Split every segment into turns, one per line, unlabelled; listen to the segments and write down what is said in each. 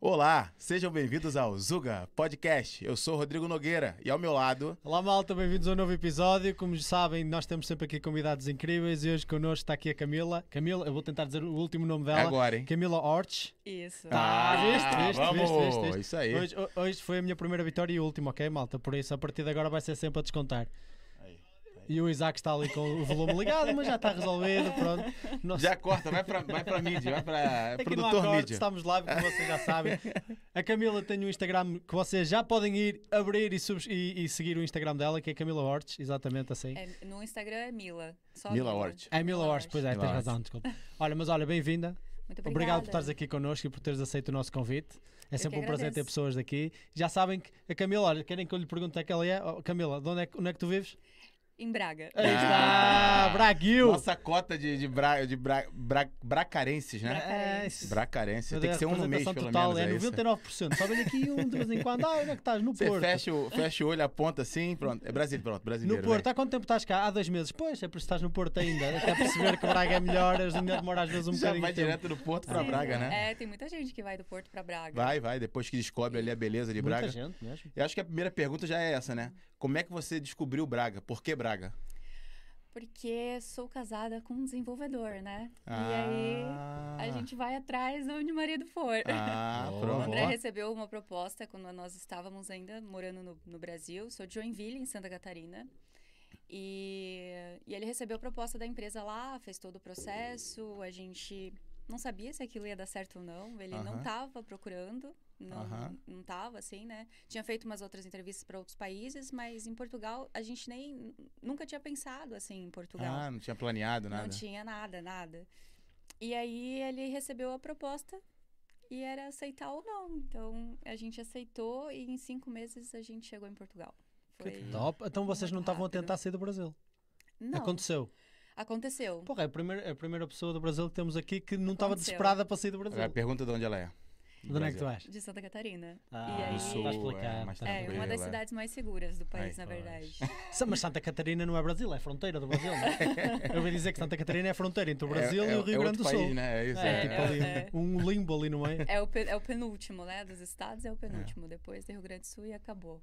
Olá, sejam bem-vindos ao Zuga Podcast. Eu sou Rodrigo Nogueira e ao meu lado.
Olá malta, bem-vindos a um novo episódio. Como sabem, nós temos sempre aqui convidados incríveis e hoje connosco está aqui a Camila. Camila, eu vou tentar dizer o último nome dela.
É Agora, hein?
Camila Orch.
Isso.
Tá, viste, viste,
Ah, vamos!
viste, viste, viste.
Isso aí.
Hoje, ho- hoje foi a minha primeira vitória e a última, ok, malta? Por isso, a partir de agora vai ser sempre a descontar. E o Isaac está ali com o volume ligado, mas já está resolvido, pronto. Nossa,
Já corta, vai pra, vai pra mídia, vai pra
Aqui não há
produtor
cortes,
mídia.
estamos lá, como vocês já sabem. A Camila tem um Instagram que vocês já podem ir abrir e, subs- e- e seguir o Instagram dela, que é Camila Hortes, exatamente assim. É.
É, no Instagram é Mila. Só
Mila Hort.
Camila Hortes, pois é,
Mila
tens
Hortes.
razão, desculpa. Olha, mas olha, bem-vinda.
Muito obrigada.
Obrigado por estares aqui connosco e por teres aceito o nosso convite. É
Eu
sempre
que
um prazer ter
agradeço.
pessoas daqui. Já sabem que a Camila, olha, querem que eu lhe pergunte onde é que ela é? Oh, Camila, de onde é, que- onde é que tu vives?
Em Braga.
Aí está! Braguil!
Nossa cota de, de, bra, de bra, bra- bracarenses,
Ah,
né?
É, isso.
Bracarense.
Meu
Tem
Deus,
que ser um no mês,
representação
pelo
total
menos. é
é
isso.
99%. Só vem aqui um de vez em quando. Ah, onde é que estás? No
Você
Porto.
fecha o, fecha o olho, aponta assim, pronto. É Brasil, pronto, brasileiro.
No Porto, há quanto tempo estás cá? Há dois meses. Pois, é por isso que estás no Porto ainda. Até perceber que Braga é melhor, ainda demora às vezes um
né? Já
bocadinho.
vai
de tempo.
direto do Porto pra
Sim.
Braga, né?
É, tem muita gente que vai do Porto pra Braga.
Vai, vai, depois que descobre ali a beleza de Braga.
Muita gente mesmo.
Eu acho que a primeira pergunta já é essa, né? Como é que você descobriu Braga? Por que Braga?
Porque sou casada com um desenvolvedor, né? E
Ah.
aí a gente vai atrás de onde o marido for.
Ah,
Boa,
O
pronto.
André recebeu uma proposta quando nós estávamos ainda morando no, no Brasil. Sou de Joinville, em Santa Catarina. E, e ele recebeu a proposta da empresa lá, fez todo o processo. A gente não sabia se aquilo ia dar certo ou não. Ele não
Aham.
estava procurando, não
Aham.
não estava assim, né? Tinha feito umas outras entrevistas para outros países, mas em Portugal a gente nem nunca tinha pensado assim em Portugal.
Ah, não tinha planeado nada.
Não tinha nada, nada. E aí ele recebeu a proposta e era aceitar ou não. Então a gente aceitou e em cinco meses a gente chegou em Portugal. Foi...
Top. Então vocês não estavam a tentar sair do Brasil.
Não,
Aconteceu.
aconteceu.
Porra, é a primeira, a primeira pessoa do Brasil que temos aqui que não estava
Aconteceu.
desesperada para sair do
Agora
Brasil.
a pergunta de onde ela é.
De onde é que tu és?
De Santa Catarina.
Ah,
e aí,
Do sul,
Tá
é,
explicado,
mais
tá
é,
tranquilo,
uma das
é.
cidades mais seguras do país,
Aí,
na
pois.
verdade.
Sa- Mas Santa Catarina não é Brasil, é fronteira do Brasil. não é? Eu ouvi dizer que Santa Catarina é fronteira entre o Brasil
É-
e
é-
o Rio
é
Grande do
outro
Sul.
País, né? É isso,
É,
é,
tipo
é.
ali um-
é.
um limbo ali no meio.
É o, pe- é o penúltimo, né? Dos estados é o penúltimo. Depois do Rio Grande do Sul e acabou.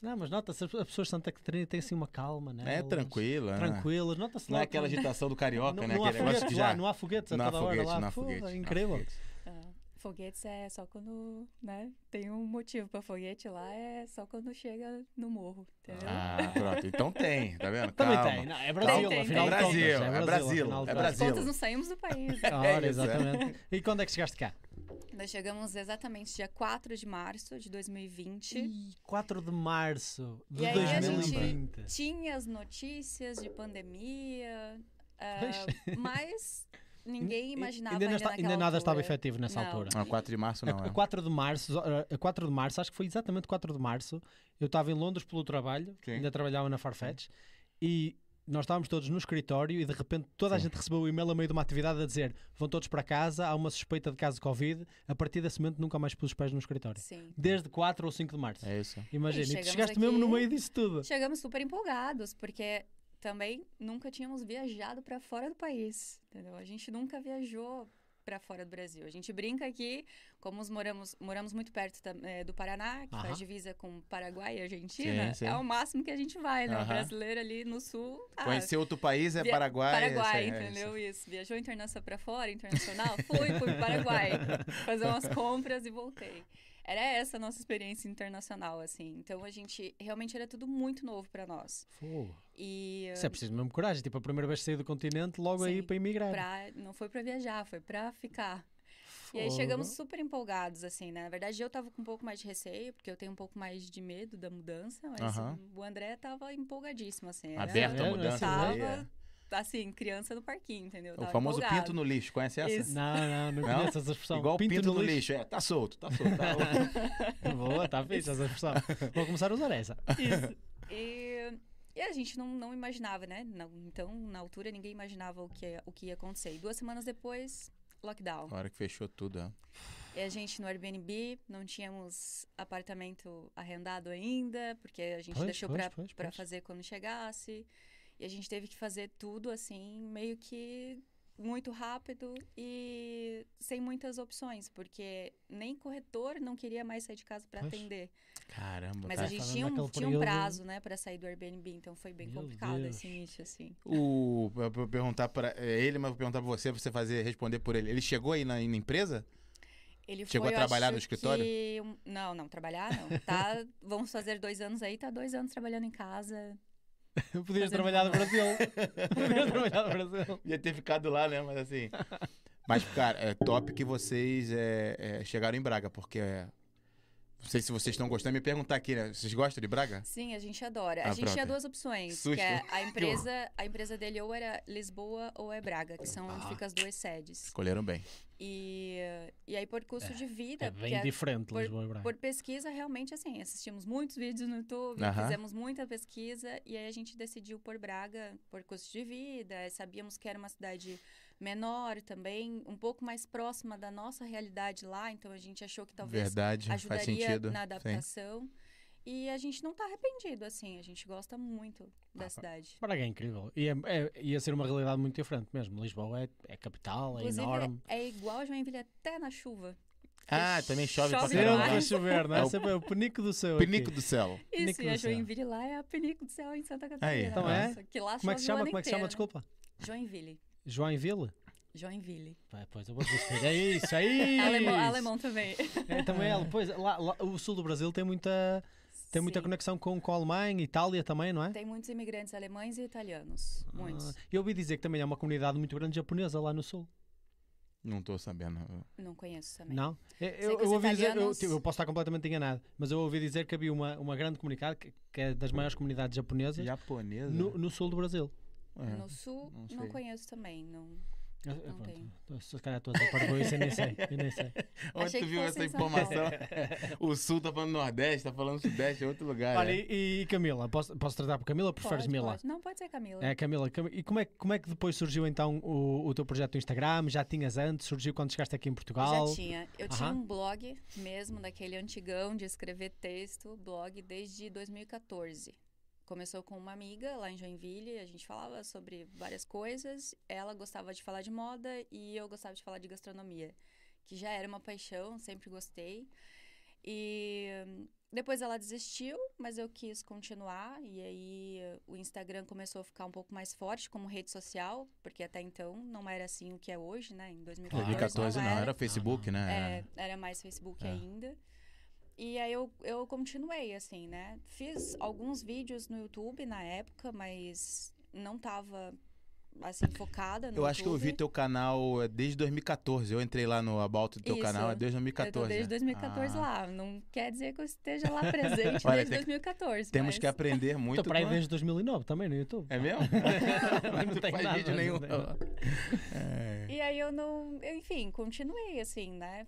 Não, mas nota-se, as pessoas de Santa Catarina têm assim uma calma, né?
É
Elas-
tranquilo, né?
Tranquilas, nota-se
Não é
lá
aquela
que-
agitação do carioca,
não,
né?
não há
Aquele negócio
foguetes
que
lá,
já...
não há foguetes a
Não há
toda hora
foguete,
lá.
não há
Pô,
foguete. não há
incrível.
foguete.
Ah, Foguetes é só quando, né? Tem um motivo pra foguete lá, é só quando chega no morro, entendeu?
Ah, pronto. Então tem, tá vendo?
Também
Calma.
tem, não, é Brasil,
Tem, tem,
afinal
tem.
de contas,
Brasil, é Brasil,
afinal de
é
contas.
Brasil.
Contas, não saímos do país.
Ah, Ora,
É isso, é.
exatamente. E quando é que chegaste cá?
Nós chegamos exatamente dia 4 de março de 2020.
Ih, 4 de março de
E aí
a
2020.
Tinha as notícias de pandemia, ah,
Pois.
mas ninguém imaginava
ainda,
ainda,
não está- ainda
naquela
nada estava
altura.
efetivo nessa
Não.
altura.
Ah, 4 de março não,
A-
é.
a 4 de março, a- a 4 de março, acho que foi exatamente 4 de março. Eu estava em Londres pelo trabalho,
Sim.
ainda trabalhava na Farfetch, e nós estávamos todos no escritório e de repente toda a gente recebeu o e-mail a meio de uma atividade a dizer vão todos para casa, há uma suspeita de caso de Covid, a partir desse momento nunca mais pus os pés no escritório.
Sim.
Desde 4 ou 5 de março.
É isso.
Imagina,
E
e tu
chegamos
chegaste
aqui-
mesmo no meio disso tudo.
Chegamos super empolgados, porque também nunca tínhamos viajado para fora do país, entendeu? A gente nunca viajou para fora do Brasil. A gente brinca aqui, como os moramos, moramos muito perto tam- eh, do Paraná, que
Aham.
faz divisa com Paraguai e Argentina,
Sim, sim.
é o máximo que a gente vai, né?
Aham.
O brasileiro ali no sul. ah,
Conhecer outro país é
via-
Paraguai. é
Paraguai,
isso aí, é isso.
entendeu? Isso. Viajou internacional para fora, internacional, fui, fui pro Paraguai fazer umas compras e voltei. Era essa a nossa experiência internacional, assim. Então a gente realmente era tudo muito novo para nós.
Fogo.
E
Isso é preciso mesmo coragem, tipo a primeira vez que saí do continente, logo aí
Sim.
para emigrar.
pra, não foi para viajar, foi para ficar. E aí
Fogo.
Uhum.
chegamos super empolgados, assim, né? Na verdade, eu tava com um pouco mais de receio, porque eu tenho um pouco mais de medo da mudança, mas
Aham.
o André tava empolgadíssimo, assim. era-
Aberto a
É,
mudança.
tava,
isso aí,
assim, criança no parquinho, entendeu?
é. O
Tava
famoso
Tá empolgado.
pinto no lixo, conhece essa?
Isso.
Não, não,
Não?
não conheço essa expressão.
Igual pinto, no lixo. É, tá solto, tá solto. tá solto.
Boa, está fixe essa expressão. Vou começar a usar essa.
Isso. E, e a gente não, não imaginava, né? Não- então, na altura, ninguém imaginava o que, o que ia acontecer. E duas semanas depois, lockdown.
Na hora que fechou tudo, é.
E a gente no Airbnb, não tínhamos apartamento arrendado ainda, porque a gente
Pois,
deixou
pois,
pra,
pois,
pra
pois.
fazer quando chegasse. E a gente teve que fazer tudo assim, meio que muito rápido e sem muitas opções, porque nem corretor não queria mais sair de casa para
Pois.
atender.
Caramba,
Mas
tá.
a gente
Tava
tinha um,
naquele
tinha um
período-
prazo, né, para sair do Airbnb, então foi bem
Meu
complicado
Deus.
esse início, assim.
O, eu vou perguntar pra é ele, mas vou perguntar pra você, pra você fazer, responder por ele. Ele chegou aí na, na empresa?
Ele
Chegou
foi,
a
eu
trabalhar
acho
no escritório?
que um- Não, não, trabalhar não. Tá, vamos fazer dois anos aí, tá dois anos trabalhando em casa.
Podias
Fazendo
trabalhar no Brasil. Podias trabalhar no Brasil.
Ia ter ficado lá, né? Mas assim. Mas, cara, é top que vocês é, é, chegaram em Braga, porque. é, Não sei se vocês estão gostando. Me perguntar aqui, né? Vocês gostam de Braga?
Sim, a gente adora. a
Ah,
gente tinha
pronto.
duas opções,
Susto.
que é a empresa, a empresa dele ou era Lisboa ou é Braga, que são onde
Ah.
ficam as duas sedes.
Escolheram bem.
E, e aí por custo de vida,
É
porque
bem
a-
diferente,
por-
Lisboa e Braga.
por pesquisa realmente assim, assistimos muitos vídeos no YouTube,
Aham.
fizemos muita pesquisa e aí a gente decidiu por Braga por custo de vida, sabíamos que era uma cidade menor também, um pouco mais próxima da nossa realidade lá, então a gente achou que talvez
Verdade, faz
ajudaria
sentido.
na
Sim.
adaptação. E a gente não tá arrependido assim, a gente gosta muito da cidade.
Braga é incrível. E é, é- ia ser uma realidade muito diferente mesmo. Lisboa é, é capital, é
Inclusive,
enorme.
é igual a Joinville até na chuva.
Ah, também chove,
Chove
pra
Sempre
caramba.
vai
né?
demais.
chover, não é?
É o-
Sempre é o penico do céu. aqui.
Pinico do céu.
Isso,
Penico
e a
do céu.
Joinville lá é a penico do céu em Santa Catarina.
então
é?
nossa, que lá
Como é que
chove
se
o
chama?
ano
Como é que se chama?
inteiro.
Desculpa.
Joinville.
Joinville?
Joinville.
Pá, Pois, eu vou dizer. É isso, é isso.
Alemão, alemão também.
É, também é, pois, lá, lá- o sul do Brasil tem muita, tem muita
Sim.
conexão com, com a Alemanha, Itália também, não é?
Tem muitos imigrantes alemães e italianos. Muitos.
Ah, eu ouvi dizer que também há uma comunidade muito grande japonesa lá no sul.
Não tô sabendo.
Não conheço também.
Não? Eu, eu,
que os
ouvi dizer, eu,
italianos-
tipo, eu posso estar completamente enganado, mas eu ouvi dizer que havia uma, uma grande comunidade, que, que é das maiores comunidades japonesas,
Japonesa?
no, no sul do Brasil.
É.
No sul,
não
não,
sei.
conheço também. Não...
Eu- eu-
Não
pronto,
tenho.
eu- Se calhar estou a dizer para isso, eu nem sei. Eu nem sei.
Onde
Achei
tu
que
viu
fosse
essa
em São
informação? o sul tá falando Nordeste, tá falando Sudeste, é outro lugar.
Olha,
é.
e, e Camila, posso, posso tratar por Camila ou preferes
Pode,
Mila?
pode. Não, pode ser Camila.
É, Camila, Cam- e como é, que- como é que depois surgiu então o, o teu projeto do Instagram? Já tinhas antes? Surgiu quando chegaste aqui em Portugal?
Já tinha. Eu tinha
Aham.
um blog mesmo, daquele antigão de escrever texto, blog desde 2014. Começou com uma amiga lá em Joinville, a gente falava sobre várias coisas. Ela gostava de falar de moda e eu gostava de falar de gastronomia, que já era uma paixão, sempre gostei. E hum, depois ela desistiu, mas eu quis continuar. E aí eh, o Instagram começou a ficar um pouco mais forte como rede social, porque até então não era assim o que é hoje, né? Em 2014,
2014 não, era Facebook, né?
é, era mais Facebook
É.
ainda. E aí eu, eu continuei, assim, né? Fiz alguns vídeos no YouTube na época, mas não tava, assim, focada no
Eu acho que eu vi
YouTube.
teu canal é, desde 2014. Eu entrei lá no About do teu
Isso.
canal é desde
Eu
2014.
tô desde
né?
2014
Ah.
lá. Não quer dizer que eu esteja lá presente
Olha,
desde
tem-
2014.
Temos
mas...
que aprender muito.
Estou Então, para aí
com-
desde 2009 também no YouTube.
É mesmo?
Não
tu
tem
faz
nada,
vídeo
não
nenhum.
tem nada.
É.
E aí eu não. eu, Enfim, continuei, assim, né?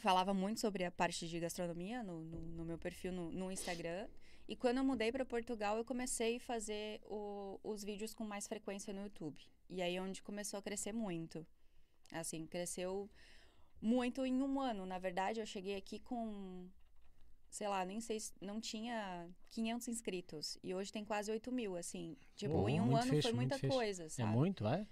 Falava muito sobre a parte de gastronomia no, no, no meu perfil no, no Instagram. E quando eu mudei para Portugal, eu comecei a fazer o- os vídeos com mais frequência no YouTube. E aí é onde começou a crescer muito. Assim, cresceu muito em um ano. Na verdade, eu cheguei aqui com. Sei lá, nem sei. se- Não tinha 500 inscritos. E hoje tem quase 8 mil, assim. Tipo,
Pô,
em um
muito
ano
fixe,
foi
muito
muita
fixe.
coisa,
É
sabe?
muito, é?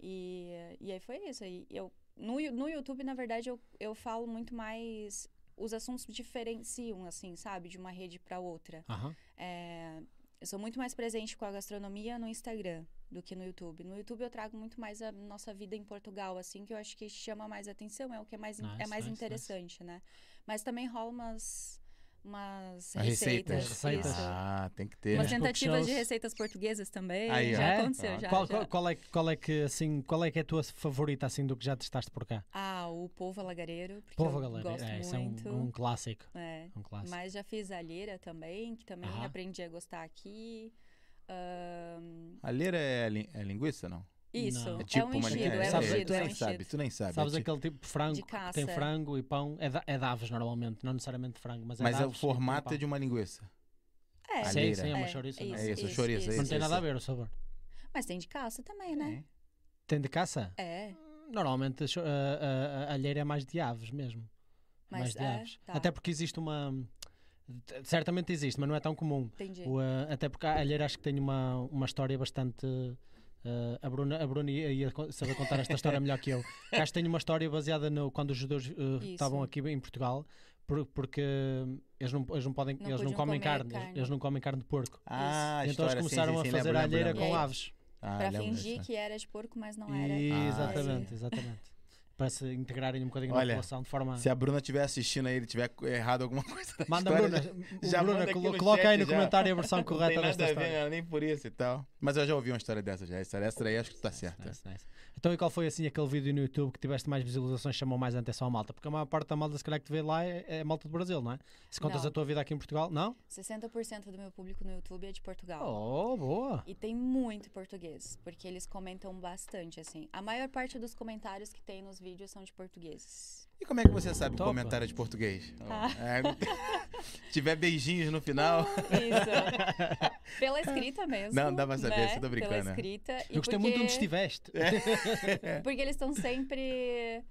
E, e aí foi isso. aí eu, no, Yu- no YouTube, na verdade, eu, eu falo muito mais. Os assuntos diferenciam, assim, sabe? De uma rede para outra.
Aham.
É, eu sou muito mais presente com a gastronomia no Instagram do que no YouTube. No YouTube eu trago muito mais a nossa vida em Portugal, assim, que eu acho que chama mais atenção, é o que é mais, in- é
Nice,
mais
nice,
interessante, né? Mas também rola umas, umas
As
receitas.
receitas.
receitas.
isso.
Ah, tem que ter.
Umas
né?
cook
tentativas de
shows.
receitas portuguesas também.
Aí, ó.
já
É?
aconteceu,
Ah,
já.
Qual,
já.
qual- qual é, que- qual é que, assim, qual é que é a tua favorita, assim, do que já testaste por cá?
Ah, o polvo alagareiro, porque
Povo,
eu
galera,
gosto
é, isso é um,
muito.
um clássico.
É,
Um clássico.
mas já fiz a lira também, que também
Aham.
aprendi a gostar aqui. Ahn,
A leira é, lin- é linguiça, não?
isso,
Não.
é,
É
tipo
um enchido, é,
é,
um
sabe,
enchido,
Tu
é um
nem sabe,
enchido.
tu nem sabe.
Sabes
É tipo-
aquele tipo de frango
De
que tem
caça.
frango e pão? É, da- é de aves normalmente, não necessariamente de frango, mas é
Mas
de
é o
aves e pão e
formato
pão.
de uma linguiça.
É,
a
Sim,
leira.
sim, é uma
é,
chouriça. não é?
isso, isso, chouriça,
Não
isso, é isso.
tem nada a ver o sabor.
Mas tem de caça também,
É.
né?
Tem de caça?
É,
Normalmente a, cho- a- a- a alheira é mais de aves mesmo. É
Mas
mais de
é,
aves.
tá.
Até porque existe uma. Certamente existe, mas não é tão comum.
entendi.
O, eh, até porque a alheira acho que tem uma, uma história bastante Uh, a, Bruna, a Bruna ia ia con- saber contar esta história melhor que eu. Acho que tenho uma história baseada no quando os judeus uh,
Isso.
estavam aqui em Portugal, por- porque uh, eles não, eles não, podem,
Não
eles não
podiam
comem
comer
carne,
carne.
eles não comem carne de porco.
Ah,
então eles
história, sim,
começaram
sim, sim,
a fazer
lembro,
a alheira
lembro,
com
É
lembro.
aves.
Ah,
Pra
lembro
fingir
dessa.
que era de porco, mas não era.
E-
Ah,
exatamente, exatamente. Para se integrarem um bocadinho
Olha,
na população de forma.
Se a Bruna estiver assistindo aí, ele tiver errado alguma coisa da
Ah. Manda
história,
Bruna,
já
Bruna
manda aqui
colo-
no
coloca
chat
aí no
já.
comentário a versão
não
correta
tem nada
desta
a
história.
ver, nem por isso e tal. Mas eu já ouvi uma história dessa já. Essa, essa daí acho que tá certa.
Nice, nice. Então, e qual foi assim aquele vídeo no YouTube que tiveste mais visualizações chamou mais a atenção à malta? Porque a maior parte da malta, se calhar, que te vê lá é, é a malta do Brasil, não é? Se contas
Não.
a tua vida aqui em Portugal, não?
60% do meu público no YouTube é de Portugal.
Oh, boa!
E tem muito português, porque eles comentam bastante, assim. A maior parte dos comentários que tem nos vídeos são de portugueses.
E como é que você sabe o
Topa.
comentário de português?
Ah.
É, não tem- tiver beijinhos no final.
Isso. Pela escrita mesmo.
Não, dá pra saber,
né?
você tá brincando,
Pela
né?
escrita. e
Eu gostei muito de onde
porque-
estiveste.
É.
Porque eles estão sempre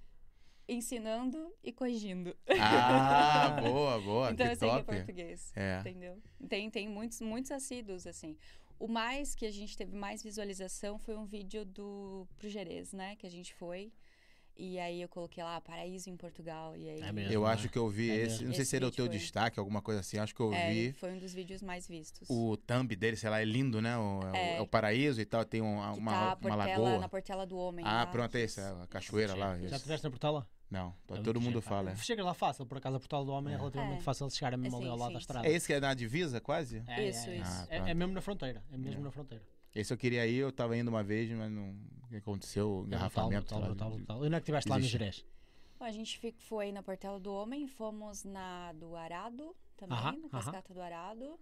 ensinando e corrigindo.
Ah, boa, boa.
então
que
eu sei que é
top.
português.
É.
Entendeu? Tem, tem muitos, muitos assíduos, assim. O mais que a gente teve mais visualização foi um vídeo do pro Jerez, né? Que a gente foi. E aí eu coloquei lá, paraíso em Portugal. E aí.
É mesmo.
Eu
né?
acho que eu vi
É
esse.
mesmo.
Não sei
Esse
se era o
vídeo
teu
foi.
destaque, alguma coisa assim. Acho que eu
É,
vi.
foi um dos vídeos mais vistos.
O thumb dele, sei lá, é lindo, né? O, é o-
É.
é o paraíso e tal. Tem um-
que
uma,
tá a
uma
portela, na
lagoa.
Portela do Homem. né?
Ah,
lá.
pronto, é isso. é A cachoeira lá.
Já
isso.
estiveste na Portela?
Não,
É
todo
muito
mundo
giro, pá.
fala. é.
Chega lá fácil, por acaso a Portela do Homem é relativamente
É.
fácil de chegar é mesmo
É,
ali
sim,
ao lado
sim,
da
sim.
estrada.
É esse que é na divisa, quase?
É, é,
Isso,
é.
isso.
Ah,
É-
pronto.
é mesmo na fronteira. É mesmo na fronteira.
Esse eu queria ir, eu tava indo uma vez, mas não o que aconteceu,
É
engarrafamento.
brutal, brutal,
sei lá.
brutal, brutal. E onde é que estiveste lá no
Existe.
Jerez?
Bom, a gente fi- foi na Portela do Homem, fomos na do Arado também,
Aham,
na
aham.
Cascata do Arado.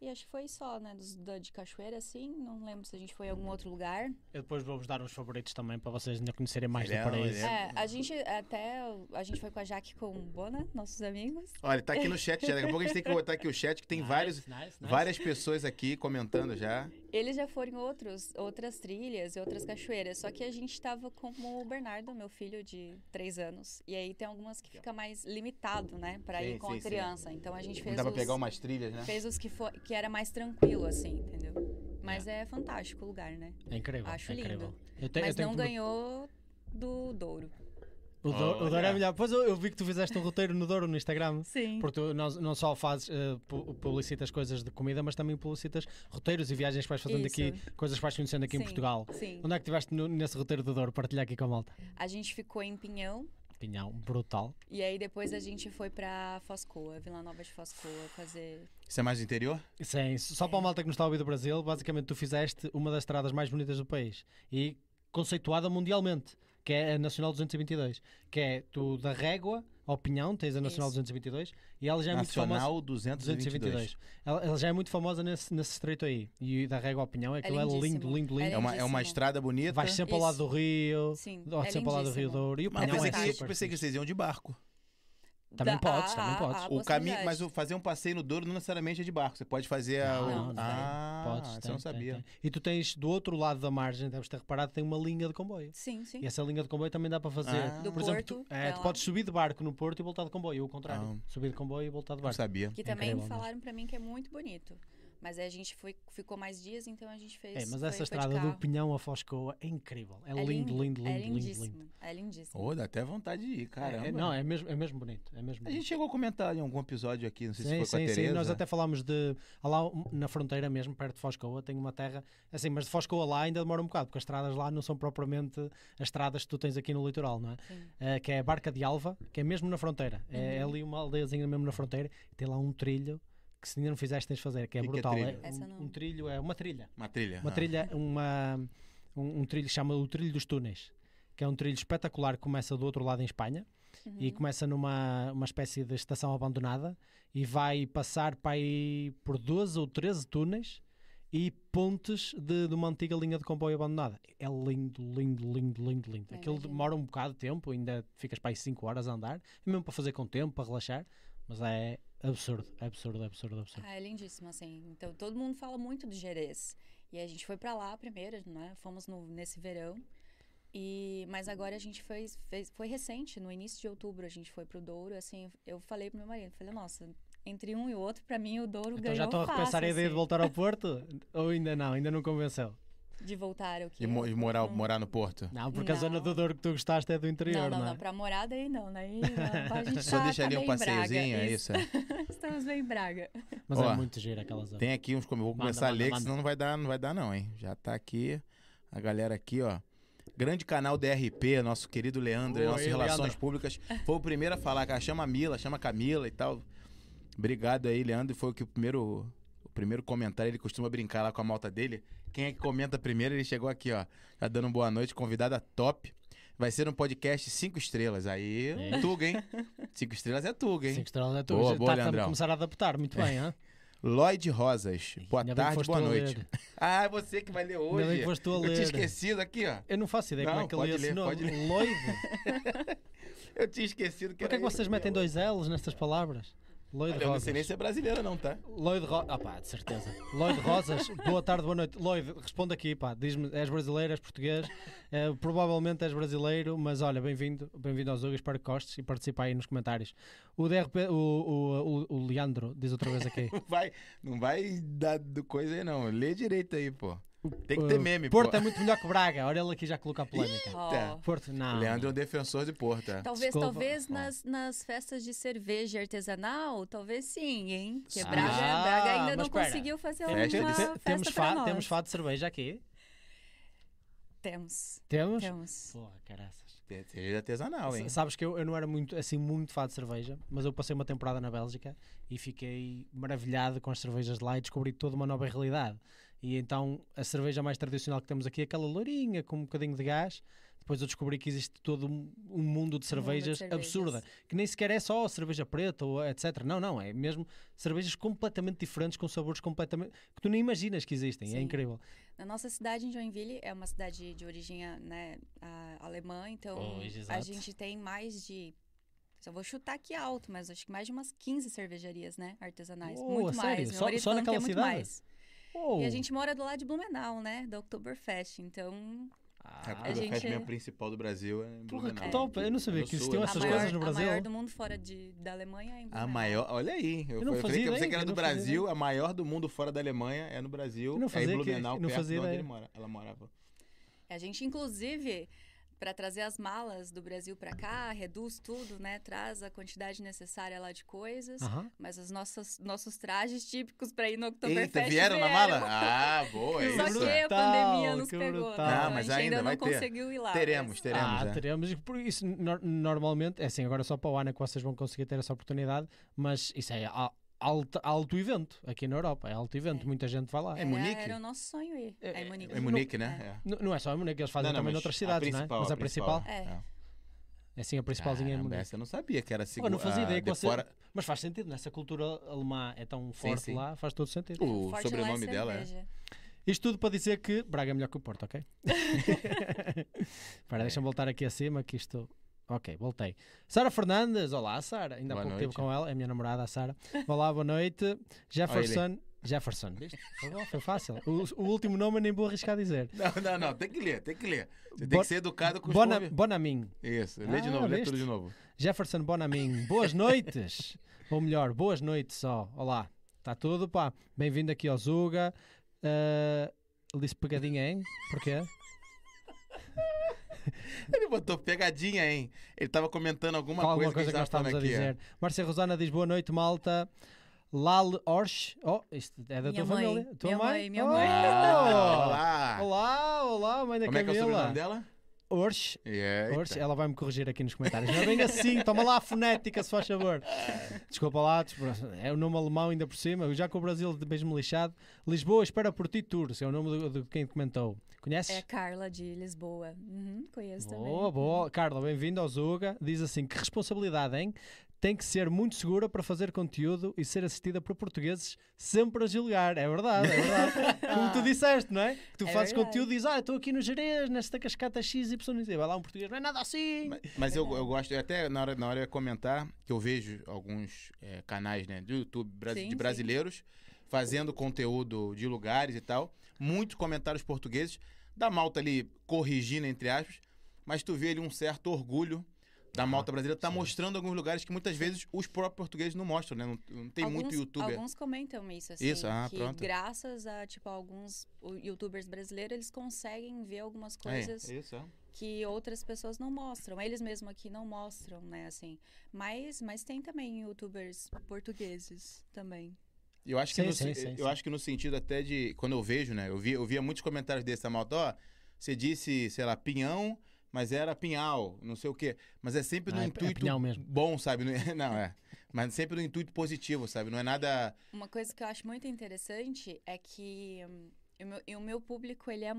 E acho que foi só, né? Dos, da, de Cachoeira, assim. Não lembro se a gente foi em algum outro lugar.
Eu depois vou-vos dar uns favoritos também para vocês ainda conhecerem mais do
Ele é um-
paraíso.
ele
É, a gente até. A gente foi com a Jaque com Bona, nossos amigos.
Olha, tá aqui no chat já. Daqui a pouco a gente tem que botar aqui o chat, que tem
Nice,
vários,
nice, nice.
várias pessoas aqui comentando já.
Eles já foram em outros, outras trilhas e outras cachoeiras. Só que a gente tava com o Bernardo, meu filho de três anos. E aí tem algumas que fica mais limitado, né? Pra
Sim,
ir
sim,
com a
sim.
criança. Então a gente
Não
fez.
dá pra
os-
pegar umas trilhas, né?
fez os que, foi, que era mais tranquilo, assim, entendeu? Mas é, fantástico o lugar, né?
É incrível.
Acho
é
lindo.
incrível. Eu te- eu
Mas
tenho
não
que-
ganhou do Douro.
O, Douro- o
Olha.
Douro é melhor. Pois eu, eu vi que tu fizeste um roteiro no Douro no Instagram.
Sim.
Porque tu não, não só fazes, eh, pu- publicitas coisas de comida, mas também publicitas roteiros e viagens que vais fazendo
Isso.
aqui, coisas que vais conhecendo aqui em
Sim,
Portugal.
Sim.
Onde é que estiveste no- nesse roteiro do Douro? Partilhar aqui com a malta.
A gente ficou em Pinhão
Pinhão, brutal.
e aí depois a gente foi pra Foscoa, Vila Nova de Foscoa, fazer.
Isso é mais do interior?
Sim, é só
É.
para a malta que nos está a ouvir do Brasil, basicamente tu fizeste uma das estradas mais bonitas do país e conceituada mundialmente, que é a Nacional 222, que é tu da Régua ao Pinhão, tens a Nacional
Isso.
222 e ela já é muito famosa.
Nacional 222.
222. Ela, ela já é muito famosa nesse, nesse estreito aí. E da Régua ao Pinhão, aquilo é,
lindíssimo.
lindo, lindo,
É
lindo.
É uma, é uma
Lindíssimo.
estrada bonita.
Vai sempre ao lado
Isso.
do Rio,
Sim.
vai
é
sempre ao lado do Rio
lindíssimo.
Douro. E o
Mas
Pinhão
pensei,
é
que,
super
pensei que
fixe.
vocês iam de barco.
Também
Dá-
podes,
há-
também
há-
podes.
há
O caminho, mas
possibilidade.
o- fazer um passeio no Douro não necessariamente é de barco. Você pode fazer a.
Não,
o-
não, não.
ah,
Podes,
você
tem,
não
tem,
sabia.
tem. E tu tens do outro lado da margem, deves ter reparado, tem uma linha de comboio.
Sim, sim.
E essa linha de comboio também dá para fazer.
Ah.
Do
Por exemplo, tu,
Porto,
é,
vai
tu
lá.
podes subir de barco no Porto e voltar de comboio, ou o contrário. Subir de comboio e voltar de
Ah. Não
barco.
sabia.
Que também
incrível, né?
falaram pra mim que é muito bonito. Mas aí a gente foi, ficou mais dias, então a gente fez.
É, mas
foi-
essa
foi de
estrada do
carro.
Pinhão a Foscoa é incrível. É,
É
lindo, lindo, lindo,
é
lindo, lindo.
lindíssimo. É lindíssimo.
Ô, dá até vontade de ir, caramba.
É, não, é mesmo, é mesmo bonito. É mesmo
A
bonito.
gente chegou a comentar em algum episódio aqui, não sei se foi com a
sim,
Tereza.
nós até falámos de. há Lá um- na fronteira mesmo, perto de Foscoa, tem uma terra. Assim, mas de Foscoa lá ainda demora um bocado, porque as estradas lá não são propriamente as estradas que tu tens aqui no litoral, não é?
Sim. Uhum.
Eh, que é a Barca de Alva, que é mesmo na fronteira. É ali uma aldeiazinha mesmo na fronteira. E tem lá um trilho que se ainda não fizeste, tens de fazer, que é
Que que é
brutal.
trilho?
é
Essa não.
um, um trilho, é uma trilha.
Uma trilha.
Uma
ah.
trilha, uma, um, um trilho que chama o Trilho dos Túneis, que é um trilho espetacular que começa do outro lado em Espanha e começa numa uma espécie de estação abandonada e vai passar para aí por 12 ou 13 túneis e pontes de, de uma antiga linha de comboio abandonada. É lindo, lindo, lindo, lindo, lindo.
É,
Aquilo
imagino.
demora um bocado de tempo, ainda ficas para aí 5 horas a andar, mesmo para fazer com tempo, para relaxar, mas é absurdo, é absurdo, é absurdo, é absurdo.
Ah, é lindíssimo, assim. Então, todo mundo fala muito do Jerez. E a gente foi pra lá primeiro, né? Fomos no- nesse verão. E, mas agora a gente foi, fez, foi recente, no início de outubro a gente foi pro Douro, assim, eu falei pro meu marido, falei, nossa, entre um e outro, pra mim o Douro
Então
ganhou
já estou a repensar
fácil,
a ideia de
assim.
voltar ao Porto? Ou ainda não, ainda não convenceu?
De voltar ao que
E, mo- e morar, morar no Porto?
Não, porque a zona
Não.
do Douro que tu gostaste é do interior,
Não,
não,
não,
é?
não, pra morada aí não, daí não. A gente
Só
tá-
deixa
tá
ali um
bem em Braga,
passeiozinho, é isso. é.
Estamos bem em Braga.
Mas
Ó,
é muito giro aquela zona.
Tem aqui uns comentários. Vou
Manda,
começar a
manda,
ler, que
manda.
senão não vai dar, não vai dar, não, hein? Já tá aqui. A galera aqui, ó. Grande canal DRP, nosso querido Leandro,
Oi,
nossas relações
Leandro.
públicas. Foi o primeiro a falar, cara. Chama a Mila, chama a Camila e tal. Obrigado aí, Leandro. Foi o que o primeiro. O primeiro comentário, ele costuma brincar lá com a malta dele. Quem é que comenta primeiro? Ele chegou aqui, ó. Tá dando boa noite, convidada top. Vai ser um podcast cinco estrelas. Aí,
É.
Tuga, hein? Cinco estrelas é Tuga, hein?
Cinco estrelas é tu.
Boa,
Já
boa,
tá- tá
Leandrão.
a começar a adaptar, muito bem, hã?
Lloyd Rosas. Boa
Ainda bem que
tarde,
foste
boa
tu a
noite.
ler.
Ah, é você que vai ler hoje.
Ainda bem que foste tu a
Eu tinha
ler.
esquecido aqui, ó.
Eu não faço ideia
Não,
como é que
pode
ele
ler,
assinou.
pode ler.
Lloyd?
Eu tinha esquecido que
Por que é
era
que
ele
vocês
lia
metem
hoje.
dois L's nestas palavras? Lloyd
Olha, eu não sei
Rosas.
nem se é brasileira, não, tá?
Lloyd Rosas. Ah, pá, de certeza. Lloyd Rosas, boa tarde, boa noite. Lloyd, responde aqui, pá. Diz-me, és brasileiro, és português? Eh, provavelmente és brasileiro, mas olha, bem-vindo bem-vindo aos Ugas para Costes e participa aí nos comentários. O DRP, o, o, o, o Leandro, diz outra vez aqui.
Não vai, não vai dar do coisa aí, não. Lê direito aí, pô. Tem que ter
Eh,
meme, pô.
Porto é muito melhor que Braga. Olha ele aqui já coloca a polêmica.
Tá.
Ó,
Porto, não.
Leandro é um defensor de Porto. é.
Talvez,
Desculpa.
talvez
Ó.
nas, nas festas de cerveja artesanal, talvez sim, hein? Porque
Ah,
Braga, Braga ainda
mas
não
espera.
conseguiu fazer uma
Festa de
festa,
cer-
Te- Temos
pra
fado,
nós.
temos fado de cerveja aqui.
Temos,
Temos?
temos.
Pô, caraças.
Tem- tem artesanal, hein?
S- Sabes que eu, eu não era muito assim muito fã de cerveja, mas eu passei uma temporada na Bélgica e fiquei maravilhado com as cervejas de lá e descobri toda uma nova realidade. E então a cerveja mais tradicional que temos aqui é aquela lourinha com um bocadinho de gás. Depois eu descobri que existe todo um um mundo de cervejas
cervejas.
absurda, que nem sequer é só cerveja preta ou etc. Não, não, é mesmo cervejas completamente diferentes, com sabores completamente que tu nem imaginas que existem. É
Sim.
incrível.
Na nossa cidade, em Joinville, é uma cidade de origem né, a- alemã, então
Pois,
a
exato.
gente tem mais de. Só vou chutar aqui alto, mas acho que mais de umas 15 cervejarias, né? Artesanais.
Uou,
muito
a
mais.
sério?
Meu
Só-
marido
só
falando que é
naquela
muito
cidade?
mais.
Oh.
E a gente mora do lado de Blumenau, né? Da Oktoberfest. Então,
É a
Ah,
a
coisa
gente-
mesmo principal do Brasil é em
Porra, que
Blumenau.
top! Eu não sabia
No
que
sul,
existiam
é
essas
a,
no
maior,
coisas no
a
Brasil.
maior do mundo fora de, da Alemanha é em
A
Blumenau.
maior, olha aí. Eu,
Eu não
falei- eu falei
fazia
que eu pensei
ideia,
que era
eu
do
não fazia
Brasil, a maior do mundo fora da Alemanha é no Brasil.
Eu não
é
fazia
em
que-
Blumenau,
eu não
perto
fazia
de onde
ideia.
ele mora, ela morava.
A gente, inclusive, para trazer as malas do Brasil para cá, reduz tudo, né? Traz a quantidade necessária lá de coisas.
Aham.
Mas os nossos, nossos trajes típicos para ir no Oktoberfest
Eita, vieram na mala? Ah, boa, é
Só
isso.
que a
Brutal,
pandemia nos
que
pegou.
brutal.
né?
Ah,
Então,
mas
a gente
ainda
ainda
vai
não
ter.
conseguiu ir lá.
Teremos,
mas-
teremos.
ah,
é.
teremos. Por Isso nor- normalmente, é assim, agora só para o ano que vocês vão conseguir ter essa oportunidade, mas isso é a- alto, alto evento aqui na Europa, é alto evento,
É.
muita gente vai lá.
É
Era-
em Munique?
Era o nosso sonho ir. É, em Munique.
É em Munique, né?
N- Não é só em Munique, eles
É.
fazem também
mas
noutras
a
cidades, não é? Mas a principal,
É.
é assim, a principalzinha é em
Caramba,
Munique.
essa Ah, eu não sabia que era
Pô,
segura.
não fazia ideia
ah,
que
de
você...
fora-
Mas faz sentido, nessa cultura alemã é tão forte
sim.
lá, faz todo sentido.
O
Forte
sobrenome
lá é
dela é.
cerveja.
Isto tudo para dizer que Braga é melhor que o Porto, ok? Espera, deixa-me voltar aqui acima que isto. Ok, voltei. Sara Fernandes, olá Sara, ainda há
Boa
pouco
noite.
tempo com ela, é a minha namorada, a Sara. Olá, boa noite. Jefferson. Jefferson.
Viste?
Foi bom, Foi fácil. O, o último nome eu nem vou arriscar a dizer.
Não, não, não, tem que ler, tem que ler. Você tem
Bo-
que ser educado com os
Bona,
convi-
Bonamin.
Isso, lê de
Ah,
novo, lê
viste?
tudo de novo.
Jefferson Bonamin, boas noites. Ou melhor, boas noites só. Olá, está tudo, pá? Bem-vindo aqui ao Zuga. Ah, ele disse pegadinha, hein? Porquê?
Ele botou pegadinha, hein? Ele tava comentando alguma
Com
coisa,
alguma coisa que
a
nós
gente
estávamos a
tava falando
dizer. Márcia Rosana diz boa noite, malta. Lal Orsh. Oh, isto é da
Minha
tua
mãe,
família. Tua
minha mãe, minha mãe.
Ah,
Oh!
olá!
Olá, olá, mãe da
Como é que é o
Camila.
sobrenome dela? É,
Orsh.
Yeah.
Orsh, ela vai me corrigir aqui nos comentários. Não é bem assim, toma lá a fonética, se faz favor. Desculpa lá, desculpa. é o nome alemão ainda por cima, já com o Brasil de mesmo lixado. Lisboa, espera por ti, Tours, é o nome do- de quem comentou. Conheces?
É Carla de Lisboa. Uhum, conheço
Boa,
também.
boa. Carla, bem-vindo ao Zuga. Diz assim: que responsabilidade, hein? Tem que ser muito segura para fazer conteúdo e ser assistida por portugueses sempre a julgar. É verdade, é verdade. Como tu disseste, não é? Que tu
É
fazes
verdade.
conteúdo e dizes: Ah, estou aqui no Jerez, nesta cascata X, Y, Z. Vai lá um português, não é nada assim.
Ma- Mas eu, eu gosto, eu até na hora, na hora eu ia comentar que eu vejo alguns eh, canais né, do YouTube brasi-
Sim,
de
sim.
brasileiros fazendo conteúdo de lugares e tal. Muitos comentários tá portugueses, da malta ali corrigindo, entre aspas, mas tu vê ali um certo orgulho da malta brasileira tá
sim.
mostrando alguns lugares que muitas vezes os próprios portugueses não mostram, né? Não, não tem muito youtuber.
Alguns comentam isso, assim.
Isso, ah,
que
pronto.
graças a, tipo, alguns o- youtubers brasileiros, eles conseguem ver algumas
É,
coisas
isso, é.
que outras pessoas não mostram. Eles mesmos aqui não mostram, né, assim. Mas, mas tem também youtubers portugueses também.
Eu acho que
Sim,
no,
sim,
se-
sim,
eu
sim.
acho que no sentido até de quando eu vejo, né? Eu via, eu via muitos comentários desse da malta, ó, você disse, sei lá, pinhão, mas era pinhal, não sei o quê. Mas é sempre
Ah,
no
é- é
intuito
pinhal mesmo.
bom, sabe? Não é- Não é. Mas sempre no intuito positivo, sabe? Não é nada
Uma coisa que eu acho muito interessante é que hum, o meu, e o meu público, ele é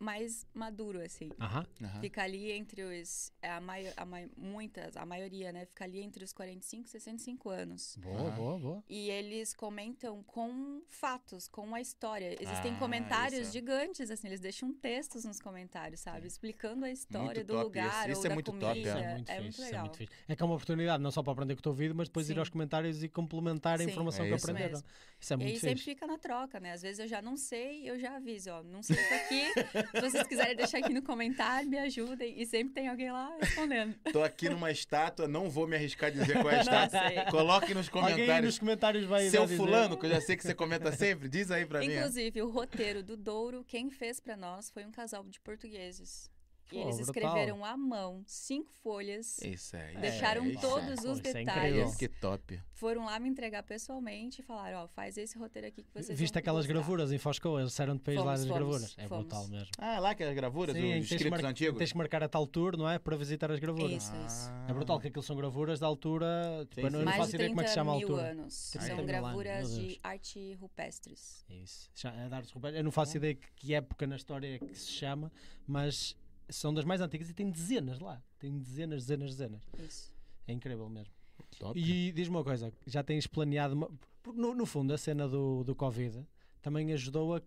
mais maduro, assim.
Aham.
Aham.
Fica ali entre os. é, A mai, a mai, muitas, a maioria, né? Fica ali entre os 45 e 65 anos.
Boa,
Aham.
boa, boa.
E eles comentam com fatos, com a história. Existem
Ah,
comentários
isso é.
gigantes, assim, eles deixam textos nos comentários, sabe? Explicando a história
Muito
do
top
lugar
isso. Isso
ou
é
da
muito top,
comida.
é.
Isso é muito,
é
fixe,
muito
isso
legal.
é muito fixe. É que é uma oportunidade não só para aprender o que tu ouvido, mas depois ir
Sim.
aos comentários e complementar a
Sim.
informação
É
que
isso
aprenderam.
mesmo.
Isso é
e aí
muito
sempre
fixe.
fica na troca, né? Às vezes eu já não sei, eu já aviso, ó, não sei isso aqui. Se vocês quiserem deixar aqui no comentário, me ajudem. E sempre tem alguém lá respondendo.
Tô aqui numa estátua, não vou me arriscar a dizer qual é a
Não
estátua.
sei.
Coloque nos
Alguém aí
comentários.
nos comentários vai
Seu
vai dizer.
fulano, que eu já sei que você comenta sempre, diz aí pra mim. é.
Inclusive, o roteiro do Douro, quem fez pra nós foi um casal de portugueses. E
Pô,
eles
brutal.
escreveram à mão, cinco folhas.
Isso é, isso
Deixaram
é, isso é.
todos
Pô,
os
isso é
detalhes.
incrível.
Que top.
foram lá me entregar pessoalmente e falaram, ó, faz esse roteiro aqui que vocês
Viste
vão
aquelas
gostar.
gravuras em Foscoa, eles saíram de país lá
então, Fomos,
das
fomos,
gravuras. É
fomos.
brutal mesmo.
Ah, lá que as gravuras,
Sim, em
os
que tens,
escritos
mar-
antigos.
tens que marcar a tal tour, não é? Para visitar as gravuras.
Isso, isso.
Ah.
É brutal, que aquilo são gravuras da altura. Tipo,
Sim,
eu
sim.
não, eu não
Mais
faço
de
ideia
30
como é que se chama a
mil
altura.
anos.
Ai,
São
meu
gravuras
Deus.
de arte rupestres.
Isso. Cha- é dar-se roupa- Eu não
Uhum.
faço ideia que, que época na história é que se chama, mas são das mais antigas e tem dezenas lá. Tem dezenas, dezenas, dezenas.
Isso.
É incrível mesmo.
Top.
E diz-me uma coisa, já tens planeado. uma- Porque no, no fundo a cena do, do Covid também ajudou a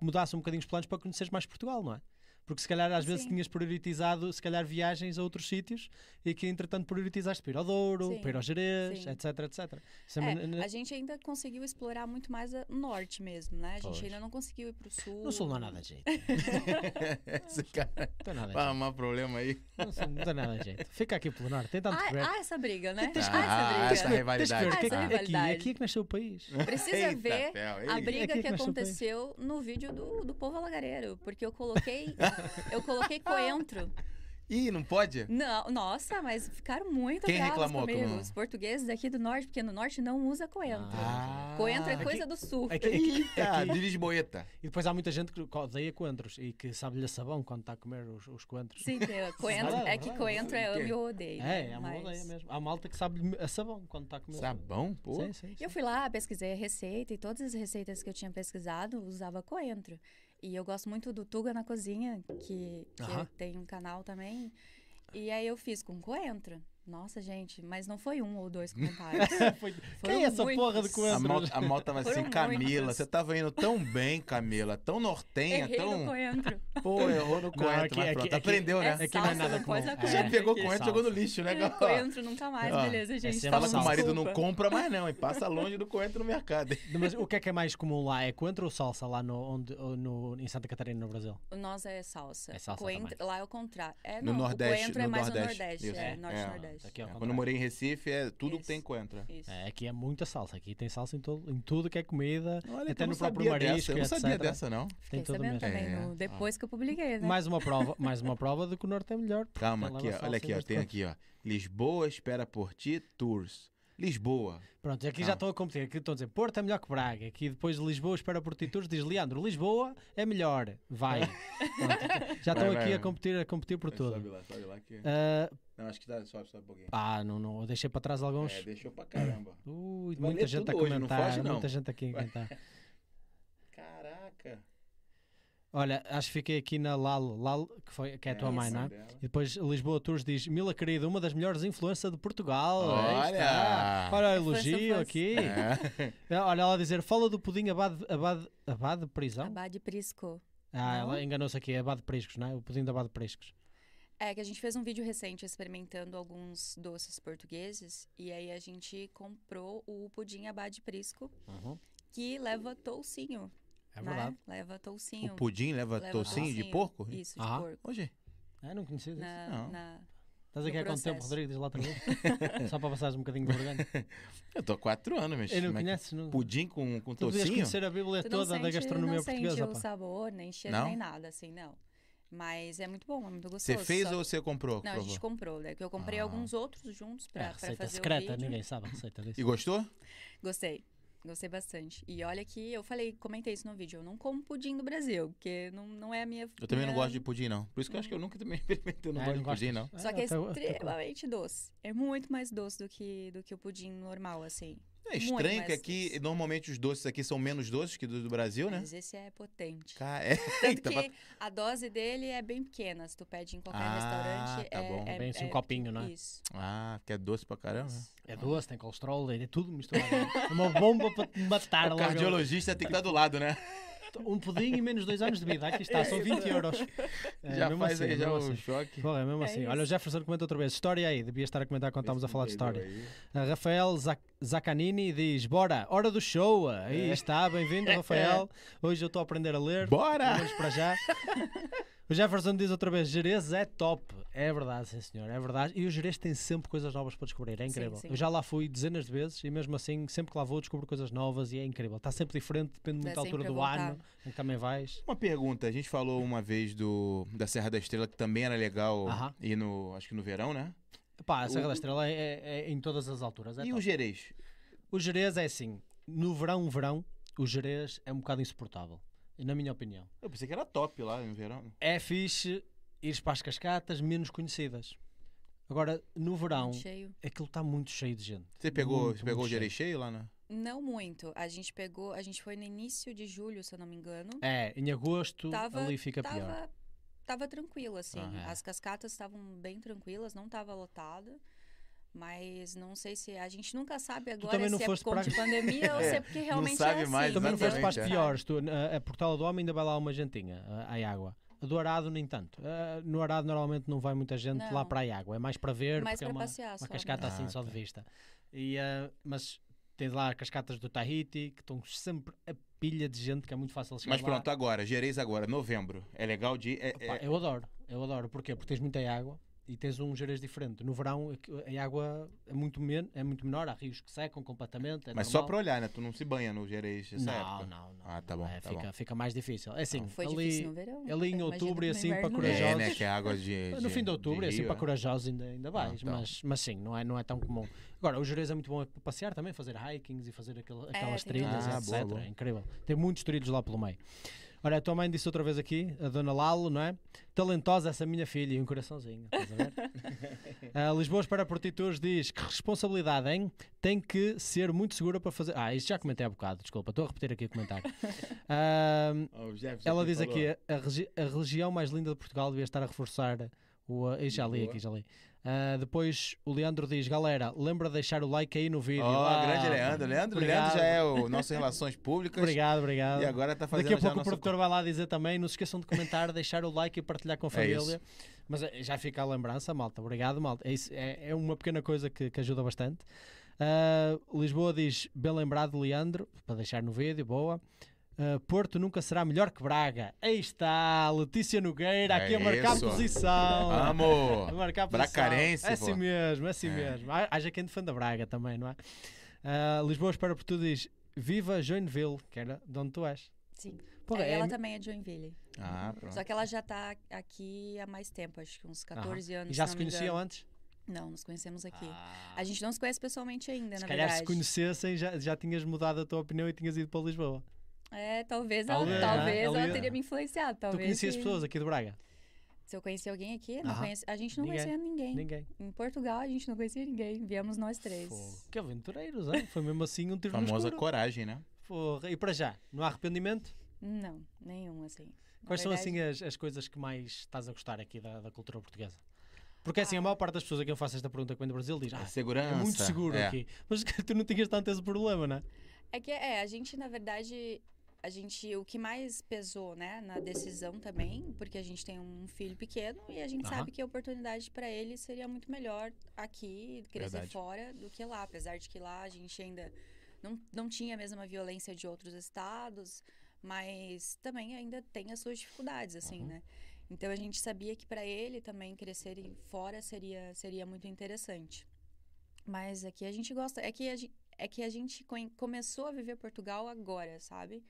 mudasse um bocadinho os planos para conheceres mais Portugal, não é? Porque se calhar às vezes
Sim.
tinhas prioritizado se calhar viagens a outros sítios e que entretanto prioritizaste para ir ao Douro,
Sim,
para ir ao Jerez,
sim.
etc, etc. Isso é uma-
É, a gente ainda conseguiu explorar muito mais a- o norte mesmo, né? A gente
Pois.
ainda não conseguiu ir pro sul.
No sul não há nada de jeito. Não
Esse cara
tem nada de
vai
jeito.
arrumar problema aí.
No sul não tem nada de jeito. Fica aqui pelo norte, tem tanto
Ah,
projeto.
ah, essa briga, né?
Ah,
Ah, essa
essa
briga.
Tens que
rivalidade.
ver, o que é
essa
que- aqui,
rivalidade.
aqui é que nasceu o país.
Precisa
Eita,
ver
Fel,
A
eita.
briga
aqui
que,
É que nós
aconteceu no vídeo do, do povo alagareiro, porque eu coloquei eu coloquei coentro.
Ih, não pode?
Não, nossa, mas ficaram muito
Quem
bravos
reclamou
comigo.
com-
Os portugueses daqui do norte, porque no norte não usa coentro.
Ah.
coentro é
Aqui-
coisa do sul.
Aqui- aqui-
Eita,
aqui-
de Lisboeta.
E depois há muita gente que co- odeia coentros e que sabe-lhe a sabão quando está a comer os, os coentros.
Sim, é, coentro,
Sabe,
é que
sabe,
coentro é amo e eu odeio.
É,
né?
há uma
Mas-
odeia mesmo. Há malta que sabe a sabão quando está a comer.
Sabão, Tá pô.
Sim, sim, sim.
Eu fui lá, pesquisei a receita e todas as receitas que eu tinha pesquisado usava coentro. E eu gosto muito do Tuga na Cozinha, que, que
Aham.
tem um canal também. E aí eu fiz com coentro. Nossa, gente, mas não foi um ou dois comentários.
Foi-
Foram
Quem é essa
muitos.
porra de
A
coentros?
malta, a malta tava assim,
Foram
Camila,
muitos.
você tava indo tão bem, Camila, tão nortenha,
Errei no
tão.
coentro.
Pô, errou no
Não,
coentro,
aqui-
mas
aqui-
pronto,
aqui-
aprendeu, né?
É
Aqui não é
salsa,
nada
não pode
comum.
dar
É.
Já pegou o
aqui é
coentro, jogou no
salsa.
lixo, né? Ah,
É, coentro nunca mais,
Ó,
beleza, gente.
sempre
Tava
Fala
Salsa.
que o marido não
desculpa.
compra mais, não, e passa longe do coentro no mercado. hein?
Mas o que é que é mais comum lá? É coentro ou salsa lá no, onde, ou no, em Santa Catarina, no Brasil?
O nosso é salsa.
É salsa
coentro,
também.
lá é o contrário. É,
No
não,
Nordeste,
O coentro é
no
mais
Nordeste.
no Nordeste.
Isso.
É,
É,
Norte-Nordeste.
Tá Aqui, ao
Quando eu
contrário.
morei em Recife, é tudo que
Isso.
tem coentro.
Isso.
É, aqui é muita salsa. Aqui tem salsa em, todo, em tudo que é comida.
Olha,
Até
eu
no
não
próprio
sabia
marisco,
dessa, eu não
etc.
sabia dessa, não.
Fiquei
Tem tudo
sabendo
mesmo.
também,
É.
no- depois que eu publiquei, né?
Mais uma prova, mais uma prova de que o norte é melhor. porque
Calma
leva
aqui, ó.
salsa
olha
em
aqui, ó.
vez de
Tem
coentro.
aqui, ó. Lisboa espera por ti, tours. Lisboa.
Pronto, e aqui
Não.
já estou a competir. Aqui estão a dizer Porto é melhor que Braga. Aqui depois Lisboa espera por ti. Tours diz Leandro, Lisboa é melhor. Vai. Pronto, já
Vai,
estão
vai,
aqui
vai.
a competir, a competir por
Sobe
tudo.
lá, sobe lá que.
Ah,
Não, acho que tá, sobe, sobe um pouquinho.
ah, não, não. Eu deixei para trás alguns.
É, deixou pra caramba.
Ui,
Vai
muita
ler
gente a
tudo hoje, não
comentar.
foge, não.
Muita gente aqui a
Vai.
comentar.
Caraca.
Olha, acho que fiquei aqui na Lal, Lal que, foi, que é a tua mãe,
isso.
não é?
dela.
E depois Lisboa Tours diz: Mila querida, uma das melhores influências de Portugal. Aí
Olha!
está. Olha o
Influencer
elogio
faz.
aqui.
É.
Olha ela a dizer: fala do pudim abade, abade, abade prisão.
Abade Prisco.
Ah,
Não?
ela enganou-se aqui, é abade priscos, não é? O pudim de abade priscos.
É que a gente fez um vídeo recente experimentando alguns doces portugueses e aí a gente comprou o pudim Abade Prisco,
Uhum.
que leva toucinho.
É
né?
verdade.
Leva toucinho.
O pudim leva,
Leva
toucinho de porco?
Isso, de
Ah.
porco.
Hoje?
Ah, não conhecia isso.
Na,
Não.
na-
Estás aqui
No
há quanto tempo,
processo.
Rodrigo? Diz lá outra vez. Só para passares um bocadinho de vergonha.
Eu tô há quatro anos, mas.
Eu não
como é que-
conheço. Não...
Pudim com, com
Tu devias
tocinho?
conhecer a Bíblia
Tu não
toda da
sente-
gastronomia
não
portuguesa.
sente o
Pá.
sabor, nem cheiro,
Não?
nem nada, assim, não. Mas é muito bom, é muito gostoso.
Você fez
só-
ou você comprou?
Não, a gente
provou?
comprou, né? Que eu comprei
Ah.
alguns outros juntos
É,
pra, pra
receita
fazer o
secreta,
vídeo.
ninguém sabe a receita disso.
E gostou?
Gostei. Gostei bastante. E olha que eu falei, comentei isso no vídeo, eu não como pudim do Brasil, porque não, não é a minha.
Eu também não
minha-
gosto de pudim, não. Por isso que eu acho que eu nunca também experimentei. Eu não
Ah,
gosto de
gostas?
pudim, não.
Ah,
Só que é
até- até-
extremamente doce. É muito mais doce do que, do que o pudim normal, assim.
É
Muito
estranho que
mais
aqui,
doce.
normalmente os doces aqui são menos doces que do, do Brasil, né?
Mas esse é potente.
Cara, é.
Tanto
Eita,
que a dose dele é bem pequena. Se tu pede em qualquer
Ah,
restaurante,
tá
é,
bom.
é-
Bem assim, um
é
copinho, não é?
Isso.
Ah, porque é doce pra caramba. né?
É doce, tem colesterol, é tudo misturado. É uma bomba para te matar
O
logo.
cardiologista tem que estar do lado, né?
Um pudim e menos dois anos de vida. Aqui está, são 20 euros. É,
já
mesmo
faz
assim,
aí já
mesmo
o
assim.
choque.
Porra, é mesmo
É
assim.
isso.
Olha, o Jefferson comenta outra vez. História aí, devia estar a comentar quando estávamos Então, a falar de história. A Rafael Zac- Zaccanini diz: Bora, hora do show! ah, Aí
É.
está, bem-vindo, Rafael. Hoje eu estou a aprender a ler.
Bora!
Vamos para já. O Jefferson diz outra vez: Jerez é top. É verdade, sim senhor, é verdade. E o Jerez tem sempre coisas novas para descobrir, é incrível.
sim.
Eu já lá fui dezenas de vezes e mesmo assim, sempre que lá vou, descubro coisas novas e é incrível. Está sempre diferente, depende muito
Dá
da altura
sempre a
do
vontade.
ano em que também vais.
Uma pergunta, a gente falou uma vez do da Serra da Estrela que também era legal
Aham.
ir no, acho que no verão, né?
Pá, a Serra
O-
da Estrela é, é- é em todas as alturas. É
e
top.
o Gerês?
O Jerez é assim, no verão, verão, o Jerez é um bocado insuportável, na minha opinião.
Eu pensei que era top lá no verão.
É fixe ir para as cascatas menos conhecidas. Agora, no verão,
Muito cheio.
aquilo está muito cheio de gente.
Você pegou,
Muito,
você pegou
muito
o Gerês cheio lá, né?
Não muito. A gente pegou, a gente foi no início de julho, se eu não me engano.
É, em agosto
Tava-
ali fica pior. Ah, é.
Tava, tava tranquilo, assim.
Aham.
As cascatas estavam bem tranquilas, não tava lotada. Mas não sei se. A gente nunca sabe agora
também não
se é
foste
por conta
pra-
de pandemia ou
É,
se é porque
não
realmente
sabe
é assim.
mais,
Também não foste para as
Exatamente, é.
piores. Tu, a, a Portela do Homem ainda vai lá uma gentinha, a, a água. A do Arado, nem tanto. A- no Arado, normalmente não vai muita gente lá
Não.
para a água. É mais para ver,
Mais
porque
pra
é uma,
passear
uma
só,
cascata
né?
assim
Ah,
só de
tá.
vista. E, ah, mas tens lá cascatas do Tahiti, que estão sempre a pilha de gente, que é muito fácil chegar
Mas
lá.
pronto, agora, Gerês agora, novembro. É legal de ir. É, é-
Pá, eu adoro, eu adoro. Porquê? Porque tens muita água e tens um gerês diferente. No verão aqui- a água é muito, men é muito menor, há rios que secam completamente. é
mas só
normal.
pra olhar, né? Tu não se banha no Gerês nessa
Não,
época.
não, não.
Ah, tá
não,
bom,
é,
tá
fica,
bom. Tá
fica mais difícil. É assim,
né? Foi
ali,
difícil no verão.
ali em
Eu imagino
outubro e
que no
assim para
inverno não.
É,
corajosos.
né? Que é água de.
no
de-
fim de outubro,
de
é assim
rio,
para
é.
corajosos ainda, ainda vais,
então.
mas, mas sim, não é, não é tão comum. Agora, o Jerez é muito bom é para passear também, fazer hikings e fazer aquele- aquelas
tem
trilhas,
tudo. Ah,
etc.
boa, boa.
É incrível. Tem muitos trilhos lá pelo meio. Olha, a tua mãe disse outra vez aqui, a dona Lalo, não é? Talentosa essa minha filha e um coraçãozinho, estás a ver? A Lisboa espera por ti Tours diz que responsabilidade, hein? Tem que ser muito segura para fazer. Ah, isto já comentei há bocado, desculpa, estou a repetir aqui o comentário. Ahm,
Ó, o Jefferson
ela diz
Tipo, falou.
aqui: a, regi- a região mais linda de Portugal devia estar a reforçar o. ah, eu já li
Lisboa.
aqui, já li. Ah, depois o Leandro diz: galera, lembra de deixar o like aí no vídeo.
Ó,
Ah,
grande Leandro. Leandro,
obrigado.
Leandro já é o nosso Relações Públicas.
Obrigado, obrigado.
E agora tá fazendo
Daqui a
já
pouco o
nosso-
produtor vai lá dizer também: não se esqueçam de comentar, deixar o like e partilhar com
É
a família. Mas eh, já fica a lembrança, malta. Obrigado, malta. É, isso- é- é uma pequena coisa que, que ajuda bastante. Ah, Lisboa diz: bem lembrado, Leandro, para deixar no vídeo, boa. Ah, Porto nunca será melhor que Braga. Aí está, Letícia Nogueira, aqui
É
a marcar
isso. Ah,
posição. A
Amor!
marcar posição.
Bracarense,
É assim
pô.
mesmo, é assim mesmo. Há- Haja quem defenda Braga também, não é? Ah, Lisboa espera por tu diz: Viva Joinville, que era de onde tu és.
Sim.
Porra,
Aí
é-
ela também é de Joinville.
Ah, pronto.
Só que ela já tá aqui há mais tempo, acho que uns 14
E
anos.
já
se
se
não me
conheciam
engano.
antes?
Não, nos conhecemos aqui.
Ah.
A gente não se conhece pessoalmente ainda,
Se
na
calhar se
verdade.
conhecessem já, já tinhas mudado a tua opinião e tinhas ido para Lisboa.
É, talvez ela,
Talvez,
talvez,
né?
ela,
Ela ia-
teria me influenciado. Talvez
tu conhecias
se-
pessoas aqui de Braga?
Se eu conhecia alguém aqui, não
Aham.
conheci- a gente não
Ninguém.
conhecia ninguém.
Ninguém.
Em Portugal a gente não conhecia ninguém. Viemos nós três.
Fogo. Que aventureiros, hein? foi mesmo assim um
é
tiro no
Famosa
escuro.
coragem, né?
Porra. E para já, não há arrependimento?
Não, nenhum assim. Na
Quais são
verdade,
assim as, as coisas que mais estás a gostar aqui da, da cultura portuguesa? Porque
Ah.
assim, a maior parte das pessoas a quem eu faço esta pergunta quando o Brasil diz
A
ah, é
segurança.
muito seguro
é.
aqui. Mas tu não tinhas tanto esse problema, não é?
É que é, a gente, na verdade, a gente. O que mais pesou, né, na decisão também, porque a gente tem um filho pequeno e a gente
Aham.
sabe que a oportunidade para ele seria muito melhor aqui, crescer
Verdade.
fora, do que lá. Apesar de que lá a gente ainda não, não tinha a mesma violência de outros estados, mas também ainda tem as suas dificuldades, assim, né? Então a gente sabia que para ele também crescer em- fora seria seria muito interessante. Mas aqui a gente gosta, é que a gente, é que a gente conhe- começou a viver Portugal agora, sabe?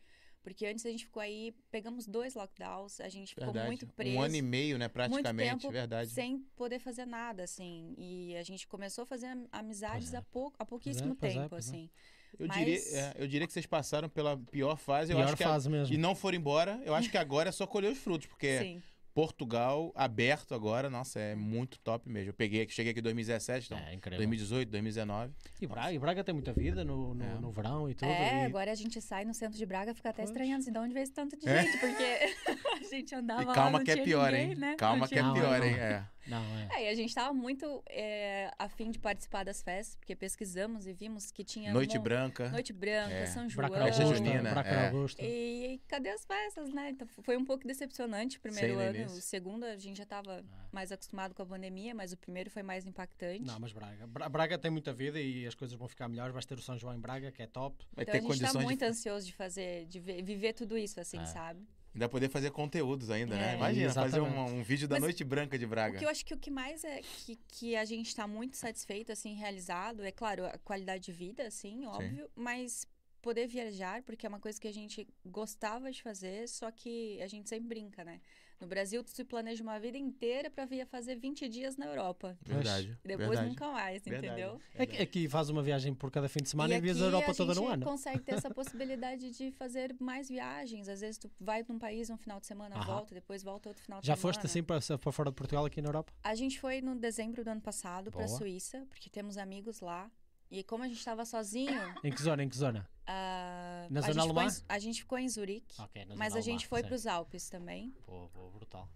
Porque antes a gente ficou aí, pegamos dois lockdowns, a gente ficou
Verdade.
muito preso
Um ano e meio, né? Praticamente,
tempo
verdade.
sem poder fazer nada, assim. E a gente começou a fazer am- amizades
Pois é.
há, pouco, há pouquíssimo
pois é,
tempo,
pois é.
assim.
Eu,
mas-
diria, é, eu diria que vocês passaram pela pior fase. Eu
Pior
acho que a-
fase mesmo.
e não foram embora. Eu acho que agora é só colher os frutos, porque
Sim.
Portugal aberto agora, nossa, é muito top mesmo. Eu peguei aqui, cheguei aqui em 2017, então.
É, incrível.
2018, 2019.
E Braga, e Braga tem muita vida no, no,
É.
no verão e tudo.
É,
e-
agora a gente sai no centro de Braga, fica até
Pois.
estranhando assim, de onde veio esse tanto de
É.
gente, porque a gente andava
E
lá,
calma
não
que é
tinha
pior,
ninguém,
hein?
né?
Calma
Não
que é
tinha-
Não,
pior,
não.
hein? É.
Não, é.
É, e a gente tava muito é, a fim de participar das festas, porque pesquisamos e vimos que tinha...
Noite
mon-
branca.
Noite Branca,
É.
São João...
Braca
Festa
Augusta,
junina,
Braca
é.
Augusta.
E, e cadê as festas, né? Então, f- foi um pouco decepcionante o primeiro
Sei, no
ano.
início.
O segundo, a gente já estava mais acostumado com a pandemia, mas o primeiro foi mais impactante.
Ah. Não, mas Braga. Bra- Braga tem muita vida e as coisas vão ficar melhores. Vais ter o São João em Braga, que é top.
Vai
então
ter
a gente está
condições
muito
de
ansioso de fazer, de ver- viver tudo isso, assim,
É.
sabe?
ainda poder fazer conteúdos ainda, né?
É.
Imagina, fazer um,
Exatamente.
um vídeo da
Mas
Noite Branca de
O que
Braga.
eu acho que o que mais é que, que a gente está muito satisfeito, assim, realizado, é claro, a qualidade de vida, assim, óbvio, mas poder viajar, porque é uma coisa que a gente gostava de fazer, só que a gente sempre brinca, né? No Brasil, tu se planeja uma vida inteira para vir fazer 20 dias na Europa.
Verdade.
E depois
verdade.
nunca mais,
Verdade.
entendeu?
É que- Aqui faz uma viagem por cada fim de semana e,
aqui
vias a Europa toda
gente
no ano.
consegue ter essa possibilidade de fazer mais viagens. Às vezes tu vai num país um final de semana,
Aham.
volta, depois volta outro final de
Já
semana.
foste assim para, para fora de Portugal, aqui na Europa?
A gente foi no dezembro do ano passado para
Boa.
Suíça, porque temos amigos lá. E como a gente estava sozinho,
Em que zona? Em que zona?
ah,
Na
a,
zona
gente ficou em-
alemã?
a gente ficou em Zurique,
Ok, na
mas
zona
a gente
alemã,
foi
sim.
para os Alpes também.
Pô, pô, brutal.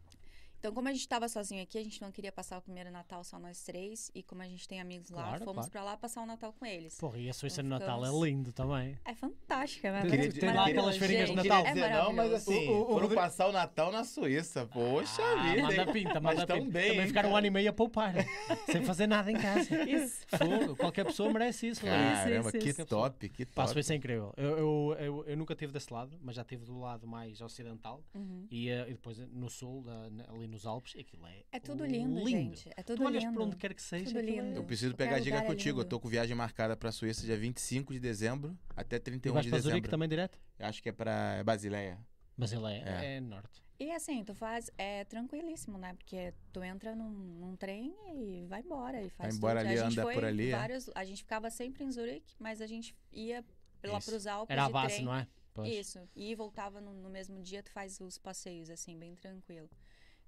Então, como a gente estava sozinho aqui, a gente não queria passar o primeiro Natal só nós três. E como a gente tem amigos lá,
Claro,
fomos
claro.
para lá passar o Natal com eles.
Porra, e a Suíça
Então
no Natal é
ficamos-
lindo também.
É fantástica, né?
Tem-
Queria
tem
dizer-
lá
queria-
aquelas feirinhas de
não
Natal.
queria dizer
É
não, mas
maravilhoso.
assim,
O- o- o
foram
Rodrigo-
passar o Natal na Suíça. Poxa
Ah,
vida, hein?
Ah, Manda pinta,
Mas
manda
tão
pinta.
bem,
Também
hein,
ficaram um
cara?
ano e meio a poupar, sem fazer nada em casa.
Isso.
Fogo, qualquer pessoa merece isso. é? Rodrigo.
Caramba,
isso,
que
isso.
top, que
Pá, a
top.
Suíça é incrível. Eu, eu, eu, eu nunca tive desse lado, mas já tive do lado mais ocidental
Uhum.
e, eh, e depois no sul, da- na- ali nos Alpes, aquilo é.
É tudo lindo, gente. É
Tu
tudo
olhas
lindo.
para onde quer que seja.
Tudo
aquilo é-
lindo.
Eu preciso
Qualquer
pegar a dica
lugar é
contigo. Eu
lindo.
tô com viagem marcada pra Suíça dia 25 de dezembro até
E
31
vais
de
para Zurique
um dezembro.
também direto?
Eu Acho que é pra Basileia.
Mas ele é,
É.
é norte.
E assim, tu faz. É tranquilíssimo, né? Porque tu entra num, num trem e vai embora. E faz
embora
tudo.
ali,
a gente
anda
foi
por ali, é.
Vários, A gente ficava sempre em Zurique, mas a gente ia lá
Isso.
pros Alpes.
Era a
de
base,
trem.
não é? Pois.
Isso. E voltava no, no mesmo dia, tu faz os passeios, assim, bem tranquilo.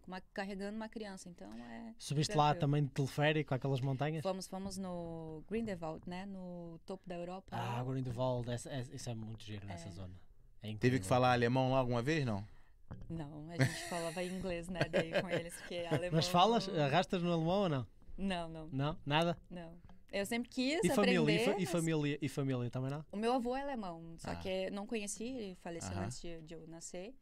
Com uma- carregando uma criança. Então é.
Subiste lá
Tranquilo.
também de teleférico, àquelas montanhas?
Fomos, fomos no Grindelwald, né? No topo da Europa.
Ah, Grindelwald, essa, essa, isso é muito giro nessa zona. É
Teve
incrível.
Uhum.
que falar alemão lá alguma vez, não?
Não, a gente falava inglês, né? Daí com eles, porque alemão.
Mas eh, falas,
não-
arrastas no alemão ou não?
Não, não,
Não? Nada?
não. Eu sempre quis
E
aprender.
família? E, fa- e
mas-
família? E família também não?
O meu avô é alemão, só
Ah.
que não conheci, ele faleceu
Aham.
antes de, de eu nascer.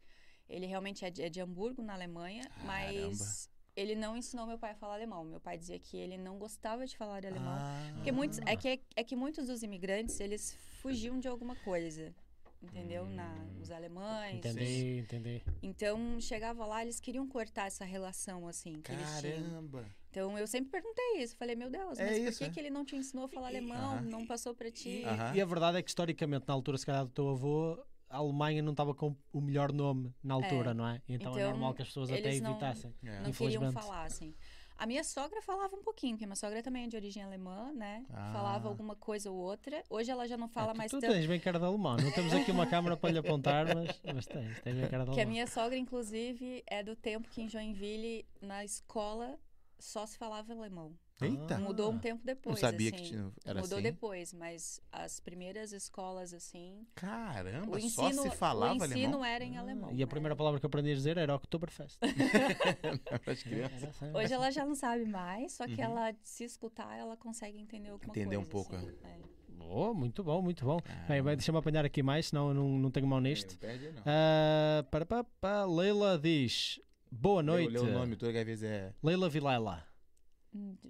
Ele realmente é de, é de Hamburgo, na Alemanha,
Caramba.
mas ele não ensinou meu pai a falar alemão. Meu pai dizia que ele não gostava de falar alemão.
Ah.
Porque muitos, é, que, é que muitos dos imigrantes, eles fugiam de alguma coisa, entendeu? Na,
Hum.
os alemães. os-
Entendi, entendi.
Então, chegava lá, eles queriam cortar essa relação, assim, que eles tinham.
Caramba.
Então, eu sempre perguntei isso. Falei, meu Deus,
É
mas por
isso,
que,
é.
que ele não te ensinou a falar alemão?
Aham.
Não passou pra ti?
E,
Aham.
e a verdade é que historicamente, na altura, se calhar do teu avô, a Alemanha não estava com o melhor nome na altura, não é? Então, é
Então,
normal que as pessoas até
eles não-
evitassem.
É.
não queriam
Infelizmente.
falar, assim. A minha sogra falava um pouquinho, porque minha sogra também é de origem alemã, né?
Ah.
Falava alguma coisa ou outra. Hoje ela já não fala
Ah, tu,
mais
tu
tanto.
tens bem cara de alemão. Não temos aqui uma câmara para lhe apontar, mas, mas tens, tens bem cara de
Que a
alemão.
minha sogra, inclusive, é do tempo que em Joinville, na escola, só se falava alemão.
Eita.
Ah.
Mudou um tempo depois,
não sabia
assim.
que tinha- era
Mudou
assim.
depois, mas as primeiras escolas, assim...
Caramba,
O
Ah, só
ensino,
se
o
falava
ensino
alemão. Ah.
era em alemão.
E a
né?
primeira palavra que eu aprendi a dizer era Oktoberfest.
As crianças.
É,
Era assim.
Hoje ela já não sabe mais, só que ela, se escutar, ela consegue entender alguma
Uhum. Entender um
coisa.
pouco,
assim, né?
Oh, muito bom, muito bom.
Ah.
Bem, bem, deixa-me apanhar aqui mais, senão eu não, não tenho mão neste.
Não perde, não.
Ah, para, para, para, Leila diz: Boa
Leu-
noite.
leu o nome todo que às vezes é.
Leila Vilela.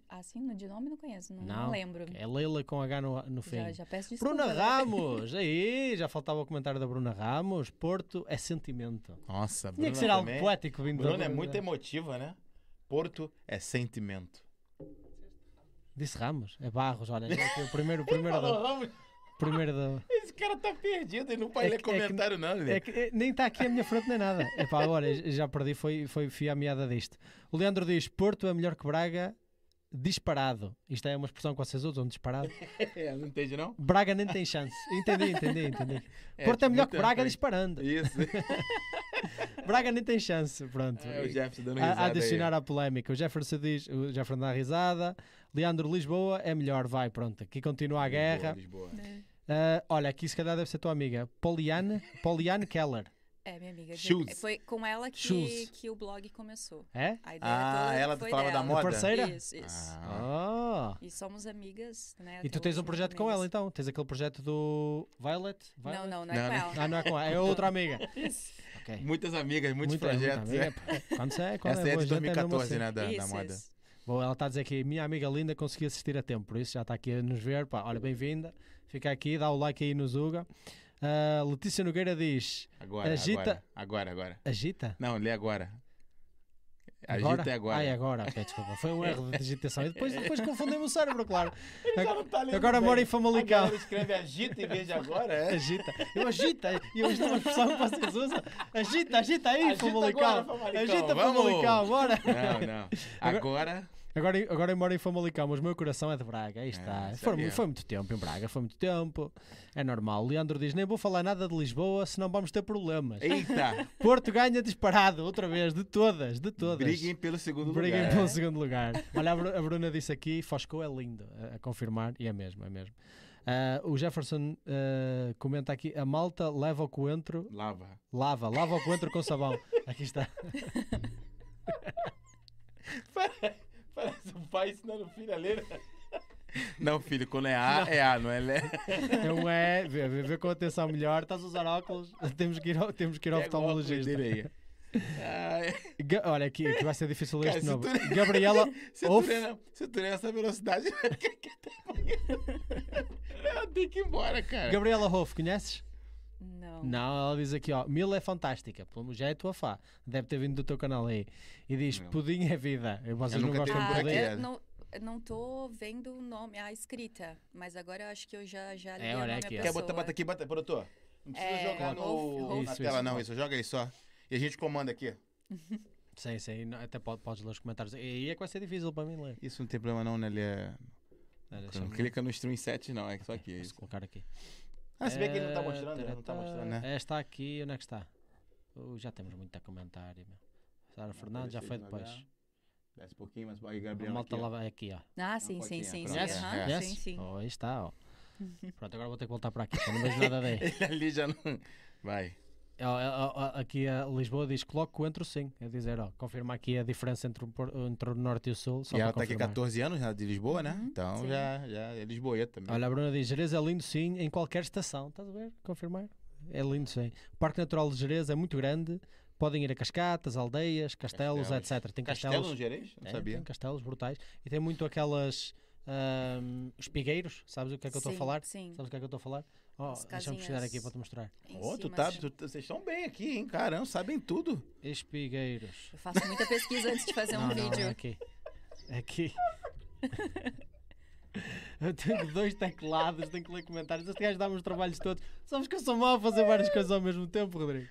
Assim, no- de nome não conheço, não,
Não,
lembro.
É Leila com H no, no fim.
Já, já peço desculpa.
Bruna
né?
Ramos! Aí, já faltava o comentário da Bruna Ramos. Porto é sentimento.
Nossa,
Tinha
Bruna
que ser algo
também.
poético então, vindo da
Bruna é
Bruna.
muito emotiva, né? Porto é sentimento.
Disse Ramos, é Barros, olha. aqui o primeiro, o primeiro, da,
Ramos,
primeiro da-
esse cara tá perdido, ele não pode
É
ler
que- é que-
comentário, não. ele.
É que, é, nem está aqui à minha frente nem nada. É pá, agora já perdi, foi, foi fio à meada disto. O Leandro diz: Porto é melhor que Braga, disparado. Isto é uma expressão que vocês usam, disparado.
É, não entende, não?
Braga nem tem chance. Entendi, entendi, entendi.
É,
Porto é melhor que
muito
Braga
bem.
disparando.
Isso.
Braga nem tem chance. Pronto.
É o Jefferson dando
A-
risada.
a
aí.
adicionar à polémica. O Jefferson diz, o Jefferson dá risada. Leandro Lisboa é melhor, vai, pronto. Aqui continua a guerra.
Lisboa, Lisboa.
É.
Ah, olha, aqui se calhar deve ser tua amiga, Poliane, Poliane Keller.
É, minha amiga.
Shoes.
Foi com ela que,
Shoes.
que o blog começou.
É?
A ideia
Ah,
toda
ela
foi
falava
dela.
da moda?
Parceira?
Isso, isso.
Ah,
Ah.
E somos amigas, né?
E
até
tu tens
hoje,
um projeto com
amigas.
ela então? Tens aquele projeto do Violet? Violet?
Não, não, não é
Não,
com
não.
ela.
Ah, não é com ela, é outra amiga.
Isso,
Ok.
muitas amigas, muitos
Muita- muita
projetos.
amiga,
é.
pá. Quando se é, quando
Essa
é,
é
boa
de
gente, é mesmo
2014,
assim.
né? Da, da
isso,
moda.
isso.
Bom, ela está a dizer aqui, minha amiga linda conseguiu assistir a tempo, por isso já está aqui a nos ver. Pá, olha, bem-vinda. Fica aqui, dá o like aí no Zuga. Ah, Letícia Nogueira diz:
Agora,
Agita-
agora. Agora, agora.
Agita?
Não, lê agora. Agita
Agora?
é agora.
Ah, é agora. Ok, desculpa, foi um erro de digitação. E depois, depois confundei-me o cérebro, claro.
Já não tá lendo
Agora
bem.
mora em Famalicão.
A galera escreve agita em vez de agora, é?
Agita. Eu agita. E hoje é uma expressão que vocês usam. Agita, agita aí,
Agita
Famalicão.
agora, Famalicão,
Agita,
vamos.
Famalicão, bora.
Não, não. Agora.
Agora, agora eu moro em Famalicão, mas o meu coração é de Braga. Aí está.
isso
foi,
é
mu-
mesmo.
foi muito tempo em Braga, foi muito tempo. É normal. Leandro diz: nem vou falar nada de Lisboa, senão vamos ter problemas.
Eita!
Porto ganha disparado, outra vez, de todas, de todas.
Briguem pelo segundo
Briguem
lugar.
pelo segundo lugar. Olha, a Bru- a Bruna disse aqui: Foscou é lindo, a, a confirmar, e é mesmo, é mesmo. Ah, o Jefferson ah, comenta aqui: a malta leva o coentro,
Lava.
lava, lava o coentro com sabão. Aqui está.
Parece um pai ensinando o filho a ler. Não, filho, quando é A, é A, não é Lé.
Não é, vê, vê, vê com atenção melhor, estás a usar óculos, temos que ir ao, temos que ir ao
Pega o óculos
oftalmologista.
dele É aí. Ai,
Ga- Olha, aqui, aqui vai ser difícil ler
Cara,
este
se
nome.
tu-
Gabriela
se, tu
Off.
ler, na- se tu ler essa velocidade, eu tenho que ir embora, cara.
Gabriela Hoff, conheces?
Não. Ah,
Não, ela diz aqui, ó, Mila é fantástica, pelo- já é tua fã, deve ter vindo do teu canal aí. E diz,
Não.
pudim é vida. E
Eu
Vocês não
nunca tive é?
gostam de
Ah,
por
pudim?
aqui.
eu não, eu não tô vendo o nome, a escrita, mas agora eu acho que eu já, já li o
É, olha
nome
aqui,
da
ó.
Quer
pessoa.
botar, bota aqui, bota, produtor. Não precisa
É,
jogar no,
Rolf-
na
Rolf.
tela,
Isso,
não,
isso.
isso. Joga aí só. E a gente comanda aqui.
Sim, sim, não- até po- podes ler os comentários. E aí é que vai ser difícil para mim ler.
Isso não tem problema não, né? Ele é...
Olha,
Não
deixa-me-
clica no stream 7 não, é só aqui. é
Posso
isso.
colocar aqui.
Ah, se bem que ele não tá
Eh,
mostrando, né?
taratá.
Não tá mostrando, né?
Eh, Está aqui, onde é que está? Uh, já temos muito a comentário. Meu. Sara Fernandes É, já
deixa
foi
ele devagar.
depois.
Desce um pouquinho, mas aí,
A
Gabriel.
malta
aqui, ó.
lá vai aqui, ó.
Ah, sim,
Não,
sim,
fotinha,
sim, sim.
pronto,
Conheces?
aham,
é.
Conheces?
Sim, sim.
Oh, aí está, ó. Pronto, agora vou ter que voltar para aqui, que eu não vejo nada daí.
Ele ali já não. Vai.
Ó, ó, ó, aqui a Lisboa diz: coloco coentro sim. É dizer, ó, confirma aqui a diferença entre o, por- entre o norte e o sul. Só
e
para
ela tá aqui há
confirmar. Uhum.
14 anos, já de Lisboa, né? Então
sim.
já, já é Lisboeta mesmo.
Olha, a Bruna diz: Jerez é lindo sim, em qualquer estação. Estás a ver? Confirmar? É lindo sim. O Parque Natural de Jerez é muito grande. Podem ir a cascatas, aldeias, castelos,
Castelos.
etc. Tem
Castelo
castelos.
no Jerez? Não
É,
sabia.
Tem castelos brutais. E tem muito aquelas. ahm, espigueiros, sabes o que é que eu estou a
Sim,
falar?
sim. é
Sabes o que é que eu estou a falar? Oh,
As
Deixa-me chegar aqui
casinhas.
para te mostrar.
Em
Ô, tu
cima,
tá,
assim.
tu- vocês estão bem aqui, hein? Caramba, sabem tudo.
Espigueiros.
Eu faço muita pesquisa antes de fazer um
Não, não,
vídeo.
aqui. Aqui. Eu tenho dois teclados, tenho que ler comentários. Este gajo dá-me os trabalhos todos. Sabes que eu sou mau a fazer várias coisas ao mesmo tempo, Rodrigo?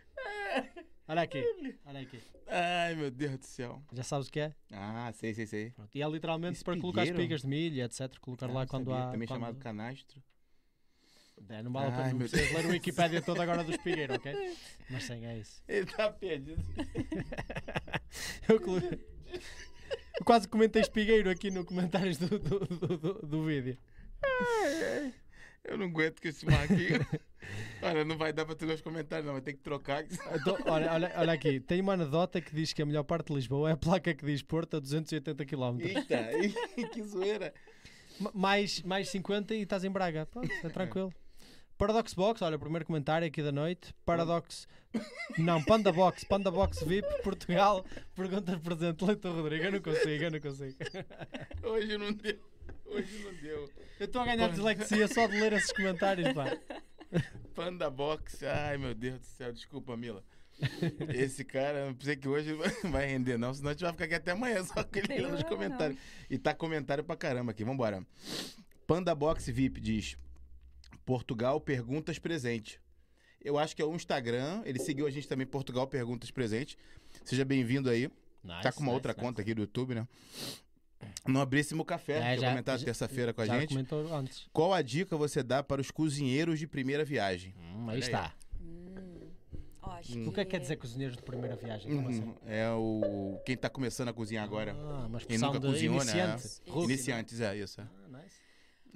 Olha aqui, olha aqui.
Ai, meu Deus do céu.
Já sabes o que é?
Ah, sei, sei, sei.
Pronto. E é literalmente para colocar
Espigueiro?
espigas de milho, etc. Colocar
Ah,
lá
não
quando
sabia.
há.
Também
quando-
chamado canastro.
É, não vale a pena,
Ai,
não
meu
precisas
Deus.
ler o Wikipédia todo agora do espigueiro, ok? Mas sim, é isso.
Ele tá perdido.
Eu, colo- Eu quase comentei espigueiro aqui no comentários do, do, do, do- do vídeo.
É, Eu não aguento com esse Marquinhos. Olha, não vai dar pra tu ler os comentários, não. Vai ter que trocar.
Então, olha, olha, olha aqui, tem uma anedota que diz que a melhor parte de Lisboa é a placa que diz Porto a 280 km.
Eita, que zoeira.
Ma- Mais, mais 50 e estás em Braga. Pronto, é tranquilo. Paradox Box, olha, o primeiro comentário aqui da noite. Paradox. Não, Panda Box, Panda Box VIP, Portugal. Pergunta presente, Leito Rodrigo. Eu não consigo, eu não consigo.
Hoje não deu. Hoje não deu.
Eu estou a ganhar dislexia só de ler esses comentários, pá.
Panda Box. Ai, meu Deus do céu. Desculpa, Mila. Esse cara, eu pensei que hoje não vai render, não. Senão a gente vai ficar aqui até amanhã só com ele
Tem
lendo os
problema,
comentários. E tá comentário pra caramba aqui. Vambora. Panda Box VIP diz: Portugal Perguntas Presente. Eu acho que é o Instagram. Ele seguiu a gente também, Portugal Perguntas Presente. Seja bem-vindo aí. tá com uma outra conta aqui do YouTube, né? No Abríssimo Café,
É,
que
já-
é comentado
já-
terça-feira com a
Já
gente.
comentou antes.
Qual a dica você dá para os cozinheiros de primeira viagem?
Hum,
Olha aí.
aí está.
Hum. Ó, acho
O que é que quer dizer cozinheiros de primeira viagem? Como assim?
Uhum, É o quem tá começando a cozinhar agora.
Uhum.
Ah, uma
Quem
expressão
nunca
de
cozinhou,
iniciante.
né?
Rookie,
Iniciantes, é isso. é.
não é?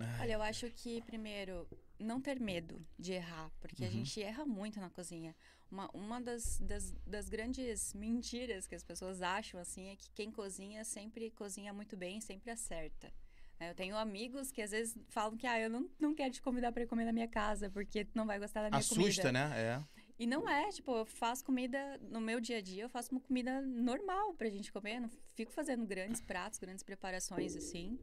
Ah, nice.
Olha, eu acho que primeiro não ter medo de errar, porque
Uhum.
a gente erra muito na cozinha. Uma, uma das, das, das grandes mentiras que as pessoas acham assim é que quem cozinha sempre cozinha muito bem, sempre acerta. né? Eu tenho amigos que às vezes falam que ah, eu não, não quero te convidar para comer na minha casa porque tu não vai gostar da minha comida.
Assusta, né? É.
E não é, tipo, eu faço comida no meu dia a dia, eu faço uma comida normal pra gente comer, eu não fico fazendo grandes pratos, grandes preparações assim.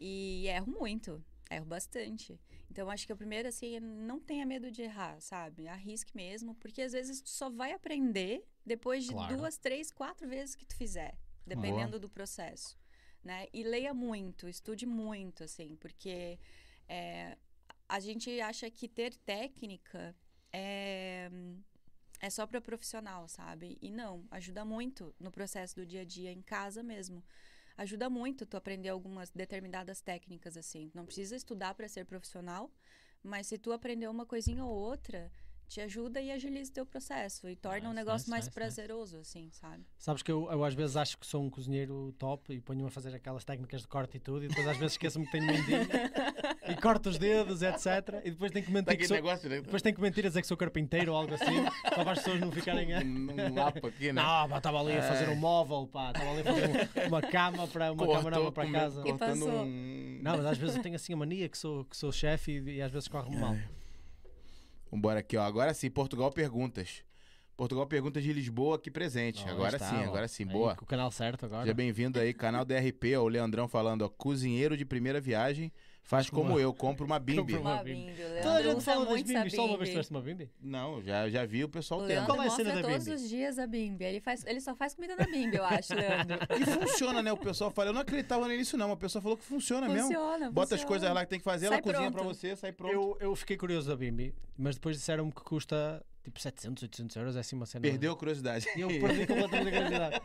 E erro muito, erro bastante. Então acho que o primeiro assim, é não tenha medo de errar, sabe? Arrisque mesmo, porque às vezes tu só vai aprender depois de
Claro.
duas, três, quatro vezes que tu fizer, dependendo do processo, né? E leia muito, estude muito assim, porque é, a gente acha que ter técnica é, é só para profissional, sabe? E não, ajuda muito no processo do dia a dia, em casa mesmo. Ajuda muito tu aprender algumas determinadas técnicas, assim. Não precisa estudar para ser profissional, mas se tu aprender uma coisinha ou outra, te ajuda e agiliza o teu processo. E torna o
Nice,
negócio
nice,
mais
nice, nice.
prazeroso, assim, sabe?
Sabes que eu, eu às vezes acho que sou um cozinheiro top e ponho-me a fazer aquelas técnicas de corte e tudo, e depois às vezes esqueço-me que tenho mindinho e corto os dedos, etc. E depois tenho que
Tá
mentir que
aquele
sou,
negócio, né?
depois tenho que mentir a dizer que sou carpinteiro ou algo assim, só para as pessoas não ficarem a.
Um mapa aqui, né?
Não, pá, estava ali a fazer um móvel, pá, estava ali a fazer um- uma cama para uma cama nova para
comendo-
casa.
E
cortando
passou.
um...
Não, mas às vezes eu tenho assim a mania que sou, que sou chefe e, e às vezes corre-me mal.
Vambora aqui, ó. Agora sim, Portugal Perguntas. Portugal Perguntas de Lisboa aqui presente.
Ó,
agora
está,
sim,
ó.
agora sim.
Aí,
Boa.
Com o canal certo agora.
Seja bem-vindo aí, canal DRP, ó, o Leandrão falando, ó, cozinheiro de primeira viagem, faz como eu, compra uma bimbi.
Compra Uma
Uma
bimbi.
bimbi, o
Toda a
Leandro
gente
usa
fala das
é muito essa
bimbis, só uma vez
bimbi.
trouxe uma bimbi.
Não, já, já vi o
O
pessoal
Leandro
tendo.
Qual é a cena
mostra
da
todos
bimbi?
os dias a bimbi. Ele, faz, ele só faz comida na bimbi, eu acho, Leandro.
E funciona, né? O pessoal fala, eu não acreditava nisso não, mas o pessoal falou que funciona,
é
mesmo.
Funciona,
Bota as
funciona.
coisas lá que tem que fazer,
Sai
ela cozinha pra
pronto.
você, sai pronto.
Eu, eu fiquei curioso da Bimbi, mas depois disseram-me que custa tipo 700, 800 euros, é assim uma cena.
Perdeu a curiosidade.
E eu perdi completamente a curiosidade.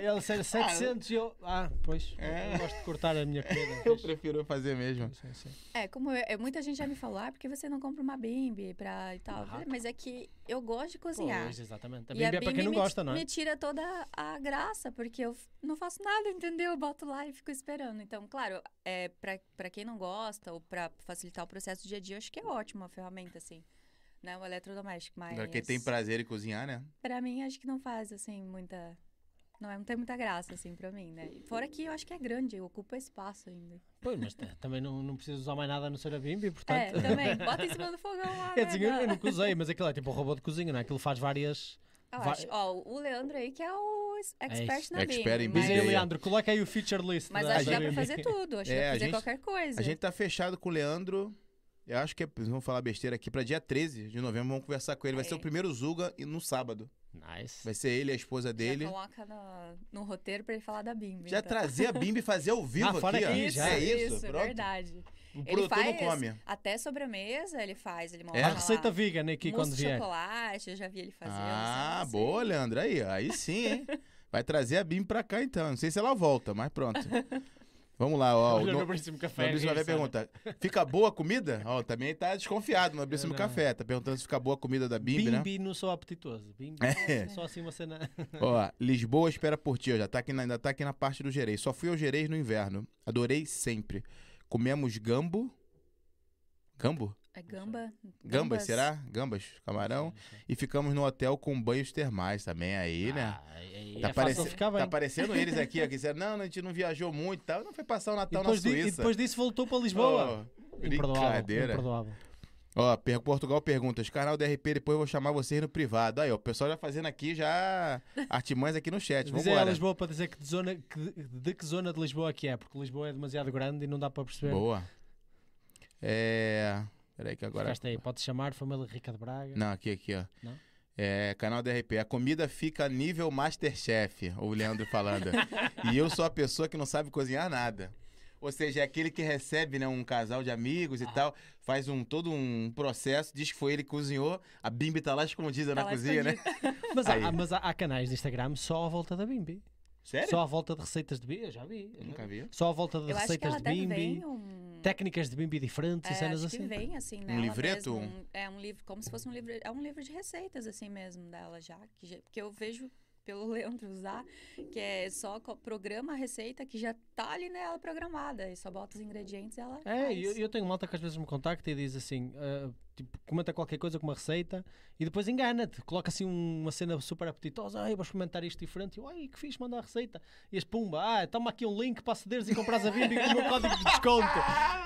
Ele disseram 700 e eu. Ah, pois.
É.
Eu gosto de cortar a minha comida.
Eu
pois.
prefiro fazer mesmo.
Sim, sim.
É, como eu- é, muita gente já me falou, ah, porque você não compra uma bimbi pra e tal.
Ah,
Mas é que eu gosto de cozinhar.
Pois, exatamente. A
E
Bimbi é para quem não
me-
gosta, não é?
Me tira toda a graça, porque eu f- não faço nada, entendeu? Eu boto lá e fico esperando. Então, claro, é, pra, pra quem não gosta ou pra facilitar o processo do dia a dia, eu acho que é ótima a ferramenta, assim. Né? O eletrodoméstico, mas...
Pra quem tem prazer em cozinhar, né?
Pra mim, acho que não faz, assim, muita... Não, é, não tem muita graça, assim, pra mim, né? Fora que eu acho que é grande, ocupa espaço ainda.
Pois, mas t- também não, não preciso usar mais nada a não ser a Bimbi,
É,
portanto.
também. Bota em cima do fogão lá,
É
né?
assim, eu, eu
Dá-
nunca usei, mas aquilo é tipo um robô de cozinha, não é? Aquilo faz várias.
Eu
Vai-
acho- Ó, o Leandro aí que é o es- expert
isso.
na
Expert
Bíblia,
em
mas- é,
Diz aí,
Bíblia.
Leandro, coloca aí o feature list.
Mas
da,
acho que
da
dá pra
Bimbi.
fazer tudo, acho que
É,
dá
a
pra fazer
gente-
qualquer coisa.
A gente tá fechado com o Leandro. Eu acho que é, vamos falar besteira aqui pra dia 13 de novembro. Vamos conversar com ele. Vai ser o
É.
primeiro Zuga e no sábado.
Nice.
Vai ser ele, e a esposa dele.
Já coloca na- no, roteiro pra ele falar da Bimbi.
Já
então.
trazer a Bimbi e fazer ao vivo
Ah, fora
aqui, ó.
aqui, já.
É isso,
isso
pronto.
verdade.
O
Ele
produtor não
faz
come.
até sobremesa, ele faz, ele monta
É?
A
lá
receita vegan aqui
mousse
quando
de
vier.
chocolate, eu já vi ele fazer. eu não sei
Ah,
se-
boa, Leandro. Aí, ó. aí sim, hein? Vai trazer a Bimbi pra cá, então. Não sei se ela volta, mas pronto. Vamos lá, ó. O
Olha o
no...
meu belíssimo café,
Fabrício vai
essa, né?
perguntar: fica boa a comida? Ó, também tá desconfiado no
Eu
Abríssimo
É, não.
Café. Tá perguntando se fica boa a comida da Bimbi, né?
Bimbi não sou apetitoso. Bimbi
É.
só assim uma cena.
Ó, Lisboa espera por ti, ó, já tá aqui na, ainda tá aqui na parte do Gerês. Só fui ao Gerês no inverno. Adorei sempre. Comemos gambo. Gambo?
É gamba?
Gambas, será? Gambas, camarão. E ficamos no hotel com banhos termais também aí, né?
Ah, aí
Tá,
é
parece-
fácil ficar bem.
tá aparecendo eles aqui, ó, que disseram, não, a gente não viajou muito e tal. Não foi passar o
e,
Natal tá na
depois di- e
Suíça.
depois disso voltou para Lisboa.
Oh,
imperdoável.
brincadeira.
imperdoável.
Ó, per- Portugal pergunta, os canal DRP, depois eu vou chamar vocês no privado. Aí, ó, o pessoal já fazendo aqui, já artimanhas aqui no chat.
Dizer a
Vambora.
Lisboa para dizer que de, zona, que- de que zona de Lisboa que é, porque Lisboa é demasiado grande e não dá para perceber.
Boa. É... Peraí que agora...
Ficaste aí, pode chamar Família Rica de Braga.
Não, aqui, aqui, ó.
Não?
É, canal DRP. A comida fica nível Masterchef, o Leandro falando. e eu sou a pessoa que não sabe cozinhar nada. Ou seja, é aquele que recebe né, um casal de amigos
Ah.
e tal, faz um todo um processo, diz que foi ele que cozinhou, a Bimbi tá lá escondida
Tá
na
lá
cozinha, né?
escondido.
Mas, há,
Aí.
há- mas há, há canais de Instagram só à volta da Bimbi.
Sério?
Só à volta de receitas de Bimbi. Eu já vi. eu já
Nunca
vi.
vi.
Só à volta de
Eu acho que
receitas
ela
de
até
Bimbi.
vem um...
Técnicas de Bimbi diferentes
É,
e cenas
acho
assim.
que vem, assim, nela
livreto?
mesmo, um- é um livro, como se fosse um livro, é um livro de receitas, assim mesmo, dela já. Que, já- porque eu vejo pelo Leandro usar, que é só co- programa a receita que já tá ali nela programada, e só bota os ingredientes e ela
É,
faz.
eu, eu tenho malta que às vezes me contacta e diz assim, ah, tipo, comenta qualquer coisa com uma receita e depois engana-te, coloca assim um- uma cena super apetitosa, ai, vou experimentar isto diferente, e eu, ai, que fixe, manda a receita. E as pumba, ah, toma aqui um link para acederes e compras a Bimbi com o meu código de desconto.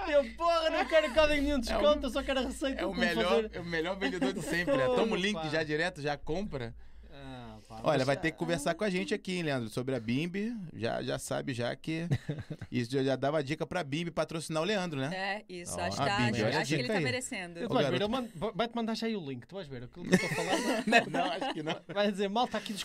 E eu, porra, não quero código nenhum de
É o-
desconto, eu só quero a receita.
É o
como
melhor,
fazer.
é o melhor vendedor de sempre, né?
Ô,
Toma o
meu
link
pai.
já direto, já compra.
Ah, pá,
Olha,
mas
vai
já-
ter que conversar com a gente aqui, hein, Leandro, sobre a Bimbi. Já, já sabe já que isso já- já dava dica pra Bimbi patrocinar o Leandro, né?
É, isso,
Ó,
acho,
a
que tá-
Bimbi,
acho-
olha a
acho que ele
dica
tá
aí.
merecendo.
Tu
Ô,
vais ver,
garoto.
eu mando- vai- vai-te mandar já aí o link, tu vais ver aquilo que eu estou a falar.
não, acho que não.
Vai dizer, malta aqui nos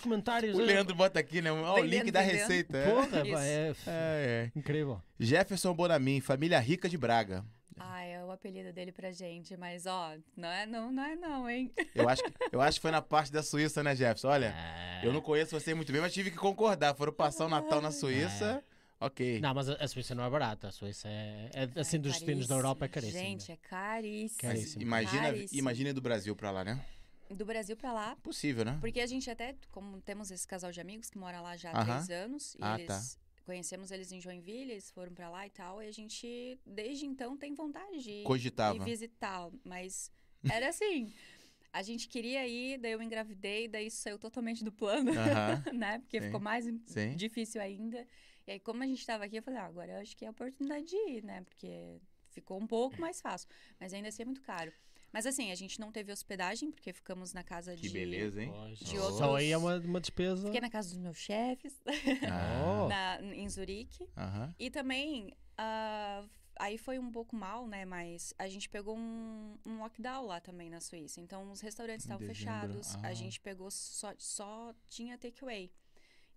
comentários.
O
ah,
Leandro bota aqui, né? Ó, o
Vendendo,
link da
vendendo.
receita. é.
Porra,
Isso.
pá, é f-
É, é.
incrível.
Jefferson Bonamin, família rica de Braga.
Ah, é o apelido dele pra gente, mas ó, não é não, não é não, hein?
Eu acho, que- eu acho que foi na parte da Suíça, né, Jefferson? Olha,
Ah.
eu não conheço você muito bem, mas tive que concordar. Foram passar o Natal na Suíça. Ok.
É. Não, mas a, a Suíça não é barata. A Suíça é, é- assim
Ai,
dos destinos da
caríssimo.
Europa é caríssima.
Gente, é caríssimo.
Mas
Caríssimo.
Imagina,
Caríssimo.
imagina do Brasil pra lá, né?
Do Brasil pra lá,
Possível, né?
Porque a gente até, como temos esse casal de amigos que mora lá já há
Aham.
três anos, e
Ah,
eles conhecemos eles em Joinville, eles foram pra lá e tal, e a gente, desde então, tem vontade de ir e
Cogitava.
visitar. Mas era assim, a gente queria ir, daí eu engravidei, daí isso saiu totalmente do plano,
Aham.
né? Porque
Sim.
ficou mais im-
Sim.
difícil ainda. E aí, como a gente tava aqui, eu falei, ah, agora eu acho que é a oportunidade de ir, né? Porque ficou um pouco mais fácil, mas ainda assim é muito caro. Mas assim, a gente não teve hospedagem, porque ficamos na casa
Que
de...
beleza, hein?
Pois,
é de
só
outros-
aí é uma, uma despesa.
Fiquei na casa dos meus chefes,
Ah,
Oh.
na, em Zurique.
Aham.
E também, ah, aí foi um pouco mal, né? Mas a gente pegou um, um lockdown lá também na Suíça. Então, os restaurantes
Um
Em
estavam
dezembro,
fechados.
ah.
A gente pegou, só, só tinha takeaway.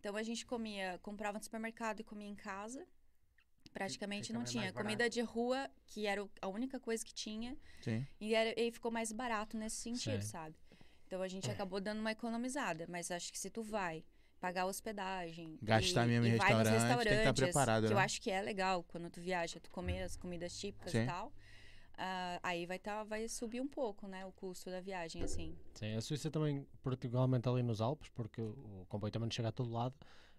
Então, a gente comia, comprava no supermercado e comia em casa. Praticamente
fica
não
mais
tinha.
barato.
Comida de rua, que era o- a única coisa que tinha.
Sim.
E, era- e ficou mais barato nesse sentido,
Sei.
sabe? Então a gente acabou dando uma economizada, mas acho que se tu vai pagar hospedagem,
Gastar
e,
mesmo em
e vai
restaurante,
nos
tem que estar
restaurantes,
preparado,
que eu
né?
acho que é legal quando tu viaja, tu comer as comidas típicas
Sim.
e tal. ah, aí vai tá, vai subir um pouco, né, o custo da viagem assim.
Sim, a Suíça também, particularmente ali nos Alpes, porque o o comboio também não chega a todo lado,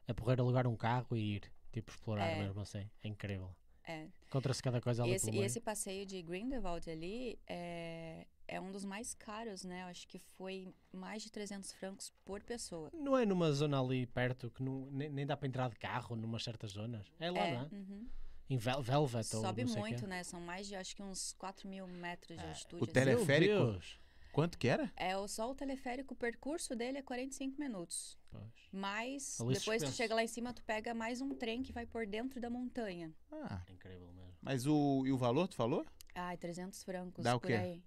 é porrer alugar um carro e ir, tipo, explorar
É.
mesmo assim. É incrível.
É.
Encontra-se cada coisa
E
ali
esse,
pelo
e
meio.
esse passeio de Grindelwald ali é, é um dos mais caros, né? Eu acho que foi mais de 300 francos por pessoa.
Não é numa zona ali perto que não, nem, nem dá para entrar de carro, numas certas zonas. É lá,
é,
né?
não é?
uhum.
Em Vel Velvet
Sobe
ou Então, não sei o quê.
muito, né? São mais de, acho que uns 4 mil metros de altitude.
É, o
assim.
tele-
Meu
Teleférico?
Deus.
Quanto que era?
É, o- só o teleférico, o percurso dele é 45 minutos.
Pois,
Mas,
Ali
depois tu
suspenso.
chega lá em cima, tu pega mais um trem que vai por dentro da montanha.
Ah,
é incrível mesmo.
mas o, e o valor, tu falou?
Ai, 300 francos
Dá o
por
quê?
aí.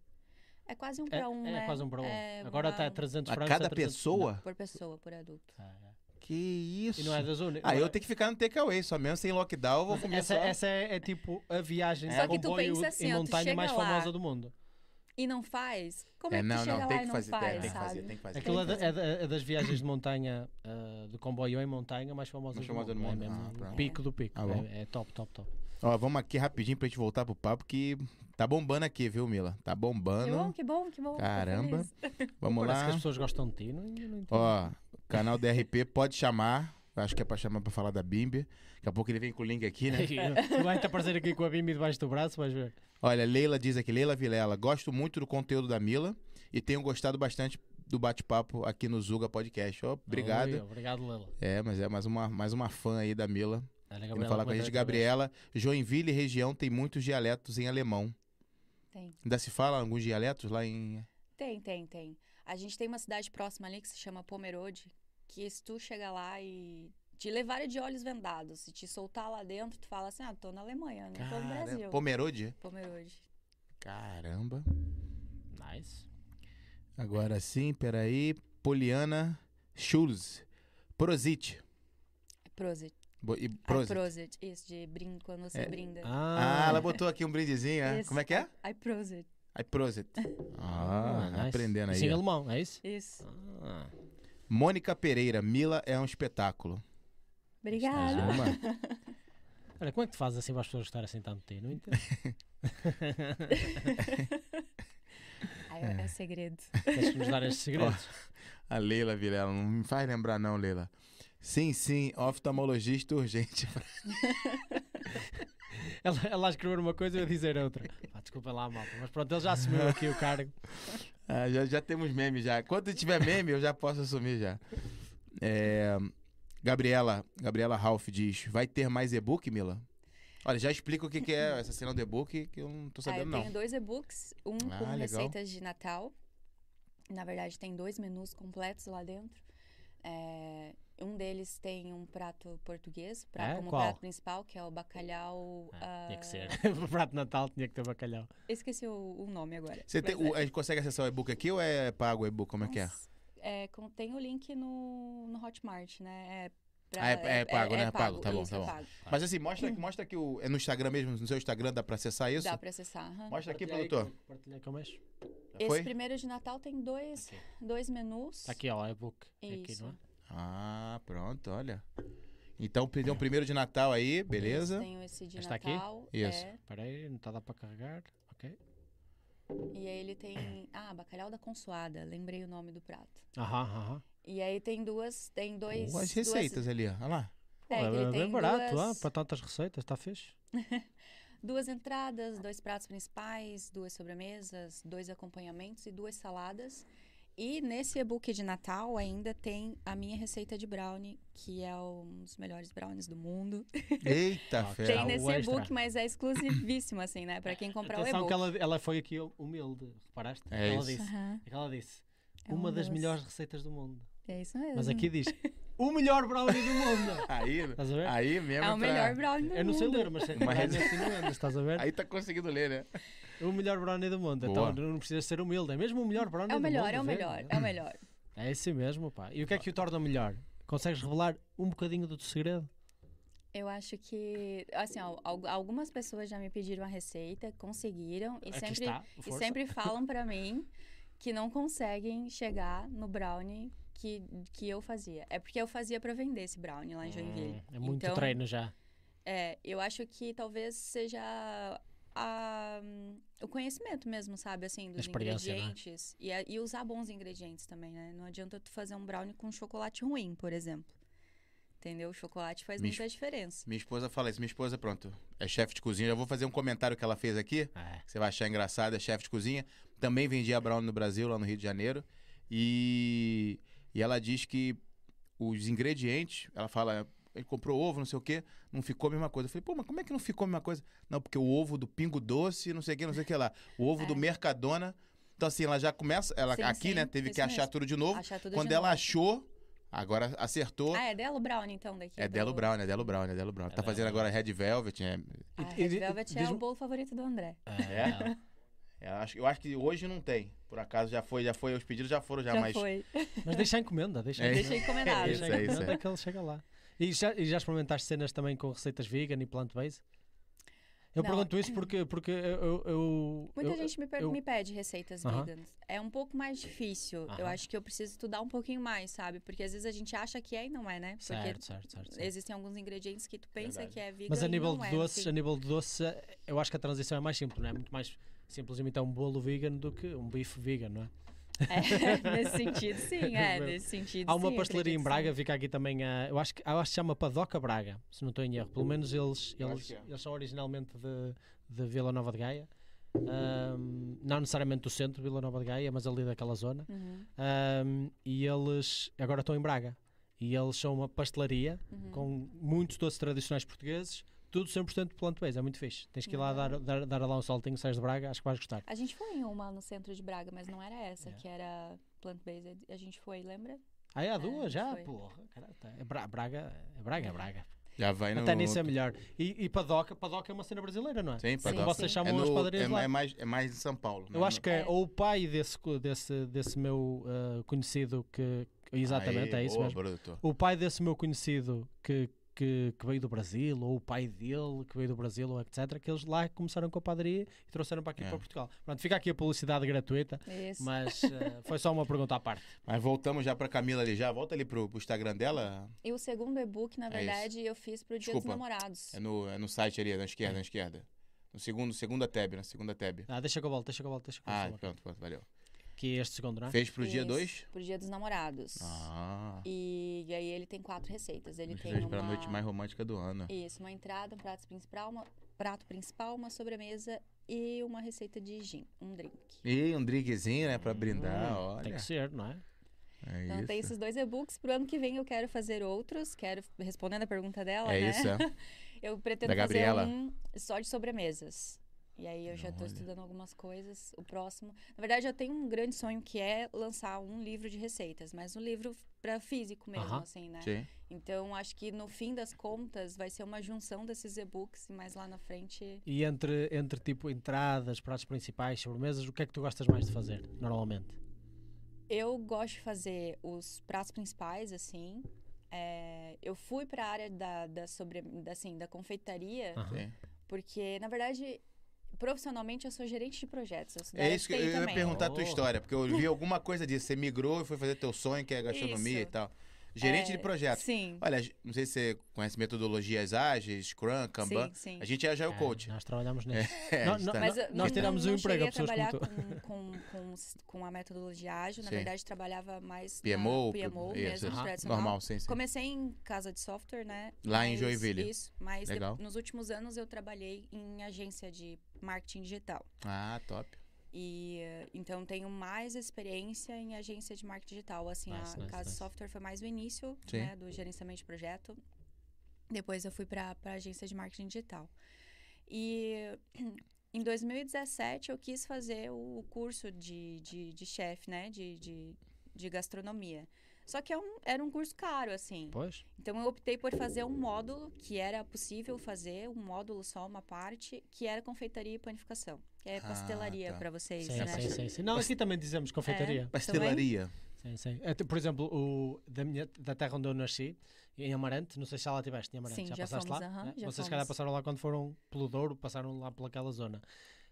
É quase um
É,
para um,
é
né?
quase um para um.
É
Agora
uma-
está a 300
A
francos.
cada
é 300
pessoa?
Por pessoa, por adulto.
Ah, é.
Que isso?
E não é da zona.
Ah, eu tenho que ficar no takeaway, só mesmo sem lockdown, eu vou comer
essa,
só.
essa é, é tipo a viagem
Só
de
que tu
comboio
pensa assim,
em
ó, tu
montanha
chega
mais
lá.
famosa do mundo.
E não faz? Como é,
é,
que tu
não,
chega
não,
lá
tem
e
que
não
fazer,
faz,
tem que
sabe?
fazer, tem que fazer.
Aquilo é, da-
assim.
é da- é das viagens de montanha, ah, de comboio em montanha, mais famosa
Mais
do
famosa
mundo.
do mundo,
É
ah,
mesmo o
pronto.
pico do pico.
Ah, bom.
é, é top, top, top.
Ó, vamos aqui rapidinho pra gente voltar pro papo que tá bombando aqui, viu, Mila? Tá
Que bom,
bombando.
que bom, que bom. tô
Caramba.
feliz.
Vamos
Parece que as
lá.
pessoas gostam de ti, não, não entendo.
Ó, canal DRP pode chamar. Acho que é pra chamar pra falar da Bimbi. Daqui a pouco ele vem com o link aqui, né?
Vai-te aparecer aqui com a Bimbi debaixo do braço, vais ver.
Olha, Leila diz aqui, Leila Vilela, gosto muito do conteúdo da Mila e tenho gostado bastante do bate-papo aqui no Zuga Podcast. Ó, É, obrigado.
Oi, obrigado, Lela.
É, mas é mais uma, mais uma fã aí da Mila.
Olha,
Quem
Gabriela,
falar com a gente,
comenta outra vez.
Gabriela. Joinville e região tem muitos dialetos em alemão.
Tem.
Ainda se fala alguns dialetos lá em.
Tem, tem, tem. A gente tem uma cidade próxima ali que se chama Pomerode, que se tu chegar lá e te levar de olhos vendados, se te soltar lá dentro, tu fala assim, ah, tô na Alemanha, não tô no Brasil.
Pomerode?
Pomerode.
Caramba.
Nice.
Agora sim, peraí. Poliana Schulz. Prozit.
É Prosit.
Bo- e
Ah,
Prosit.
Prosit. Isso, de brinco, quando você brinda.
Ah, ela botou aqui um brindezinho, é?
Isso.
Como é que é?
Ai, Prosit.
Aí, Prosit. Ah,
nice.
aprendendo
Isso
aí.
em
ó.
alemão, é isso?
Isso.
Ah,
Mônica Pereira, Mila é um espetáculo.
Obrigada.
Uma.
Olha, como é que tu fazes assim para as pessoas gostarem assim tanto de ti? Não entendo.
Ai, é. é segredo.
Tens que nos dar estes segredos.
A Leila Vilela, não me faz lembrar não, Leila. Sim, sim, oftalmologista urgente.
Ela, ela escrever uma coisa e eu dizer outra. Pá, desculpa lá, malta. Mas pronto, ele já assumiu aqui o cargo.
Ah, já, já temos meme já. Quando tiver meme, eu já posso assumir já. É, Gabriela, Gabriela Ralph diz, vai ter mais e-book, Mila? Olha, já explica o que, que é essa cena do e-book, que eu não tô
Ah, eu
sabendo
tenho
não.
dois e-books, um
Ah,
com
legal.
receitas de Natal. Na verdade, tem dois menus completos lá dentro. É, um deles tem um prato português, pra,
É?
como
Qual?
prato principal, que é o bacalhau.
Ah, tinha que
ah,
ser. o prato de Natal tinha que ter bacalhau.
Esqueci o, o nome agora.
Você tem, um
mas
o- a gente consegue acessar o e-book aqui ou é pago o e-book? Como é que é?
Nossa, é, com- tem o link no, no Hotmart, né? É
Ah, é- é pago, né? É pago, tá bom,
isso,
tá
é
bom.
pago.
Mas assim, mostra, mostra que o, é no Instagram mesmo, no seu Instagram dá pra acessar isso?
Dá pra acessar. aham.
Mostra aqui, é produtor.
Partilhei com o mês.
Já
Esse
Foi?
primeiro de Natal tem dois,
Aqui.
dois menus.
Tá
Está aqui, ó, é book. É aqui,
Isso.
não é?
Ah, pronto, olha. Então, perdeu o primeiro de Natal aí, beleza?
Tenho esse de
Está aqui?
Natal.
Isso.
é.
Espera aí, não está a dar para carregar. Ok.
E aí ele tem. Ah, bacalhau da consoada, lembrei o nome do prato.
Aham, aham.
E aí tem duas. Tem dois.
Pô, as
duas-
receitas ali, ó. Olha lá.
Pô,
É,
É,
ele
bem
tem
barato,
duas-
ah, para tantas receitas, está fixe.
Duas entradas, dois pratos principais, duas sobremesas, dois acompanhamentos e duas saladas. E nesse e-book de Natal ainda tem a minha receita de brownie, que é um dos melhores brownies do mundo.
Eita,
Ok.
fera.
tem né?
o
nesse
É extra.
e-book, mas é exclusivíssimo, assim, né? Pra quem comprar o
Atenção
e-book.
que ela, ela foi aqui humilde, reparaste?
É
ela
isso.
disse.
Aham,
é que Ela disse.
É
uma
uma
das
das-
melhores receitas do mundo.
é isso mesmo.
Mas aqui diz o melhor brownie do mundo.
Aí,
Estás a ver?
aí mesmo.
é
pra-
o melhor brownie do
Eu não sei
mundo.
ler, mas sei que
Mas- é-
brownie assim não andas, estás a ver? É
Aí tá conseguindo ler, né?
O melhor brownie do mundo.
Boa.
Então não precisa ser humilde, é mesmo o melhor brownie
É o
do
melhor,
mundo.
é o
vê?
melhor, é o melhor.
É isso mesmo, pá. E o que é que o torna melhor? Consegues revelar um bocadinho do teu segredo?
Eu acho que, assim, ó, al- algumas pessoas já me pediram a receita, conseguiram e
Aqui
sempre
É está,
e
força.
sempre falam pra mim que não conseguem chegar no brownie que, que eu fazia. É porque eu fazia pra vender esse brownie lá em Joinville.
Hum, é muito
então,
treino já.
É, eu acho que talvez seja a- hum, o conhecimento mesmo, sabe, assim, dos
experiência, né?
ingredientes e, a- e usar bons ingredientes também, né? Não adianta tu fazer um brownie com chocolate ruim, por exemplo. Entendeu? O chocolate faz
Mis-
muita diferença.
Minha esposa fala isso. Minha esposa, pronto, é chefe de cozinha. Já vou fazer um comentário que ela fez aqui.
É.
que Você vai achar engraçado, é chefe de cozinha. Também vendia brownie no Brasil, lá no Rio de Janeiro. E, e ela diz que os ingredientes, ela fala, ele comprou ovo, não sei o quê, não ficou a mesma coisa. Eu falei, pô, mas como é que não ficou a mesma coisa? Não, porque o ovo do Pingo Doce, não sei o quê, não sei o que lá. O ovo do Mercadona. Então, assim, ela já começa, ela
É. Sim,
aqui,
sim,
né, teve
isso
que achar
mesmo.
tudo de novo.
Achar tudo de
Quando ela
novo.
achou, agora acertou.
Ah, é Delo Brown, então, daqui.
É Delo Brown, é Delo Brown, é Delo Brown. Tá
Delo
fazendo agora Red Velvet, né?
Ah,
E- e-
Red Velvet é
diz-
o bolo favorito do André.
Ah,
É? Eu acho, eu acho que hoje não tem. Por acaso já foi, já foi. Os pedidos já foram, já,
Já
mas.
foi.
Mas deixa a encomenda, deixa a
É
Deixa
encomenda.
encomendado.
isso,
Deixa a
é isso,
encomenda
é.
que ele chega lá. E já, e já experimentaste cenas também com receitas vegan e plant-based? Eu
Não.
pergunto isso porque, porque eu, eu- eu-
Muita
eu-
gente me, per-
eu-
me pede receitas
Aham.
veganas. É um pouco mais difícil. Eu
Aham.
acho que eu preciso estudar um pouquinho mais, sabe? Porque às vezes a gente acha que é e não é, né? Porque
Certo, certo, certo. certo.
existem alguns ingredientes que tu pensa
Verdade.
que é vegan
Mas a
e
nível
não
de
é,
doces, a
assim.
nível de doce, né? eu acho que a transição é mais simples, não é? Muito mais simples imitar um bolo vegan do que um bife vegan, não é?
É, nesse sentido, sim. É,
Meu.
nesse sentido,
Há uma
sim, eu
pastelaria em
acredito,
Braga, fica aqui também a. Eu acho que, eu acho que se chama Padoca Braga, se não estou em erro. Pelo menos eles,
Eu acho
eles,
que é.
eles são originalmente de, de Vila Nova de Gaia. Ahm, não necessariamente do centro de Vila Nova de Gaia, mas ali daquela zona.
sim. Uhum,
Ahm, e eles agora estão em Braga. E eles são uma pastelaria
uhum.
com muitos doces tradicionais portugueses, tudo 100% plant-based, é muito fixe. Tens que ir lá dar, dar, dar lá um saltinho, sais de Braga, acho que vais gostar.
A gente foi em uma no centro de Braga, mas não era
É.
essa, que era plant-based. A gente foi, lembra?
Ah, é, há duas já?
foi.
Porra, caralho, tá. é Bra- Braga, é Braga, é Braga.
Já vai no.
Até nisso é melhor. E, e padoca, padoca é uma cena brasileira, não é?
Sim,
Sim,
Padoca.
Vocês chamam
é
as
no-
padarias
é,
lá.
é mais, é mais em São Paulo.
Eu acho que é,
É.
ou o pai desse, co- desse, desse meu ah, conhecido que. Exatamente, é isso
Ah, boa,
mesmo.
Bruto.
O pai desse meu conhecido que, que, que veio do Brasil, ou o pai dele que veio do Brasil, ou etc., que eles lá começaram com a padaria e trouxeram para aqui
É.
para Portugal. Pronto, fica aqui a publicidade gratuita,
Isso.
mas ah, foi só uma pergunta à parte.
Mas voltamos já pra Camila ali já. Volta ali pro, pro Instagram dela.
E o segundo e-book, na
É isso.
verdade, eu fiz pro Dia
Desculpa.
dos Namorados.
É no, é no site ali, na esquerda, na esquerda. No segundo, segunda tab, na segunda tab.
Ah, deixa que eu volto, deixa que eu volto, deixa que eu
Ah,
volto.
pronto, pronto, valeu.
que é este segundo, não é?
Fez pro dia
Isso,
2?
Pro Dia dos Namorados.
Ah.
E, e aí ele tem quatro receitas. Ele
Nos
tem
fez
uma...
pra noite mais romântica do ano.
Isso, uma entrada, um prato principal, uma... prato principal, uma sobremesa e uma receita de gin, um drink.
E um drinkzinho, né, pra brindar,
Hum, Tem
olha.
que ser, não é?
É
Então tem
isso.
esses dois e-books. Pro ano que vem eu quero fazer outros. Quero, respondendo a pergunta dela,
É
né?
isso, é.
Eu pretendo
Da
fazer
Gabriela.
um só de sobremesas. E aí eu já estou
Olha.
estudando algumas coisas. O próximo. Na verdade, eu tenho um grande sonho que é lançar um livro de receitas, mas um livro para físico mesmo,
Aham.
assim, né?
Sim.
Então acho que no fim das contas vai ser uma junção desses e-books, mas lá na frente.
E entre, entre tipo entradas, pratos principais, sobremesas, o que é que tu gostas mais de fazer, normalmente?
Eu gosto de fazer os pratos principais, assim. É, eu fui para a área da, da, sobre, da, assim, da confeitaria,
Aham.
Sim.
porque, na verdade, profissionalmente eu sou gerente de projetos. Eu sou da
É isso que eu
FTI
ia
também.
perguntar a tua
Oh.
história, porque eu vi alguma coisa disso. Você migrou e foi fazer teu sonho, que é gastronomia
Isso.
e tal. Gerente de
É,
projeto.
Sim.
Olha, não sei se você conhece metodologias ágeis, Scrum, Kanban.
Sim, sim. eh,
A gente é Agile
É,
Coach.
Nós trabalhamos nisso.
É,
Não,
a gente
não,
tá-
mas- nós tiramos
não,
um
não
emprego a
cheguei
pessoas
a
como
trabalhar com, com, com, s- com a metodologia ágil. Na
Sim.
verdade, trabalhava mais
PMO,
na PMO
isso,
mesmo,
aham.
tradicional.
Normal, sim, sim.
Comecei em casa de software, né?
Lá em
Mas-
Joinville.
Isso, mas de-
Legal.
nos últimos anos eu trabalhei em agência de marketing digital.
Ah, top.
E eh, então tenho mais experiência em agência de marketing digital. Assim,
Nice,
a
nice,
Casa
nice.
Software foi mais o início
Sim.
né, do gerenciamento de projeto. Depois eu fui para a agência de marketing digital. E em 2017 eu quis fazer o curso de, de, de chefe, né? De, de, de gastronomia. Só que é um- era um curso caro, assim.
Pois?
Então eu optei por fazer um módulo que era possível fazer, um módulo só, uma parte, que era confeitaria e panificação. Que é
Ah,
pastelaria
tá.
para vocês,
Sim,
né? É?
sim, sim, sim. Não, aqui também dizemos confeitaria.
Pastelaria.
Sim, sim. Até, Por exemplo, o, da, minha, da terra onde eu nasci, em Amarante, não sei se já lá estiveste, em Amarante,
Sim,
já,
já
passaste
fomos,
lá?
aham,
né?
já
Vocês se calhar
fomos.
passaram lá quando foram pelo Douro, passaram lá pelaquela zona.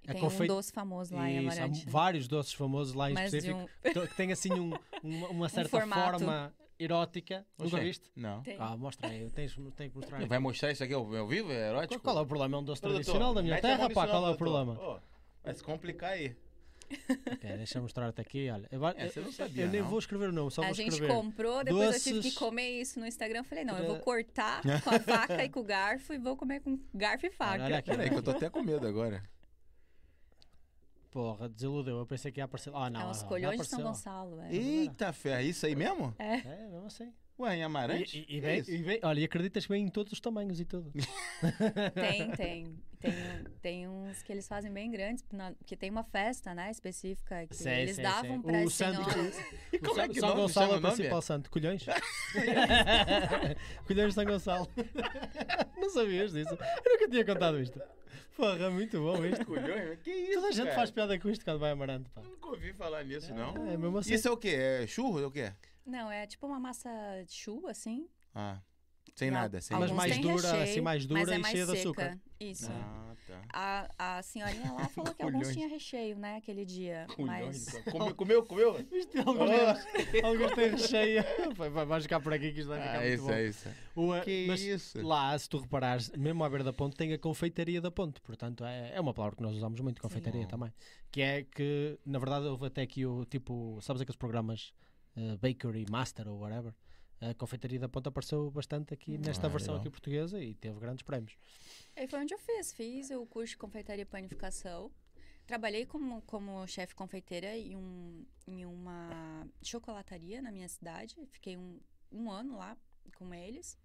É
E tem
confei-
um doce famoso lá em
Isso, há
Amarante.
vários doces famosos lá em
Mais de
específico
um.
que to- que tem assim um- uma, uma certa
formato. é.
forma erótica. Nunca
Oxê,
viste?
Não.
Tem.
Ah, mostra aí, eu tenho, tenho que mostrar aí.
Vai mostrar isso aqui ao, ao vivo? É
Qual,
erótico?
qual é o problema? É um doce
Ô, doutor,
tradicional da minha
mete a mão
terra,
nisso
pá,
não,
qual é o
doutor.
problema?
Ô, vai se complicar aí.
Ok, deixa eu mostrar-te aqui, olha. Eu,
É, você não
eu-
sabia,
eu nem
não.
vou escrever o nome, só
a
vou
gente
escrever.
comprou, depois eu tive
Doces.
que comer isso no Instagram. Eu falei, não, eu
Da-
vou cortar com a faca e com o garfo e vou comer com garfo e faca.
Olha aqui,
Peraí, que eu tô até com medo
É,
agora.
porra, desiludeu. Eu pensei que ia aparecer. Ah, não.
é
ah,
uns
já
colhões de São
apareceu.
Gonçalo. é.
Eita, ferro, é isso aí mesmo?
É, mesmo assim.
Ué, em Amarante?
E,
Que
e- né, e vem,
É isso?
e vem- olha, e acreditas que vem em todos os tamanhos e tudo.
Tem, tem. Tem, um- tem uns que eles fazem bem grandes, na- porque tem uma festa, né, específica que
Sei,
eles
sei, sei.
davam para
O
as
santo-
senhoras.
E como
São,
é que
São
nome?
Gonçalo
Chama
é
o
o
nome?
principal santo. Colhões? Colhões de São Gonçalo. Não sabias disso? Eu nunca tinha contado isto. Porra, muito bom isto.
Culhões? Que isso,
Toda a gente
cara?
faz piada com isto quando vai amarante, pá.
Nunca ouvi falar nisso, não.
É mesmo assim.
Isso é o quê? É churro? É o quê?
Não, é tipo uma massa de chuva, assim.
Ah, sem
E al-
nada, sem
é
nada.
Mas
alguns
mais né?
têm
dura,
recheio,
assim, mais dura
mas é
e
mais
cheia de
seca.
açúcar.
Isso.
Ah, tá.
A, a senhorinha lá falou que alguns
Colhões.
tinha recheio, né, aquele dia.
Culhões.
então.
mas...
Comeu, comeu, comeu?
Alguns têm- Alguns têm recheio. Oh. Vai- vai- Vai ficar por aqui que isto vai ficar
Ah,
muito
isso,
bom.
é isso.
O, eh,
Que
mas
isso?
Lá, se tu reparares, mesmo à beira da ponte tem a confeitaria da ponte, portanto é, é uma palavra que nós usamos muito, confeitaria
Sim.
também. Que é que, na verdade, houve até aqui o tipo, sabes aqueles programas eh, Bakery Master ou whatever? A confeitaria da ponte apareceu bastante aqui nesta
Ah,
versão
legal.
aqui portuguesa e teve grandes prémios.
E foi onde eu fiz. Fiz o curso de confeitaria e panificação. Trabalhei como, como chefe confeiteira em, um, em uma chocolataria na minha cidade. Fiquei um, um ano lá com eles.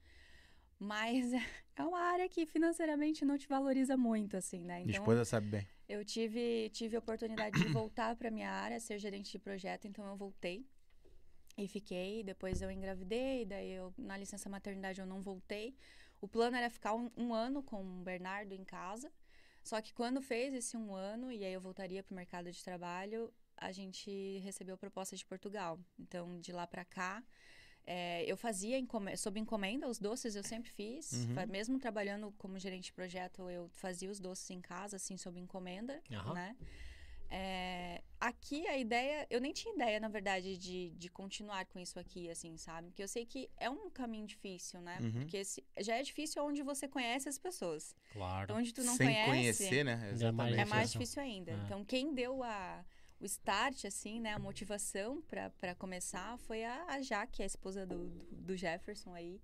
Mas é uma área que financeiramente não te valoriza muito, assim, né?
Minha esposa sabe bem.
Eu tive, tive a oportunidade de voltar para minha área, ser gerente de projeto, então eu voltei e fiquei. Depois eu engravidei, daí eu, na licença maternidade eu não voltei. O plano era ficar um, um ano com o Bernardo em casa, só que quando fez esse um ano, e aí eu voltaria para o mercado de trabalho, a gente recebeu proposta de Portugal. Então, de lá para cá, é, eu fazia encome sob encomenda, os doces eu sempre fiz.
Uhum.
Fa- Mesmo trabalhando como gerente de projeto, eu fazia os doces em casa, assim, sob encomenda,
Aham.
né? É, aqui a ideia, eu nem tinha ideia, na verdade, de, de continuar com isso aqui, assim, sabe? Porque eu sei que é um caminho difícil, né?
Uhum.
Porque esse- já é difícil onde você conhece as pessoas.
Claro.
Onde tu não
Sem
conhece.
conhecer, né? Exatamente.
É mais
Sim.
difícil ainda.
É.
Então, quem deu a, o start, assim, né? A motivação para começar foi a, a Jaque, a esposa do, do, do Jefferson aí,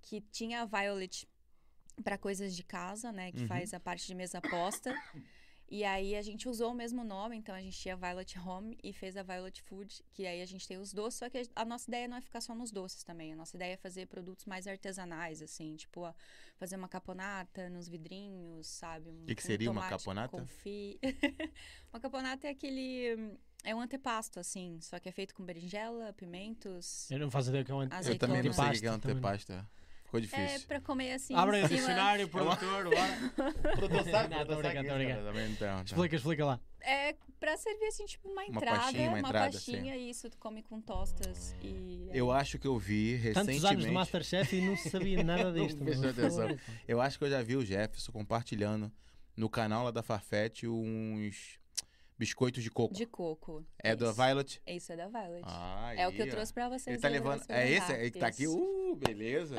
que tinha a Violet para coisas de casa, né? Que
Uhum.
faz a parte de mesa aposta. E aí a gente usou o mesmo nome, então a gente tinha Violet Home e fez a Violet Food, que aí a gente tem os doces, só que a- a nossa ideia não é ficar só nos doces também, a nossa ideia é fazer produtos mais artesanais, assim, tipo a- fazer uma caponata nos vidrinhos, sabe? Um,
Que que seria uma
tomate com
caponata?
Confi... uma caponata é aquele... hum, É um antepasto, assim, só que é feito com berinjela, pimentos...
Eu não faço ideia o que é um
Eu
Eu também não sei o que é
antepasta, também né? não.
antepasta. Ficou
É
difícil.
pra comer assim
Abre
em
o
cima.
dicionário, produtor, bora.
Produtor
sabe, Não, tô produtor sabe brincando, tô isso, brincando.
então, tá.
Explica, explica lá.
É pra servir assim, tipo, uma
Uma
entrada,
pastinha, uma
uma
entrada,
pastinha, e isso, tu come com tostas e...
Eu acho que eu vi
Tantos anos de
recentemente.
Masterchef e não sabia nada disto.
prestou
meu.
atenção. Eu acho que eu já vi o Jefferson compartilhando no canal lá da Farfetch uns biscoitos de coco.
De coco.
É da
isso.
Violet?
Isso é da Violet.
Ah,
é o que eu
aí, ó.
trouxe pra vocês.
Ele tá
aí, pra
levando.
vocês
É esse?
experimentar.
É que tá aqui?
Isso.
Uh, beleza.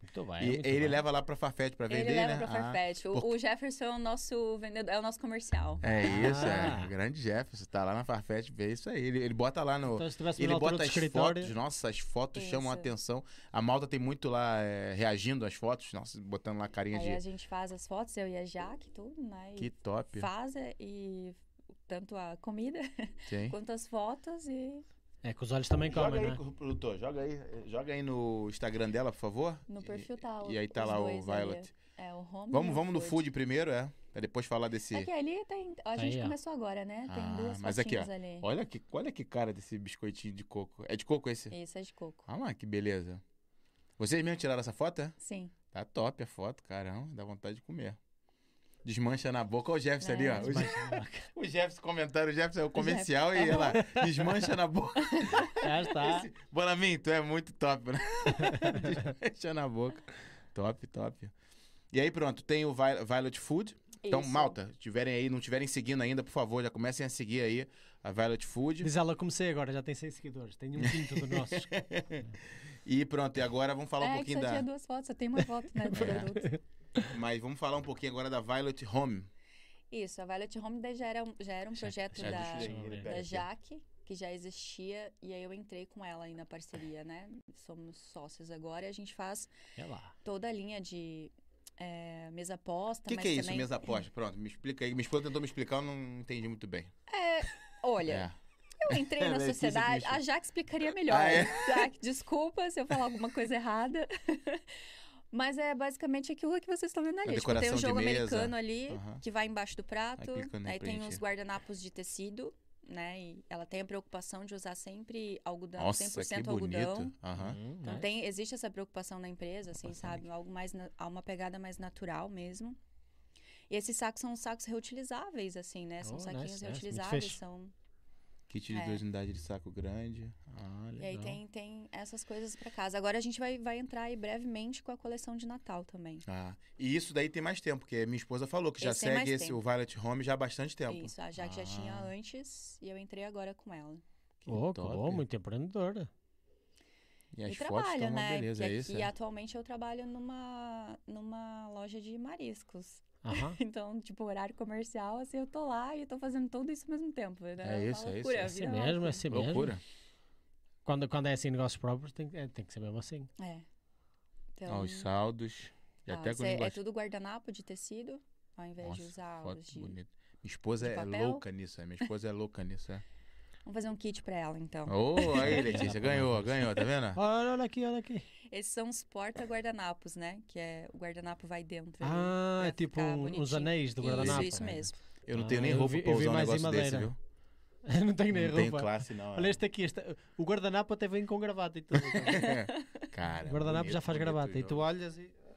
Muito bem.
E
é muito
ele
bem.
leva lá pra Farfetch pra vender,
Ele leva
né?
pra
Ah,
Farfetch. O,
porque-
o Jefferson é o nosso vendedor, é o nosso comercial.
É isso,
Ah.
é. O grande Jefferson tá lá na Farfetch, vê isso aí. Ele, ele bota lá no.
Então, se tivesse
ele
na altura
bota
do
as
escritório.
fotos, nossa, as fotos chamam a
Isso.
atenção. A malta tem muito lá é, reagindo às fotos, nossa, botando lá carinha
Aí é assim, a
de.
gente faz as fotos, eu e a Jaque, tudo, né?
Que
E
top.
faz é, e tanto a comida
Sim.
quanto as fotos e
É que os olhos também comem, né?
produtor, joga aí. Joga aí no Instagram dela, por favor.
no
E-
perfil tá o
E, aí tá
os
lá o
dois ali.
Violet.
É, o home e
Vamos,
o
vamos no food primeiro, é. Pra depois falar desse.
É que ali tem...
Tá
A gente
aí, ó.
começou agora, né? Tem
Ah,
duas
mas aqui, ó.
fotinhas ali.
Olha que, olha que cara desse biscoitinho de coco. É de coco esse?
Isso é de coco.
Olha Ah. lá, que beleza. Vocês mesmo tiraram essa foto, é?
Sim.
Tá top a foto, caramba. Dá vontade de comer. Desmancha na boca. Olha o Jefferson ali, ó.
É,
O, Je- o Jefferson comentário. O Jefferson é o comercial e
Jefferson.
ela desmancha na boca.
Já está.
Esse... Bonamin, tu é muito top, né? desmancha na boca. Top, top. E aí, pronto. Tem o Vi- Violet Food. Então,
Isso.
malta, tiverem aí, não tiverem seguindo ainda, por favor, já comecem a seguir aí a Violet Food.
Diz ela, comecei agora, já tem 6 seguidores. Tenho um quinto dos nossos.
E pronto, e agora vamos falar
é,
um
que
pouquinho
só
da.
tinha duas fotos, só tem uma foto, né? do
É.
produto.
Mas vamos falar um pouquinho agora da Violet Home.
Tá, Isso, a Violet Home daí já era um, já era um
Já-
projeto
já
da,
deixa eu ver.
da Jaque, que já existia, e aí eu entrei com ela aí na parceria, né? Somos sócios agora e a gente faz
É lá.
toda a linha de eh,
O
mesa aposta.
que,
mas
que é isso,
também...
mesa aposta? Pronto, me explica aí. Minha esposa tentou me explicar, eu não entendi muito bem.
Olha,
É.
eu entrei
Ela é
na
difícil
sociedade,
de mexer.
a Jaque explicaria melhor.
Ah, é?
Jaque, desculpa se eu falar alguma coisa errada. Mas é basicamente aquilo que vocês estão vendo ali. Tipo, tem
decoração
um
de
jogo
mesa.
americano ali,
Aham.
que vai embaixo do prato.
Vai clicando em
aí tem
preencher.
uns guardanapos de tecido, né? E ela tem a preocupação de usar sempre algodão,
Nossa, que
100% algodão.
bonito. Aham.
Hum,
Então
né?
tem, existe essa preocupação na empresa, assim, sabe? Algo mais na- a uma pegada mais natural mesmo. E esses sacos são sacos reutilizáveis, assim, né? São
Oh, nice,
saquinhos
nice, muito
reutilizáveis,
fixe.
são.
Kit de
É.
duas unidades de saco grande. Ah,
E aí
legal.
tem, tem essas coisas pra casa. Agora a gente vai, vai entrar aí brevemente com a coleção de Natal também.
Ah, e isso daí tem mais tempo, porque minha esposa falou que já
Esse tem mais
segue esse,
tempo.
o Violet Home já há bastante tempo.
Isso, a Jaque já tinha
Ah.
antes e eu entrei agora com ela.
Que
Oh, que
top.
bom, muito empreendedora.
E as
e
fotos
trabalho,
estão uma
né?
beleza,
Porque
é isso?
aqui
é?
atualmente eu trabalho numa, numa loja de mariscos.
Aham.
Então, tipo, horário comercial, assim, eu tô lá e tô fazendo tudo isso ao mesmo tempo. Né?
É
uma
isso, é isso,
loucura,
é
a
Assim
vida uma
mesmo, assim mesmo.
Loucura.
Quando, quando é assim, negócios próprios, tem, é, tem que ser mesmo assim.
loucura. É. Então,
Ó, os saldos. E
ah,
até
isso
quando
é,
eu
é
gosto-
tudo guardanapo de tecido, ao invés de
Nossa,
usar
foto
os de...
bonita. Minha esposa
de
é
papel.
louca nisso, é. Minha esposa é louca nisso, é.
Vamos fazer um kit pra ela, então.
Ô, aí, Letícia, ganhou, ganhou, tá vendo?
Olha, olha aqui, olha aqui.
Esses são os porta-guardanapos, né? Que é o guardanapo vai dentro. ali,
Ah,
pra
é tipo
ficar
um- uns
bonitinho.
anéis do
Isso,
guardanapo.
Isso, mesmo.
Eu não
Ah,
tenho nem
eu
roupa
vi-
pra
eu vi
usar um
mais em
negócio desse,
madeira.
viu?
não tenho nem
Não tenho
roupa.
classe, não.
Olha
é.
este aqui, este- o guardanapo até vem com gravata e tudo. então.
Cara,
o guardanapo
bonito,
já faz
bonito
gravata e
o
tu
jogo.
olhas e. ah,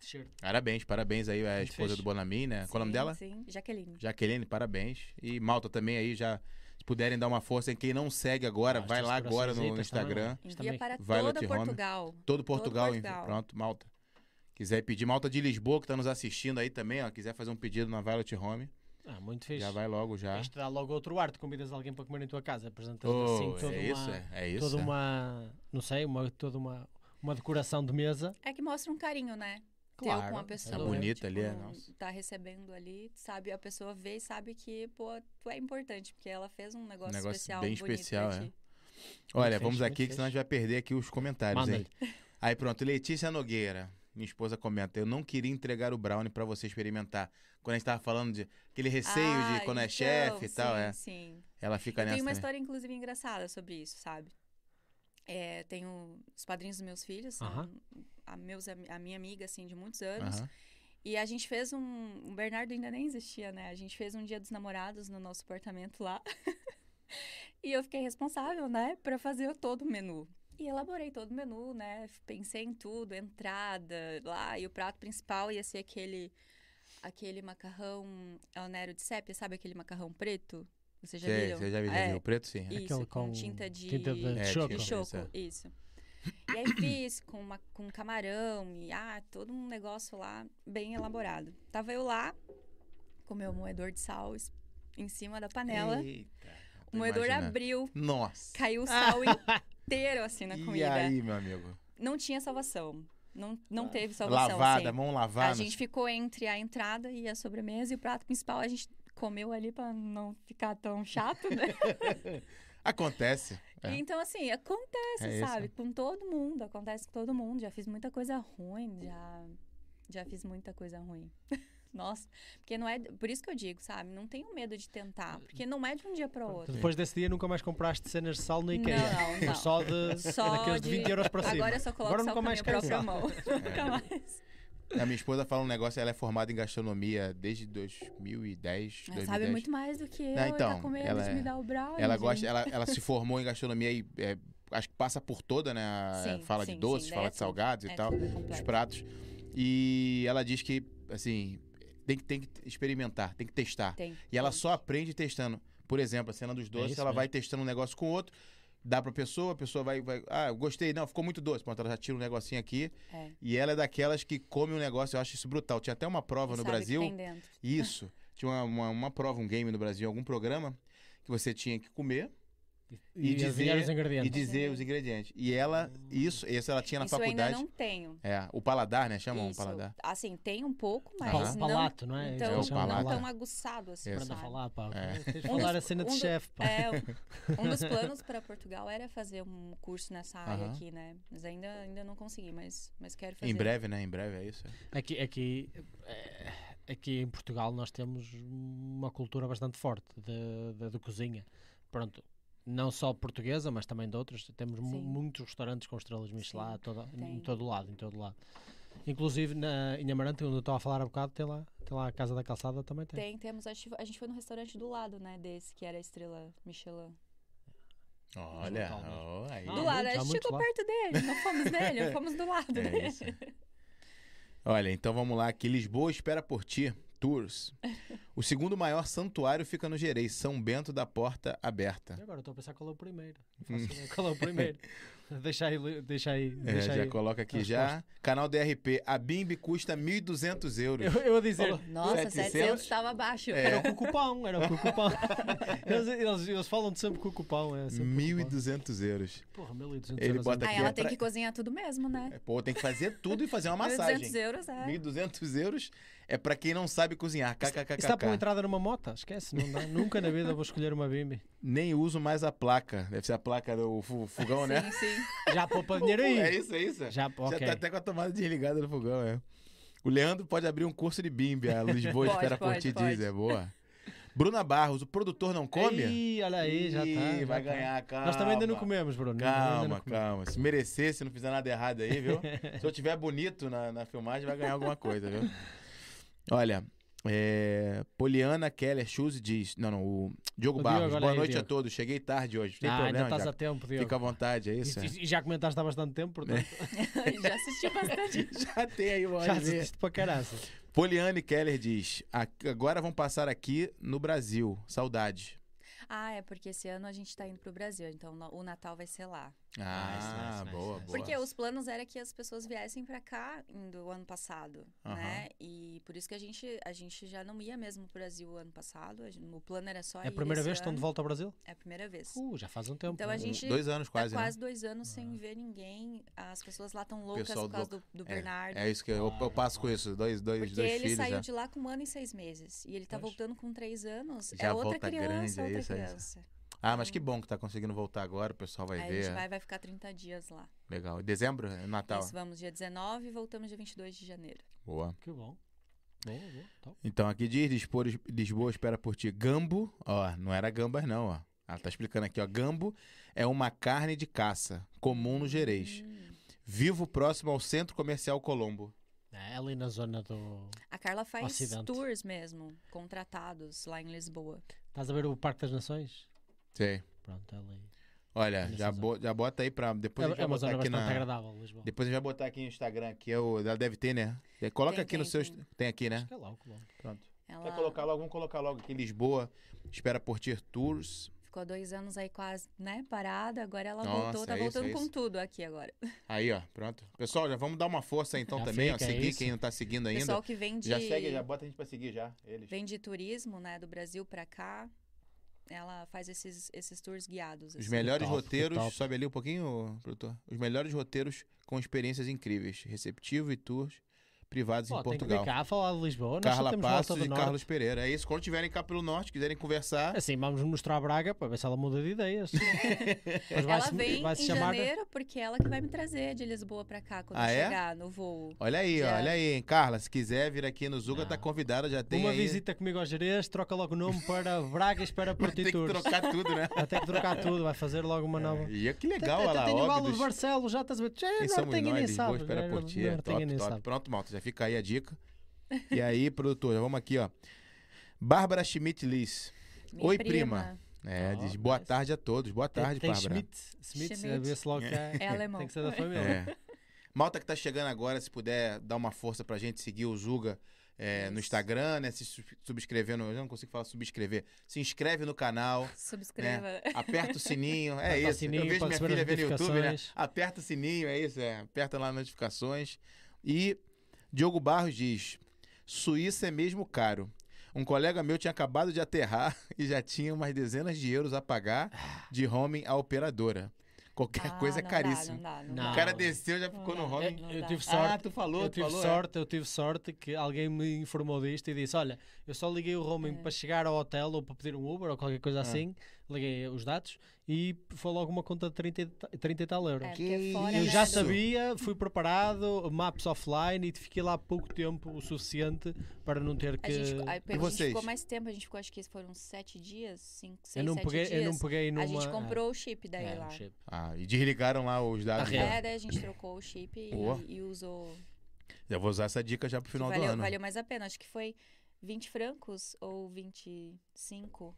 T-shirt.
Parabéns, parabéns aí à
Muito
esposa
fixe.
do Bonami, né? Qual o nome
Sim,
dela?
Sim, é Jaqueline.
Jaqueline, parabéns. E Malta também aí, já. Se puderem dar uma força em quem não segue agora,
Ah,
vai
estes
lá agora no, no
coraçõezitos também.
Instagram.
Isto também-
Envia para
Violet
toda
Home.
Portugal.
Todo Portugal,
Todo
enfim.
Portugal.
pronto, Malta. Quiser pedir, Malta de Lisboa, que tá nos assistindo aí também, ó. Quiser fazer um pedido na Violet Home,
Ah, muito fixe.
já vai logo já.
Isto dá logo outro ar, tu convidas alguém para comer em tua casa, apresentas
Oh,
assim toda
é isso,
uma.
é, é isso.
toda
é.
uma. Não sei, uma, toda uma, uma decoração de mesa.
É que mostra um carinho, né? Teu com a pessoa.
Tá bonito ali, é,
não
nossa.
Tá recebendo ali, sabe? A pessoa vê e sabe que, pô, tu é importante, porque ela fez um negócio,
Negócio
especial.
bem
bonito
especial,
pra
é.
ti.
Olha,
Muito
vamos
fixe,
aqui
muito
que senão a
fixe.
gente vai perder aqui os comentários, hein?
Manda-lhe.
Aí pronto, Letícia Nogueira, minha esposa comenta, eu não queria entregar o brownie pra você experimentar. Quando a gente tava falando de aquele receio
Ah,
de quando é
então,
chefe e tal,
sim,
é.
Sim.
Ela fica
Eu
nessa.
tenho uma
né?
história, inclusive, engraçada sobre isso, sabe? É, tenho os padrinhos dos meus filhos, são
Aham.
a, meus, ami- a minha amiga, assim, de muitos anos.
Aham.
E a gente fez um. O Bernardo ainda nem existia, né? A gente fez um dia dos namorados no nosso apartamento lá. e eu fiquei responsável, né? Pra fazer o- todo o menu. E elaborei todo o menu, né? Pensei em tudo, entrada lá. E o prato principal ia ser aquele. Aquele macarrão alnero de sépia, sabe aquele macarrão preto? Vocês já
Sei,
viram?
Você já viu, já
É,
viu o preto, sim. né?
Isso,
Aquele
com,
com
tinta de.
tinta de
É,
choco.
de
tinta.
choco,
Isso,
isso. E aí fiz com, uma, com um camarão e ah, todo um negócio lá bem elaborado. Tava eu lá com meu moedor de sal es- em cima da panela.
Eita, eu tô
o moedor
imaginando.
abriu,
Nossa.
caiu o sal inteiro assim na
E
comida.
aí, meu amigo?
Não tinha salvação. Não, não
Ah.
teve salvação.
Lavada,
assim.
mão lavada.
A gente ficou entre a entrada e a sobremesa e o prato principal a gente comeu ali pra não ficar tão chato, né?
Acontece. É.
E Então, assim, acontece,
É isso,
sabe? Com todo mundo, acontece com todo mundo. Já fiz muita coisa ruim, já, já fiz muita coisa ruim. Nossa, porque não é. Por isso que eu digo, sabe? Não tenho medo de tentar, porque não é de um dia para
Tu
outro.
Depois desse dia nunca mais compraste cenas de sal no
Não,
é.
IKEA.
não, não.
Foi só de,
Só
daqueles de 20 euros para cima.
Agora eu só coloco
Agora nunca
sal com a
mais
minha
quero
própria
sal.
mão.
É,
Nunca mais.
A minha esposa fala um negócio, ela é formada em gastronomia desde 2010.
Ela
2010.
sabe muito mais do que eu.
Não,
e
então,
tá com medo
ela
de
é-
me dar o brownie.
Ela gosta, ela, ela se formou em gastronomia e é, acho que passa por toda, né? a-
Sim,
fala
sim,
de doces,
sim, daí
fala
é
de
tudo.
salgados e
É
tal,
tudo
dos
completo.
pratos. E ela diz que, assim, tem que, tem que experimentar, tem que testar.
Tem.
E ela só aprende testando. Por exemplo, a cena dos doces,
É isso
ela
mesmo.
vai testando um negócio com o outro, dá pra pessoa, a pessoa vai, vai ah, eu gostei, não, ficou muito doce. Pronto, ela já tira um negocinho aqui.
É.
E ela é daquelas que come um negócio, eu acho isso brutal. Tinha até uma prova
E
no
sabe o que
Brasil.
tem dentro.
Isso. Tinha uma, uma, uma prova, um game no Brasil, algum programa, que você tinha que comer
E,
E dizer-
adivinhar os
e
ingredientes.
dizer os ingredientes. E ela,
Hum.
isso, isso ela tinha na
Isso eu ainda
faculdade.
não tenho.
É, o paladar, né? Chamam o
Isso.
paladar.
Assim, tem um pouco,
Aham.
mas
O
não
palato, não é?
Então,
É o
Eles chamam de
palato.
não
palato.
tão aguçado assim,
Esse.
Aprenda a
sabe?
falar, pá.
É.
Tens de
Um
falar
dos-
a cena de
um do-
chefe, pá.
É, um- um dos planos para Portugal era fazer um curso nessa área
Aham.
aqui, né? Mas ainda, ainda não consegui, mas, mas quero fazer.
Em breve, né? Em breve, é isso.
Aqui, aqui, eh, aqui em Portugal nós temos uma cultura bastante forte de, de, de cozinha. Pronto, não só portuguesa, mas também de outras. Temos mu-
Sim.
muitos restaurantes com estrelas Michelin
Sim,
toda- em
tem.
todo lado, em todo lado. Inclusive na, em Amarante, onde eu estava a falar há bocado, tem lá, tem lá a Casa da Calçada também tem.
Tem, temos. acho que A gente foi no restaurante do lado, né? Desse, que era a estrela Michelin.
Olha,
Brutal mesmo.
ó, aí.
Ah,
do lado,
muito,
a
há
gente
muitos
chegou
lá.
perto dele, não fomos nele, fomos do lado né?
É
dele.
isso. Olha, então vamos lá aqui. Lisboa espera por ti. Tours. O segundo maior santuário fica no Gerês, São Bento da Porta Aberta.
E Agora estou a pensar qual é o primeiro. Não faço ideia Qual é o primeiro? deixa aí, li- deixa aí.
Hum. É,
Deixa
já
aí.
coloca aqui
Resposta.
já. Canal DRP. A Bimbi custa 1.200 euros.
Eu, eu a dizer,
É.
Nossa,
700?
700 estava abaixo.
É,
Era o cucupão, era o cucupão. eles, eles, eles falam de sempre cucupão, é sempre cucupão.
1.200 euros.
Porra, 1200
Ele
euros.
bota
é
aqui
muito.
Aí ela
é
tem
pra-
que cozinhar tudo mesmo, né?
É, Pô, tem que fazer tudo e fazer uma
200
massagem.
euros, é.
1.200 euros é pra quem não sabe cozinhar.
Isso dá para uma
KKKK.
entrada numa moto? Esquece, não dá. Nunca na vida vou escolher uma bimbi.
Nem uso mais a placa. Deve ser a placa do fu- fogão, né?
Sim, sim.
Já poupa dinheiro
É
aí.
isso, é isso.
Já, ok.
Já tá até com a tomada desligada no fogão, é. O Leandro pode abrir um curso de bimbe. A Lisboa
Pode,
espera por
pode,
ti,
pode.
diz. É boa. Bruna Barros, o produtor não come?
Ih, olha aí, já
Ih,
tá. já
vai
tá.
ganhar, calma.
Nós também ainda não comemos, Bruno. ainda não
Calma,
comemos.
calma. Se merecer, se não fizer nada errado aí, viu? se eu tiver bonito na, na filmagem, vai ganhar alguma coisa, viu? Olha, é, Poliana Keller Shoes diz. Não, não, o Diogo
O Diogo,
Barros.
olha
Boa
aí,
noite
Diogo.
a todos. Cheguei tarde hoje. Tem
ah, ainda
problema,
estás a
Jaco?
tempo, Diogo.
Fica à vontade, é isso? é?
E, e já comentaste há bastante tempo, portanto.
Já assisti bastante.
Já tem aí uma hora
já
e meia.
assististe para caraça.
Poliane Keller diz: "A- agora vão passar aqui no Brasil. Saudade.
Ah, é porque esse ano a gente tá indo pro Brasil, então no- o Natal vai ser lá.
Ah, isso,
Ah,
isso,
boa,
isso.
boa.
Porque os planos era que as pessoas viessem pra cá em- do ano passado,
Aham.
né? E por isso que a gente, a gente já não ia mesmo pro Brasil o ano passado. a gente- o plano era só
É
ir
a primeira
esse
vez que estão
ano.
de volta ao Brasil?
É a primeira vez.
Uh, já faz um tempo.
Então a gente
Dois anos quase,
tá
né?
quase dois anos sem ver ninguém. As pessoas lá estão loucas
Pessoal
por causa do, do Bernardo.
É isso que eu, eu passo com isso. Dois, dois,
Porque
dois
ele
filhos.
saiu
né?
de lá com um ano e seis meses. E ele tá
Pois.
voltando com três anos.
Já
é outra
volta
criança,
grande, é
outra
isso, é isso.
criança.
Ah, mas que bom que tá conseguindo voltar agora. O pessoal vai
É. Aí a
ver. é.
gente vai, vai ficar 30 dias lá.
Legal. Dezembro? É Natal.
Isso, vamos dia 19 e voltamos dia 22 de janeiro.
Boa.
Que bom. Boa, boa. top.
Então aqui diz: Lisboa, Lisboa espera por ti. Gambo. Ó, não era gambas, não, ó. Ela tá explicando aqui, ó. Gambo é uma carne de caça, comum no Gerês.
Hum.
Vivo próximo ao Centro Comercial Colombo.
É, ali na zona do.
A Carla faz
Ocidente.
tours mesmo, contratados lá em Lisboa.
Estás a ver o Parque das Nações?
Sei.
Pronto, é ali.
Olha,
Olha
já,
só.
bo- já bota aí pra. Depois a gente
é,
vai
é uma
botar
zona
aqui
bastante
na.
agradável, Lisboa.
Depois a gente vai botar aqui no Instagram, que é o. Ela deve ter, né? É, Coloca
Tem,
aqui no
tem,
seu.
tem.
inst- Tem aqui,
Acho
né?
que é lá o Colombo.
Pronto.
Ela
Quer colocar logo? Vamos colocar logo aqui em Lisboa. Espera por Tier Tours.
ficou dois anos aí quase, né, parada. Agora ela
Nossa,
voltou, tá
é isso,
voltando
é
com
isso.
tudo aqui agora.
Aí, ó, pronto. Pessoal, já vamos dar uma força então
Já
também, ó.
fica, é
Seguir
isso.
quem não tá seguindo ainda.
Pessoal que vem de,
Já segue, já bota a gente pra seguir já. Eles.
vem de turismo, né, do Brasil pra cá. Ela faz esses, esses tours guiados.
Os
assim.
melhores
Que top, que
roteiros.
top.
Sobe ali um pouquinho, produtor. Os melhores roteiros com experiências incríveis. Receptivo e tours privados em
Pô, tem que
Portugal.
vir cá falar de Lisboa. Nós só
Carla
temos volta
Passos
do
e
norte.
Carlos Pereira. É isso. Quando tiverem cá pelo norte, quiserem conversar.
Assim, vamos mostrar a Braga para ver se ela muda de ideias. Mas
Ela
vai-se-
vem
vai-se
em
chamar-
janeiro porque é ela que vai me trazer de Lisboa pra cá quando
né? Ah,
eu
é?
chegar no voo.
Olha aí, ó,
Já.
olha aí, hein, Carla. Se quiser vir aqui no Zuga,
Não.
tá convidada, já tem.
Uma
aí.
visita comigo ao Jerez, troca logo o nome para Braga e espera por
Tem que
ti Tours.
trocar tudo, né? É.
Vai ter que trocar tudo, vai fazer logo uma nova.
E que
Tá
legal,
Até
olha lá,
tenho o balde de
óbvio.
Barcelos, já estás a ver. Já é
Quem somos
nortenha, nem
nós, Lisboa,
sabe.
espera
já
por
é
ti. é
nortenha,
Top,
nem
top.
sabe.
Pronto, malta, já fica aí a dica. E aí, produtor, já vamos aqui, ó. Bárbara Schmidt-Liz.
Minha
Oi, prima. É,
Ó,
diz boa
parece.
tarde a todos. Boa tarde,
tem tem
Bárbara.
Schmidt, Schmidt,
Schmidt.
vê-se logo que é.
É alemão.
Tem que ser da família.
É. Malta que tá chegando agora, se puder dar uma força pra gente, seguir o Zuga é, no
Isso.
Instagram, né? Se su- subscrever no. Eu não consigo falar subscrever. Se inscreve no canal.
Subscreva.
É. Aperta o sininho, é
Aperta o
isso.
sininho
Eu vejo minha
pra receber
filha
as
ver no YouTube, né?
notificações.
Aperta o sininho, é isso, é. Aperta lá as notificações. E Diogo Barros diz: Suíça é mesmo caro. Um colega meu tinha acabado de aterrar e já tinha umas dezenas de euros a pagar de homem à operadora. Qualquer
Ah,
coisa é
não
caríssimo.
Dá, não dá, não
Não.
dá.
O cara desceu já
Não
ficou no
dá.
homem.
não
Eu
dá.
tive
Ah,
sorte.
tu falou,
Eu
tu
tive
falou, é.
sorte, eu tive sorte que alguém me informou disto e disse: Olha, eu só liguei o
É.
roaming para chegar ao hotel ou para pedir um Uber ou qualquer
Ah.
coisa assim, liguei os dados e foi logo uma conta de 30 e ta- 30 e tal euros.
É,
Que
porque fora,
Eu
né,
já
isso?
sabia, fui preparado, maps offline e fiquei lá pouco tempo o suficiente para não ter que.
A gente, a, a gente
vocês?
ficou mais tempo, a gente ficou, acho que foram sete dias, cinco, seis,
eu, não
sete
peguei,
dias.
eu não peguei numa.
A gente comprou o chip daí
é, um
lá.
chip.
Ah, e desligaram lá os dados.
Tá
dela.
É, daí a gente trocou o chip e,
Boa.
e usou.
Eu vou usar essa dica já pro final do
valeu,
ano.
valeu mais a pena. Acho que foi 20 francos ou 25.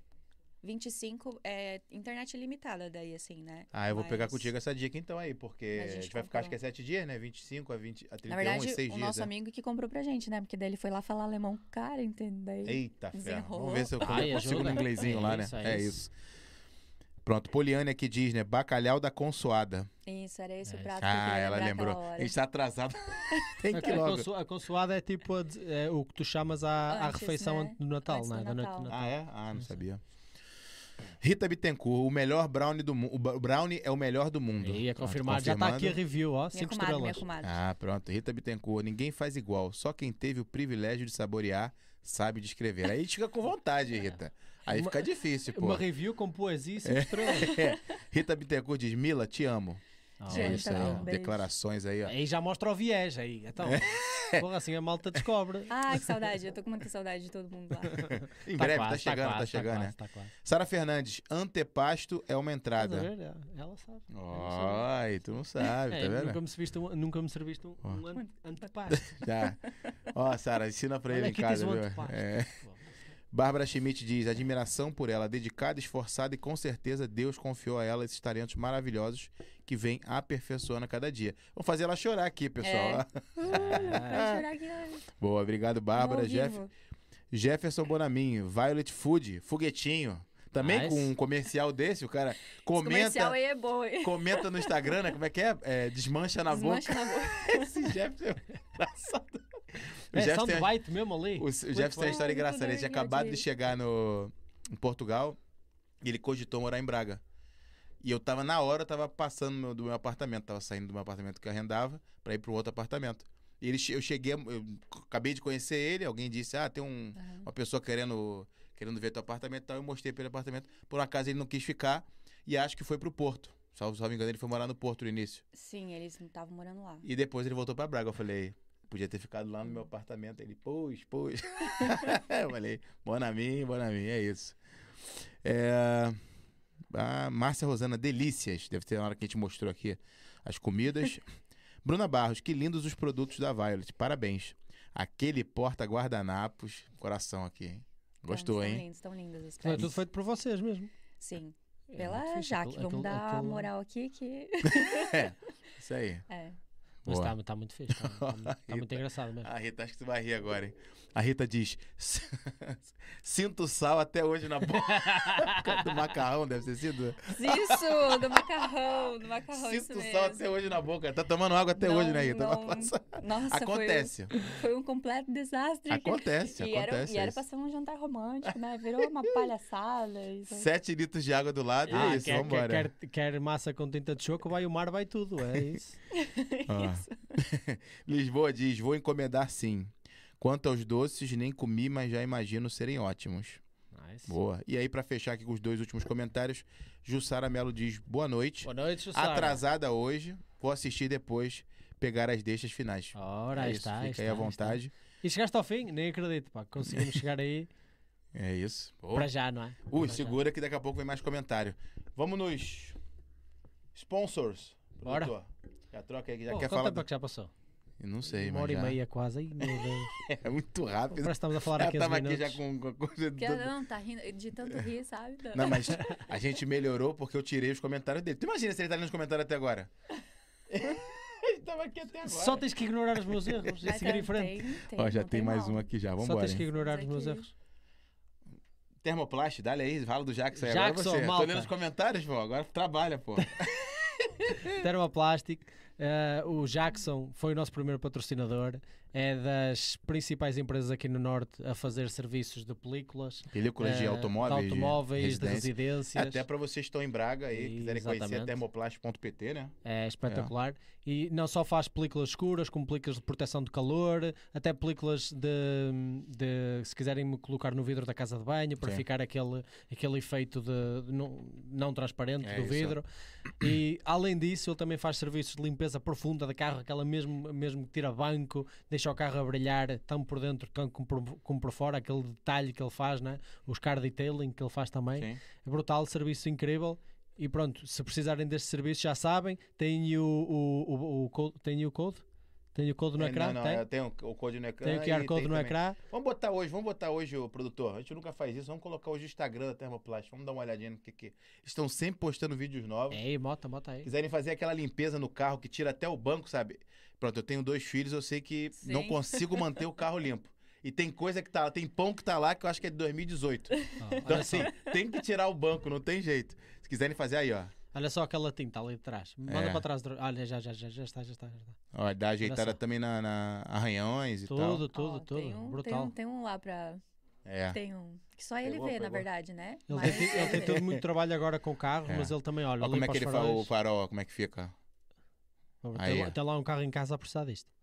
25 é internet limitada daí, assim, né?
Ah, eu vou pegar
Mas-
contigo essa dica então aí, porque a
Mas a
gente,
gente
vai ficar,
comprou.
acho que é 7 dias, né? 25 a, 20, a 31
Na verdade,
e 6
o
dias.
nosso
né?
amigo que comprou pra gente, né? Porque daí ele foi lá falar alemão com o cara, entende? Daí...
Eita, ferro.
Desenrolou.
Vamos ver se eu
Ai,
consigo um
ajuda.
inglesinho
É
lá, né?
isso, é
é
isso.
isso. Pronto, Poliane aqui diz, né? Bacalhau da consoada.
Isso, era esse
É.
o prato que eu
Ah,
queria
ela
lembrar aquela
lembrou. A
hora.
gente tá atrasado. Tem
A,
que ir logo.
conso- a É consoada é tipo a de- é o que tu chamas à, à
Antes,
refeição
né?
antes do Natal,
Antes do
não é? Da noite do
Natal.
Natal.
Ah, é? Ah, não
Sim, sim.
sabia. Rita Bittencourt, o melhor brownie do mundo. O ba- o brownie é o melhor do mundo.
E a
Pronto,
confirmar, já está aqui a
confirmando.
review, ó,
Minha
5
comadre, minha
estrelas.
comadre.
Ah, pronto. Rita Bittencourt, ninguém faz igual. Só quem teve o privilégio de saborear sabe descrever. Aí fica com vontade, Rita. Aí
É. Uma-
fica difícil, pô. É.
Uma review com poesia e 5 estrelas.
Rita Bittencourt diz: Mila, te amo.
Ah,
Gente,
isso aí,
tá
ó.
bom.
ó.
Beijo.
Declarações aí, ó.
aí já mostra o viés aí. Então,
É.
porra, assim a malta descobre.
Ah, que saudade. Eu tô com muita saudade de todo mundo lá.
Em breve, tá
quase,
chegando, tá
quase,
chegando, né?
quase, tá quase.
Sara Fernandes, antepasto é uma
Estás a
entrada.
ver? Ela- Ela sabe. Eu não sabia.
Ai, tu não sabe,
É,
tá vendo?
nunca, me serviste um, nunca me serviste um, um
Ó.
ante- antepasto.
Já. Ó, Sara, ensina pra ele
Olha
em
aqui tens
casa,
um
viu?
antepasto.
É.
Pô,
Bárbara Schmidt diz: admiração por ela, dedicada, esforçada e com certeza Deus confiou a ela esses talentos maravilhosos que vem aperfeiçoando a cada dia. Vamos fazer ela chorar aqui,
É.
pessoal.
Vai chorar aqui. ó, no
Boa, obrigado, Bárbara.
ao
Jeff,
vivo.
Jefferson Bonamin, Violet Food, Foguetinho. Também
Nice.
com um comercial desse, o cara
Esse comercial
comenta,
aí é bom, hein?
comenta no Instagram, né? Como é que é? É, desmancha na
Desmancha
boca.
na boca.
Esse Jefferson é engraçado. O
É,
Jefferson tem-
soundbite mesmo ali.
O, o Jefferson tem uma história
Ai,
engraçada. Ele
tudo
tinha
bem,
acabado de
Gatinho.
chegar no, em Portugal e ele cogitou morar em Braga. E eu tava, na hora, eu tava passando no- do meu apartamento. Tava saindo do meu apartamento que eu arrendava pra ir pro outro apartamento. E ele, che- eu cheguei, eu acabei de conhecer ele. Alguém disse: Ah, tem um, uma pessoa querendo, querendo ver teu apartamento e tal. Eu mostrei pra ele o apartamento. Por um acaso ele não quis ficar e acho que foi pro Porto. Salvo, salvo engano, ele foi morar no Porto no início.
Sim, eles não estavam morando lá.
E depois ele voltou pra Braga. Eu falei, podia ter ficado lá no meu apartamento. Ele, pois, pois. eu falei, bom na mim, bom na mim, é isso. É, a Márcia Rosana, delícias. Deve ter na hora que a gente mostrou aqui as comidas. Bruna Barros, que lindos os produtos da Violet. Parabéns. Aquele porta-guardanapos. Coração aqui, hein? Gostou,
Então,
hein?
Estão lindos, estão lindas as
Foi
peças.
é tudo feito por vocês mesmo.
Sim.
É, muito
Pela
fixe,
Jaque,
aquilo-
vamos
aquilo-
dar
aquilo-
moral aqui que.
Isso aí.
É.
Mas
Boa.
está tá muito fixe. Está muito engraçado mesmo.
A Rita, acho que tu vai rir agora, hein? A Rita diz: Sinto sal até hoje na boca. Por causa do macarrão, deve ter sido.
Isso! Do macarrão, do macarrão. isso
Sinto sal
mesmo.
até hoje na boca. Tá tomando água até
Não,
hoje, né, Rita?
não.
Mas passa-
Nossa,
Acontece.
Foi, um, foi um completo desastre.
Acontece,
E era,
acontece.
e era
isso.
pra ser um jantar romântico, né? Virou uma palhaçada. Isso.
Sete litros de água do lado, e é isso,
Ah, quer,
vambora.
quer, quer, quer massa com tinta de choco, vai o mar, vai tudo. É isso.
Ah.
Isso.
Lisboa diz: Vou encomendar sim. Quanto aos doces, nem comi, mas já imagino serem ótimos.
Nice.
Boa. E aí, pra fechar aqui com os dois últimos comentários, Jussara Melo diz: Boa noite.
Boa noite, Susana.
atrasada hoje, vou assistir depois, pegar as deixas finais.
Ora,
é
aí
isso,
está.
fica
está,
aí à
está.
vontade.
E chegaste ao fim? Nem acredito, pá. Conseguimos chegar aí
É isso. Boa.
para já, não é?
Ui,
Para já.
segura que daqui a pouco vem mais comentário. Vamos nos sponsors.
Bora.
Produtor. Já troca aí, que já
Pô,
quer
quanto
falar.
tempo é
do-
que já passou?
Eu não sei,
Uma
mas
hora
já-
e meia quase. Ai, meu Deus.
é muito
Parece
rápido.
que estamos a falar
Já
aqui
tava aqui
minutos.
já com com a coisa do...
Que ela não tá rindo de tanto rir, sabe?
Não, mas a gente melhorou porque eu tirei os comentários dele. Tu imagina se ele tá lendo os comentários até agora? ele tava aqui até agora.
Só tens que ignorar os meus erros e
Mas
seguir
não
em frente.
tem- tem-
é- Ó, já
não
tem, mais
mal.
um aqui já.
Só
Vambora.
tens
hein?
que ignorar os
Mas é
meus
que-
erros.
Termoplast, dá-lhe aí, fala do Jackson, aí, agora
Jackson,
você.
malta.
Tô lendo os comentários, pô, agora trabalha, pô.
Termoplastic, eh, o Jackson foi o nosso primeiro patrocinador, é das principais empresas aqui no Norte a fazer serviços de películas,
Películas é de
eh,
automóveis,
de,
de
automóveis, de
residência.
residências.
Até pra vocês que estão em Braga aí, quiserem conhecer
Exatamente.
termoplast.pt, né?
É espetacular. E não só faz películas escuras, como películas de proteção de calor, até películas de, de- se quiserem me colocar no vidro da casa de banho para
Sim.
ficar aquele, aquele efeito de, não, não transparente
É
do
isso.
vidro. E além disso, ele também faz serviços de limpeza profunda do carro, aquela mesmo, mesmo que tira banco, deixa o carro a brilhar tanto por dentro como por, como por fora, aquele detalhe que ele faz, né? os car detailing que ele faz também.
Sim.
É brutal, serviço incrível. E pronto, se precisarem deste serviço já sabem, tem o, o, o, o code, tem o code? Tem o code no
É,
ecrã?
não, não,
tem?
eu tenho o código no ecrã.
tem o QR
e
Code
tem
no
também.
ecrã?
Vamos botar hoje, vamos botar hoje, o produtor. A gente nunca faz isso, vamos colocar hoje o Instagram da Termoplast. Vamos dar uma olhadinha no que que... Estão sempre postando vídeos novos.
Ei, É, mota, mota aí.
Quiserem fazer aquela limpeza no carro que tira até o banco, sabe? Pronto, eu tenho dois filhos, eu sei que não
Sim.
consigo manter o carro limpo. E tem coisa que tá lá, tem pão que tá lá que eu acho que é de 2018.
Ó, Ah, olha,
Então,
só,
assim, tem que tirar o banco, não tem jeito. Se quiserem fazer aí, ó.
olha só aquela tinta ali de trás. Manda
É.
para trás. outra- Olha, já, já, já, já está, já está. Já está.
Ó, dá ajeitada
Olha só.
também na, na arranhões e tal.
Tudo, tudo,
Ó,
tudo.
Tem um,
brutal.
Tem um, tem um lá pra.
É.
Tem um. Que só ele
Pegou,
vê, na
pegou.
verdade, né?
Ele,
Mas-
tem, ele tem todo muito trabalho agora com o carro,
É.
mas ele também, olha,
Ó, como é
limpa
que ele
os
fala o
faróis.
farol, ó, como é que fica?
Tem
Aí, é.
lá-
ó.
Tem lá um carro em casa a precisar disto.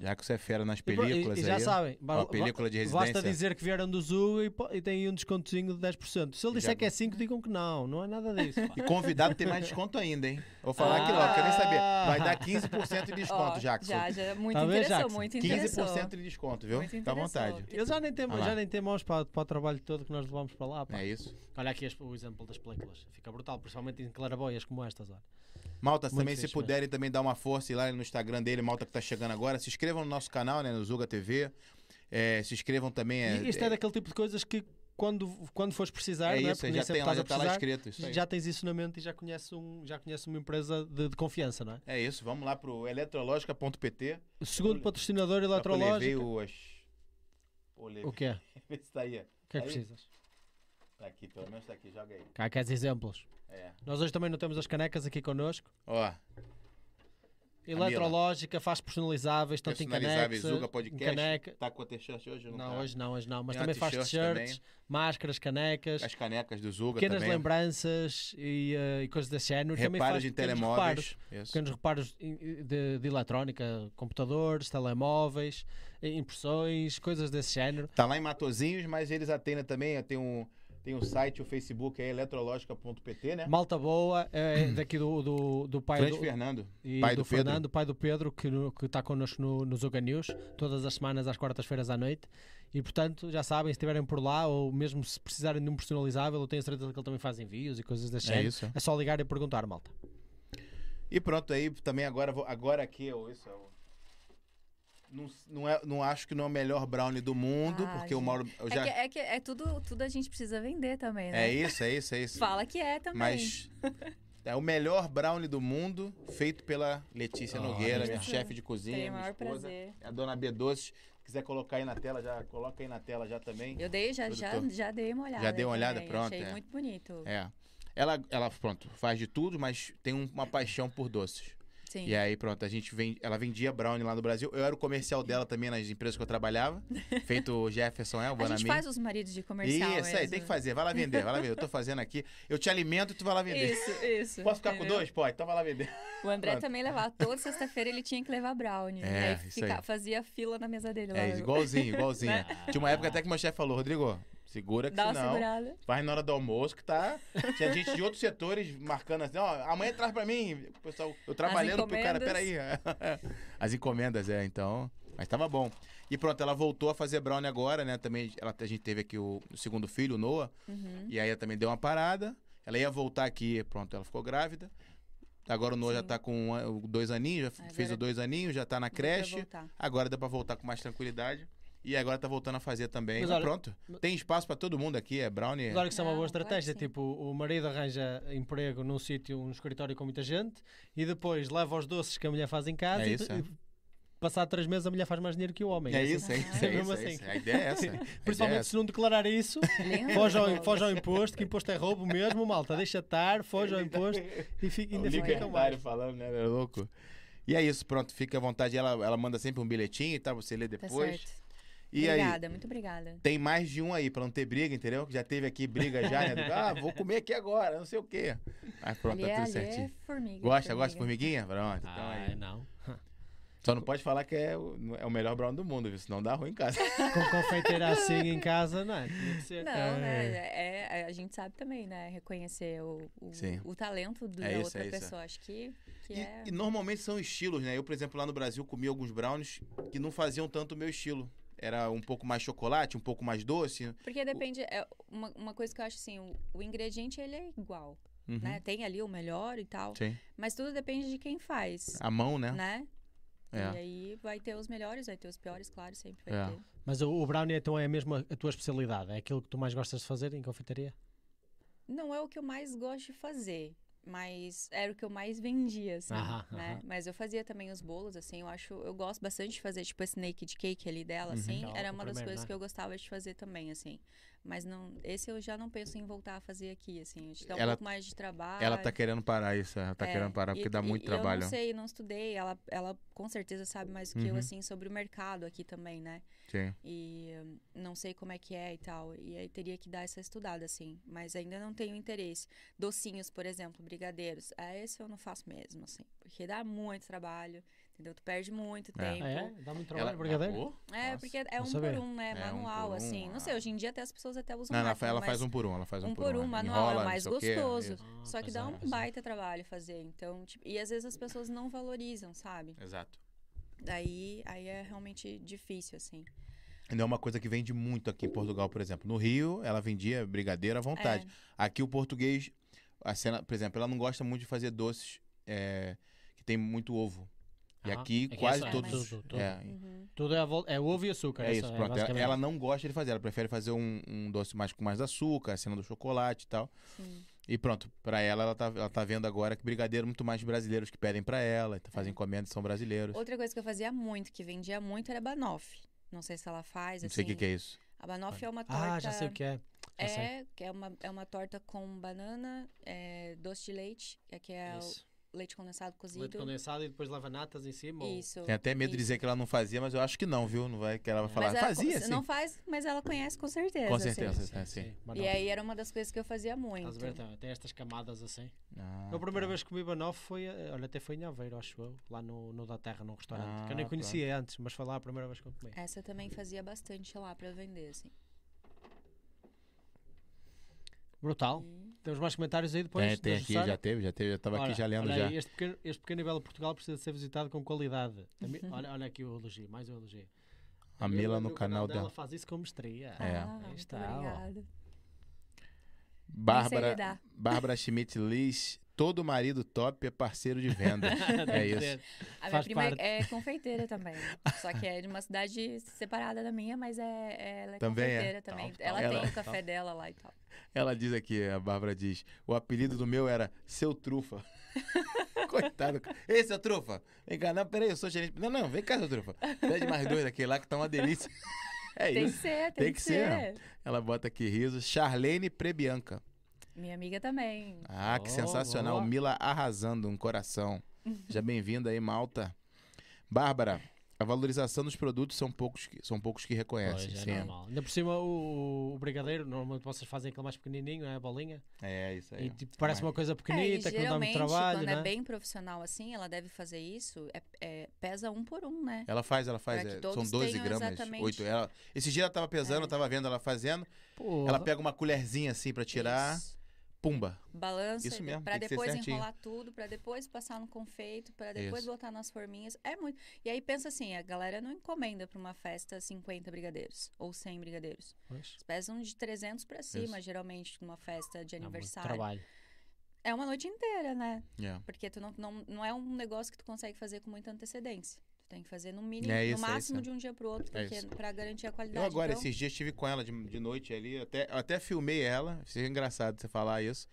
Já que você é fera nas
E pro- e-
películas
e, já
aí, é.
sabem,
ó,
ba-
película de
ba-
residência.
basta dizer que vieram do Zoo e, po- e tem um descontozinho de 10%. Se ele
Já-
disser que é 5, digam que não, não é nada disso. pá.
E convidado tem mais desconto ainda, hein? Vou falar aqui logo, quero nem saber.
Ah.
Vai dar 15% de desconto,
Ó,
Jackson.
Já, já. Muito
Tá vendo,
interessou,
Jackson?
muito interessou.
15% de desconto, viu?
Muito
Tá à
interessou.
vontade.
Ele já nem tem,
Ah lá.
já nem tem mãos para, para o trabalho todo que nós levamos para lá. pá.
É isso.
Olha aqui este- o exemplo das películas. Fica brutal, principalmente em claraboias como estas. Olha.
Malta,
Muito
também se
fixe, mano.
puderem também dar uma força ir lá no Instagram dele, Malta que tá chegando agora. Se inscrevam no nosso canal, né? No Zuga TV. É, se inscrevam também. É,
e isto é, daquele tipo de coisas que quando, quando fores precisar,
é
não
isso,
é? Porque
aí,
nem
já,
sempre
tem lá,
estás
já
a
tá lá
precisar,
escrito. Isso aí.
já tens isso na mente e já conheces, um, já conheces uma empresa de, de confiança, não é?
É isso, vamos lá pro eletrológica.pt.
O segundo patrocinador
Eu levei
eletrológico.
o. As... Pô, levei.
O que é? O
Vê se tá aí. ó.
que é que
Aí?
precisas?
Tá aqui, pelo menos tá aqui, joga aí.
Cá queres exemplos.
É.
Nós hoje também não temos as canecas aqui connosco.
Ó,
Eletrológica, faz personalizáveis, tanto em
personalizáveis,
canecas.
Zuga
em
Podcast.
caneca.
Tá com a t-shirt hoje ou não?
Não,
tá?
hoje não, hoje não. Mas
Tem uma
também faz
t-shirt
t-shirts, máscaras, canecas,
As canecas do Zuga
pequenas
também. é um-
lembranças e, eh, e coisas desse género. também
Reparos
faz
em
pequenos
telemóveis. Isso.
pequenos reparos em- de, de eletrónica, computadores, telemóveis, eh, impressões, coisas desse género.
Tá lá em Matozinhos, mas eles atendem também. Tem um, tem um site, o Facebook é eletrológica.pt, né?
Malta boa, eh, daqui do, do, do pai
Grande
do,
Fernando.
e
pai
do,
do Pedro.
Fernando, pai do Pedro, que no- que está connosco no, no Zuga News, todas as semanas às quartas-feiras à noite. E portanto, já sabem, se estiverem por lá, ou mesmo se precisarem de um personalizável, eu tenho certeza que ele também faz envios e coisas desse género.
isso.
É só ligar e perguntar, malta.
E pronto, aí também agora, vou- agora aqui é eu, isso, eu, não, não, é, não acho que não é o melhor brownie do mundo,
Ah,
porque o
gente.
Mauro. eu já-
É, que, é que é tudo, tudo a gente precisa vender também, né?
é isso, é isso, é isso.
Fala que é também.
Mas é o melhor brownie do mundo, feito pela Letícia
Oh,
Nogueira,
olha
minha
só.
chefe de
Tem
cozinha,
o
minha
maior
esposa,
prazer.
a dona B Doces. Se quiser colocar aí na tela, já coloca aí na tela já também.
Eu dei, já, já,
Produtor.
já dei uma olhada.
Já dei uma
aí
olhada,
também.
pronto,
Achei
é.
muito bonito.
É. Ela, ela, pronto, faz de tudo, mas tem um- uma paixão por doces.
Sim.
E é aí, pronto, a gente vem, ela vendia brownie lá no Brasil. Eu era o comercial dela também nas empresas que eu trabalhava. feito o Jefferson é, o
A gente
Bonamin.
faz os maridos de
Isso
comercial.
aí, tem que fazer. Vai lá vender, vai lá vender. Eu tô fazendo aqui. Eu te alimento, tu vai lá vender.
Isso, isso.
Posso ficar com
entendeu?
dois? Pode, então vai lá vender.
O André
Pronto.
também levava. Toda sexta-feira ele tinha que levar brownie.
É,
aí
isso
fica-
aí.
fazia fila na mesa dele lá.
É, igualzinho, igualzinho.
Né?
Tinha uma época até que meu chefe falou, Rodrigo, segura que
Dá uma
senão...
segurada.
Faz na hora do almoço que tá. Tinha gente de outros setores marcando assim, ó, amanhã traz pra mim. O pessoal, eu trabalhando pro cara,
encomendas.
peraí. As encomendas, é, então. Mas tava bom. E pronto, ela voltou a fazer brownie agora, né? Também ela, a gente teve aqui o, o segundo filho, o Noah.
Uhum.
E aí ela também deu uma parada. Ela ia voltar aqui, pronto, ela ficou grávida. Agora o Noah já
Sim. Ah,
tá com um an- dois aninhos, já
Agora
fez os dois aninhos, já tá na
Deu pra
creche.
voltar.
Agora dá pra voltar com mais tranquilidade. E agora tá voltando a fazer também.
Mas
E
olha-
pronto. Tem espaço pra todo mundo aqui, é brownie. é-
Claro que isso é uma
Não,
boa
claro que
estratégia.
sim.
Tipo, o marido arranja emprego num sítio, um escritório com muita gente e depois leva os doces que tá a mulher faz em casa
É
e,
isso,
e
é.
passado três meses a mulher faz mais dinheiro que o homem.
É isso,
Essa-
é isso, é
É mesmo
isso, é
assim.
isso. A ideia é essa. A ideia é
Principalmente
essa.
se não declarar isso,
Lindo.
foge ao, foge ao imposto, que imposto é roubo mesmo, malta. Deixa estar, foge ao imposto e fica,
O
ainda fica mais.
libertário falando, né? É louco. E é isso, pronto, fica à vontade. Ela, ela manda sempre um bilhetinho e tal, você lê
Tá
depois.
certo.
e aí,
obrigada, muito obrigada.
tem mais de um aí pra não ter briga, entendeu? Já teve aqui briga já, né? Do, ah, vou comer aqui agora, não sei o quê. Mas pronto,
Ali é,
tá tudo
ali é
certinho.
formiga.
Gosta, gosta de formiguinha? Pronto, então
Ah,
aí.
não.
Só não pode falar que é o, é o melhor brown do mundo, viu? Senão dá ruim em casa.
Com confeiteira assim em casa, não. Tinha que ser.
Não, né? é- é- a gente sabe também, né? Reconhecer o, o,
Sim.
o talento da
É isso,
outra
é isso, é.
pessoa. Acho que, que
E,
é.
e normalmente são estilos, né? Eu, por exemplo, lá no Brasil comi alguns brownies que não faziam tanto o meu estilo. Era um pouco mais chocolate, um pouco mais doce.
Porque depende. É uma, uma coisa que eu acho assim: o, o ingrediente ele é igual.
Uhum.
né? Tem ali o melhor e tal.
Sim.
Mas tudo depende de quem faz,
A mão, né?
né? E
É.
aí vai ter os melhores, vai ter os piores, claro, sempre vai
É.
ter.
Mas o, o brownie então é mesmo a, a tua especialidade, é aquilo que tu mais gostas de fazer em confeitaria?
Não é o que eu mais gosto de fazer, mas era o que eu mais vendia, assim,
Aham,
né?
aham.
Mas eu fazia também os bolos, assim, eu acho... Eu gosto bastante de fazer, tipo, esse naked cake ali dela,
Uhum.
assim.
É o-
Era
o
uma das
primeiro,
coisas
né?
que eu gostava de fazer também, assim. Mas não... Esse eu já não penso em voltar a fazer aqui, assim. Acho que dá um
Ela-
pouco mais de trabalho.
Ela tá querendo parar isso, ela tá
É,
querendo parar,
e-
porque dá
e-
muito
e Eu
trabalho.
não sei, não estudei. Ela, ela com certeza sabe mais do que eu,
Uhum.
assim, sobre o mercado aqui também, né?
Sim.
E hum, não sei como é que é e tal. E aí teria que dar essa estudada, assim. Mas ainda não tenho interesse. Docinhos, por exemplo, brigadeiros. Ah, esse eu não faço mesmo, assim. Porque dá muito trabalho. Entendeu? Tu perde muito
É.
tempo.
É, dá muito trabalho, brigadeiro.
acabou?
É,
Nossa.
porque é
não
um
sabia.
por um, né?
É, um
manual,
por um,
assim. Não sei,
ah.
hoje em dia até as pessoas até usam
Não, não,
máquina,
ela
mas
faz um por um, ela faz um,
é um por um,
né?
manual
Enrola,
é
não
mais
sei o quê,
gostoso.
isso.
Ah,
Só que
pois
dá
é,
um
pois é.
baita trabalho fazer. Então, tipo, e às vezes as pessoas não valorizam, sabe?
Exato.
Daí aí é realmente difícil, assim.
Não é uma coisa que vende muito aqui em Portugal, por exemplo. No Rio, ela vendia brigadeiro à vontade. Aqui o português, a cena, por exemplo, ela não gosta muito de fazer doces é, que tem muito ovo. E
Ah,
aqui
é que
quase
essa-
todos.
Tudo, tudo,
é,
É. Uhum.
tudo é, a vol- é ovo e açúcar.
é
essa-
isso, pronto. Ela,
basicamente.
ela não gosta de fazer, ela prefere fazer um, um doce mais com mais açúcar, a cena do chocolate e tal.
Sim.
E pronto, pra ela, ela tá, ela tá vendo agora que brigadeiro muito mais brasileiros que pedem pra ela, então fazem
É.
encomendas, são brasileiros.
Outra coisa que eu fazia muito, que vendia muito, era banoffee. Não sei se ela faz,
Não
assim.
sei o que, que é isso.
A banoffee é uma torta...
Ah, já sei o que é. Já sei.
É, que é uma, é uma torta com banana, é, doce de leite, é que é
Isso.
o leite condensado cozido.
Leite condensado é e depois lava natas em cima. ou-
Isso.
Tem até medo de
isso.
dizer que ela não fazia, mas eu acho que não, viu? Não vai que ela vai falar.
Mas ela
fazia,
co-
assim.
Não faz, mas ela conhece com certeza.
Com
assim.
certeza. Sim, sim.
Mas
E
não.
aí era uma das coisas que eu fazia muito.
Estás a ver? Tem- Tem estas camadas assim.
Ah,
a primeira
tá.
vez que comi banoffee foi, eh, olha, até foi em Aveiro, acho eu, lá no, no da Terra, num restaurante, que eu nem
Ah,
conhecia antes, mas foi lá a primeira vez que eu comi.
Essa eu também fazia bastante lá pra vender, assim.
Brutal. Temos mais comentários aí depois?
Tem, tem
Deixa
aqui,
eu
já
usar.
teve, já teve, já tava
Olha,
aqui já lendo
olha
já.
aí, este, pequeno, este pequeno e belo Portugal precisa de ser visitado com qualidade. A Mi- olha, olha aqui o elogio, mais um elogio.
A Mila no canal
dela.
dela.
faz isso com mestria.
É.
Ah,
Aí
muito
está, ó.
obrigada.
Bárbara,
lidar.
Bárbara Schmidt Liz, todo marido top é parceiro de venda.
Tá
é isso.
A minha
Faz
prima é-
parte.
é confeiteira também. né? Só que é de uma cidade separada da minha, mas é, ela é
Também é.
confeiteira também.
Tal,
ela
tal,
tem
tal,
o café dela lá e tal.
Ela diz aqui, a Bárbara diz, o apelido do meu era Seu Trufa. Coitado. Ei, Seu Trufa, vem cá. Não, peraí, eu sou gerente. Não, não, vem cá, Seu Trufa. Pede mais dois daquele lá que tá uma delícia. É
tem que
isso.
ser, tem,
Tem que ser. Ela bota aqui riso. Charlene Prebianca.
Minha amiga também.
Ah, que
Boa,
sensacional.
boa.
Mila arrasando um coração. Já bem-vinda aí, Malta. Bárbara, a valorização dos produtos são poucos que, são poucos que reconhecem.
Pois,
assim, sim.
é normal. Ainda por cima, o, o brigadeiro, normalmente vocês fazem aquele mais pequenininho, não é? A bolinha.
É, isso aí.
E tipo, parece uma coisa
É, e
pequenita, que não dá muito
geralmente,
trabalho,
quando
né?
é bem profissional assim, ela deve fazer isso, é- é- pesa um por um, né?
Ela faz, ela faz.
Pra que
é, são
todos
12
tenham
gramas.
exatamente- É.
oito. Ela, esse dia ela tava pesando, eu tava vendo ela fazendo.
Porra.
Ela pega uma colherzinha assim pra tirar.
Isso.
Pumba.
Balança
Isso mesmo,
para
tem que ser
depois
certinho.
enrolar tudo, para depois passar no confeito, para depois
Isso.
botar nas forminhas. É muito. E aí pensa assim, a galera não encomenda para uma festa 50 brigadeiros ou 100 brigadeiros.
Pois.
Eles pesam de 300 para cima, geralmente, numa festa de
É
Dá muito
aniversário.
trabalho.
É uma noite inteira, né?
Yeah.
Porque tu não, não, não é um negócio que tu consegue fazer com muita antecedência. Tu tem que fazer no mínimo,
É isso,
no
é
máximo
isso.
de um dia pro outro,
É
porque
isso.
para garantir a
Eu
qualidade.
agora,
então,
esses dias, estive com ela de, de noite ali, até, eu até filmei ela, seria engraçado você falar isso,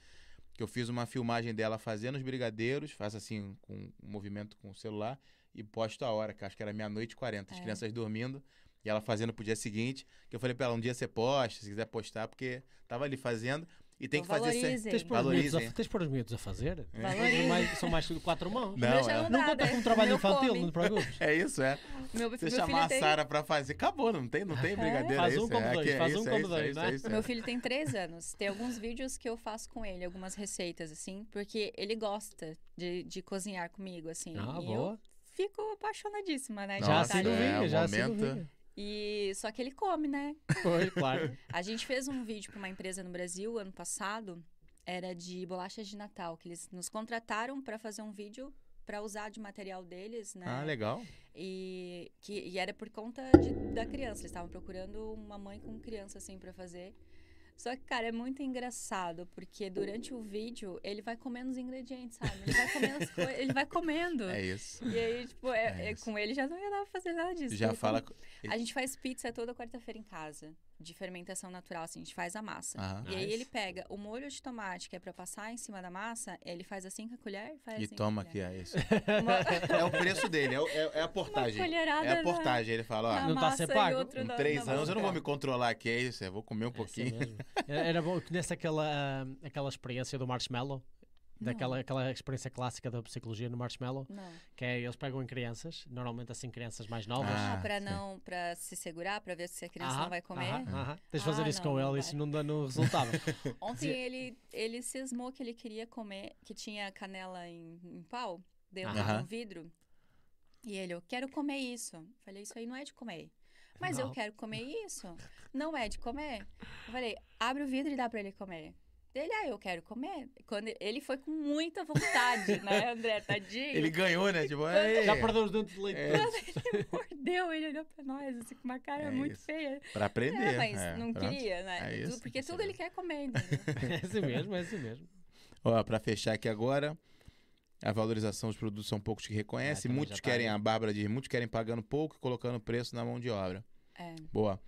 que eu fiz uma filmagem dela fazendo os brigadeiros, faço assim, com um movimento com o celular, e posto a hora, que acho que era meia-noite e quarenta, as
É.
crianças dormindo, e ela fazendo pro dia seguinte, que eu falei pra ela, um dia você posta, se quiser postar, porque tava ali fazendo, e tem
então
que fazer... cer-
valorizem.
Tens de pôr os miúdos a-
Valorizem.
tens de pôr os miúdos a
É.
fazer?
Valorizem.
São mais- São mais de quatro mãos.
Não,
meu já
é-
não,
Não
dá,
conta
né?
como trabalho
Meu
infantil,
come.
não te preocupes.
É isso, é.
Meu, meu
Você
filho
chamar
tem
a Sara pra fazer, acabou, não tem, não tem brincadeira,
Faz
é
um
isso,
como
é,
dois,
aqui, é
faz um
isso, é
como
isso, é
dois,
isso,
né?
é isso, é
Meu
isso.
filho tem três anos. Tem alguns vídeos que eu faço com ele, algumas receitas, assim, porque ele gosta de, de cozinhar comigo, assim.
Ah,
e
boa.
eu fico apaixonadíssima, né? de
Já
Nossa,
assim
vontade.
é,
duvido,
o
já assim
momento-
duvido.
E só que ele come, né?
Pois, claro.
A gente fez um vídeo para uma empresa no Brasil ano passado, era de bolachas de Natal, que eles nos contrataram para fazer um vídeo para usar de material deles, né?
Ah, legal.
E, que, e era por conta de- da criança. Eles estavam procurando uma mãe com criança, assim, pra fazer. Só que, cara, é muito engraçado, porque durante o vídeo ele vai comendo os ingredientes, sabe? Ele vai comendo as coisas, ele vai comendo.
É isso.
E aí, tipo, é-
É
é-
isso.
com ele já não ia dar pra fazer nada disso.
Já
Ele
fala...
come- A gente faz pizza toda quarta-feira em casa, de fermentação natural, assim, a gente faz a massa.
Aham.
E aí
Nice.
ele pega o molho de tomate, que é pra passar em cima da massa, ele faz assim com a colher e faz
E
assim com a
toma aqui,
colher.
é isso.
Uma-
É o preço dele, é, o- é- é a portagem.
colherada
É a
na-
portagem. Ele fala,
na
ó,
Não tá a
massa
ser
e
pago?
outro tá
com
na-
três
na
anos eu não vou
massa.
me controlar aqui, é isso. Eu vou comer um
assim
Essa
pouquinho.
mesmo. Era era bom, conhece aquela, hum, aquela experiência do marshmallow? Daquela aquela experiência clássica da psicologia no marshmallow,
Não.
que é eles pegam em crianças, normalmente assim crianças mais novas.
Ah,
Ah, pra
sim.
não, pra se segurar, pra ver se a criança
Aham,
não vai comer.
aham, aham. Tens de
Ah,
fazer isso
não,
com
não
ele,
vai.
isso não, dá- não resultava.
Ontem
Dizer-
ele, ele cismou que ele queria comer, que tinha canela em, em pau, dentro
Aham.
de um vidro. E ele, eu quero comer isso. Falei, isso aí não é de comer. Mas eu
Não.
quero comer isso. Não é de comer. Eu falei, abre o vidro e dá pra ele comer. Ele, ah, eu quero comer. Quando ele foi com muita vontade, né, André? Tadinho.
Ele ganhou, né? Tipo, "Ei".
Já perdeu os dentes de leite.
É.
todos.
Quando ele mordeu, ele olhou pra nós, assim, com uma cara
É
muito
isso.
feia.
Pra aprender.
É, mas
é,
não
pronto.
queria, né?
É
Tudo-
isso,
porque
isso
tudo ele quer comer, entendeu?
É assim mesmo, é assim mesmo.
Ó, pra fechar aqui agora, a valorização dos produtos são poucos que
É,
Ah,
reconhecem.
também
muitos
já tá
querem,
aí.
a Bárbara diz, muitos querem pagando pouco e colocando preço na mão de obra.
É.
Boa.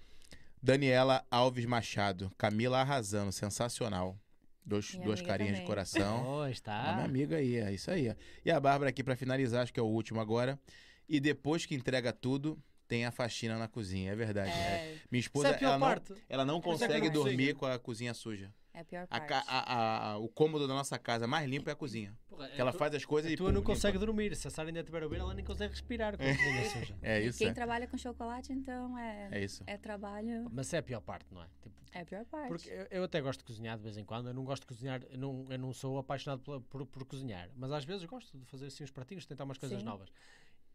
Daniela Alves Machado. Camila arrasando, sensacional. Dois,
Minha
duas
amiga
carinhas de
também.
coração.
Oh,
É
Ah.
minha
está.
amiga aí, é isso aí. ó. E a Bárbara aqui pra finalizar, acho que é o último agora. E depois que entrega tudo, tem a faxina na cozinha, é verdade. né?
É,
Minha
Isso
esposa,
é a pior
ela, não,
parte.
ela não
Mas é que eu
consegue
não
dormir
consigo.
com a cozinha suja.
é a pior
A
parte.
ca- a- a- o cômodo da nossa casa mais limpo é a cozinha.
Porra,
Que ela
tu- é
faz as coisas e.
Tu
pum,
não
limpa.
consegue dormir. Se a Sara ainda estiver a ouvir, ela nem consegue respirar com a cozinha suja.
É isso.
Quem
É,
trabalha com chocolate, então, é,
é isso.
é trabalho.
Mas essa é a pior parte, não é? Tipo,
É a pior parte.
Porque eu, eu até gosto de cozinhar de vez em quando. Eu não gosto de cozinhar, eu não, eu não sou apaixonado pela- por, por cozinhar. Mas às vezes gosto de fazer assim uns pratinhos, tentar umas coisas
Sim.
novas.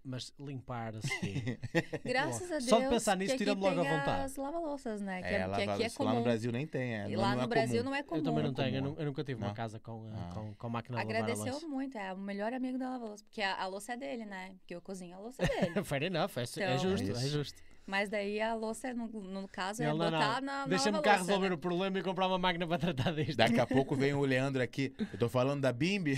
Mas limpar assim.
Graças a Deus.
Só de pensar nisso,
que aqui
tira-me logo a
tem
vontade.
As lava-louças, né? Que,
É,
é, que
lavar
aqui é
isso lá no
comum.
Brasil nem tem. É,
E
não-
lá
não
no
é
Brasil
comum.
não é comum.
eu também não
É
tenho, eu,
comum.
nu- eu nunca tive
Não.
uma casa com, ah,
Ah.
com, com máquina de lavar a
Agradeceu
louça.
muito, é o melhor amigo da lava-louça. Porque a, a louça é dele, né? Porque eu cozinho a louça é dele.
Fair enough, é, é
Então-
justo,
É
é,
isso.
justo.
Mas daí a louça, no, no caso, é
Ele, não, não,
botar na, na
Deixa-me
lava-louça,
cá resolver
né?
o problema e comprar uma máquina para tratar disto.
Daqui a pouco vem o Leandro aqui. Eu tô falando da Bimbi.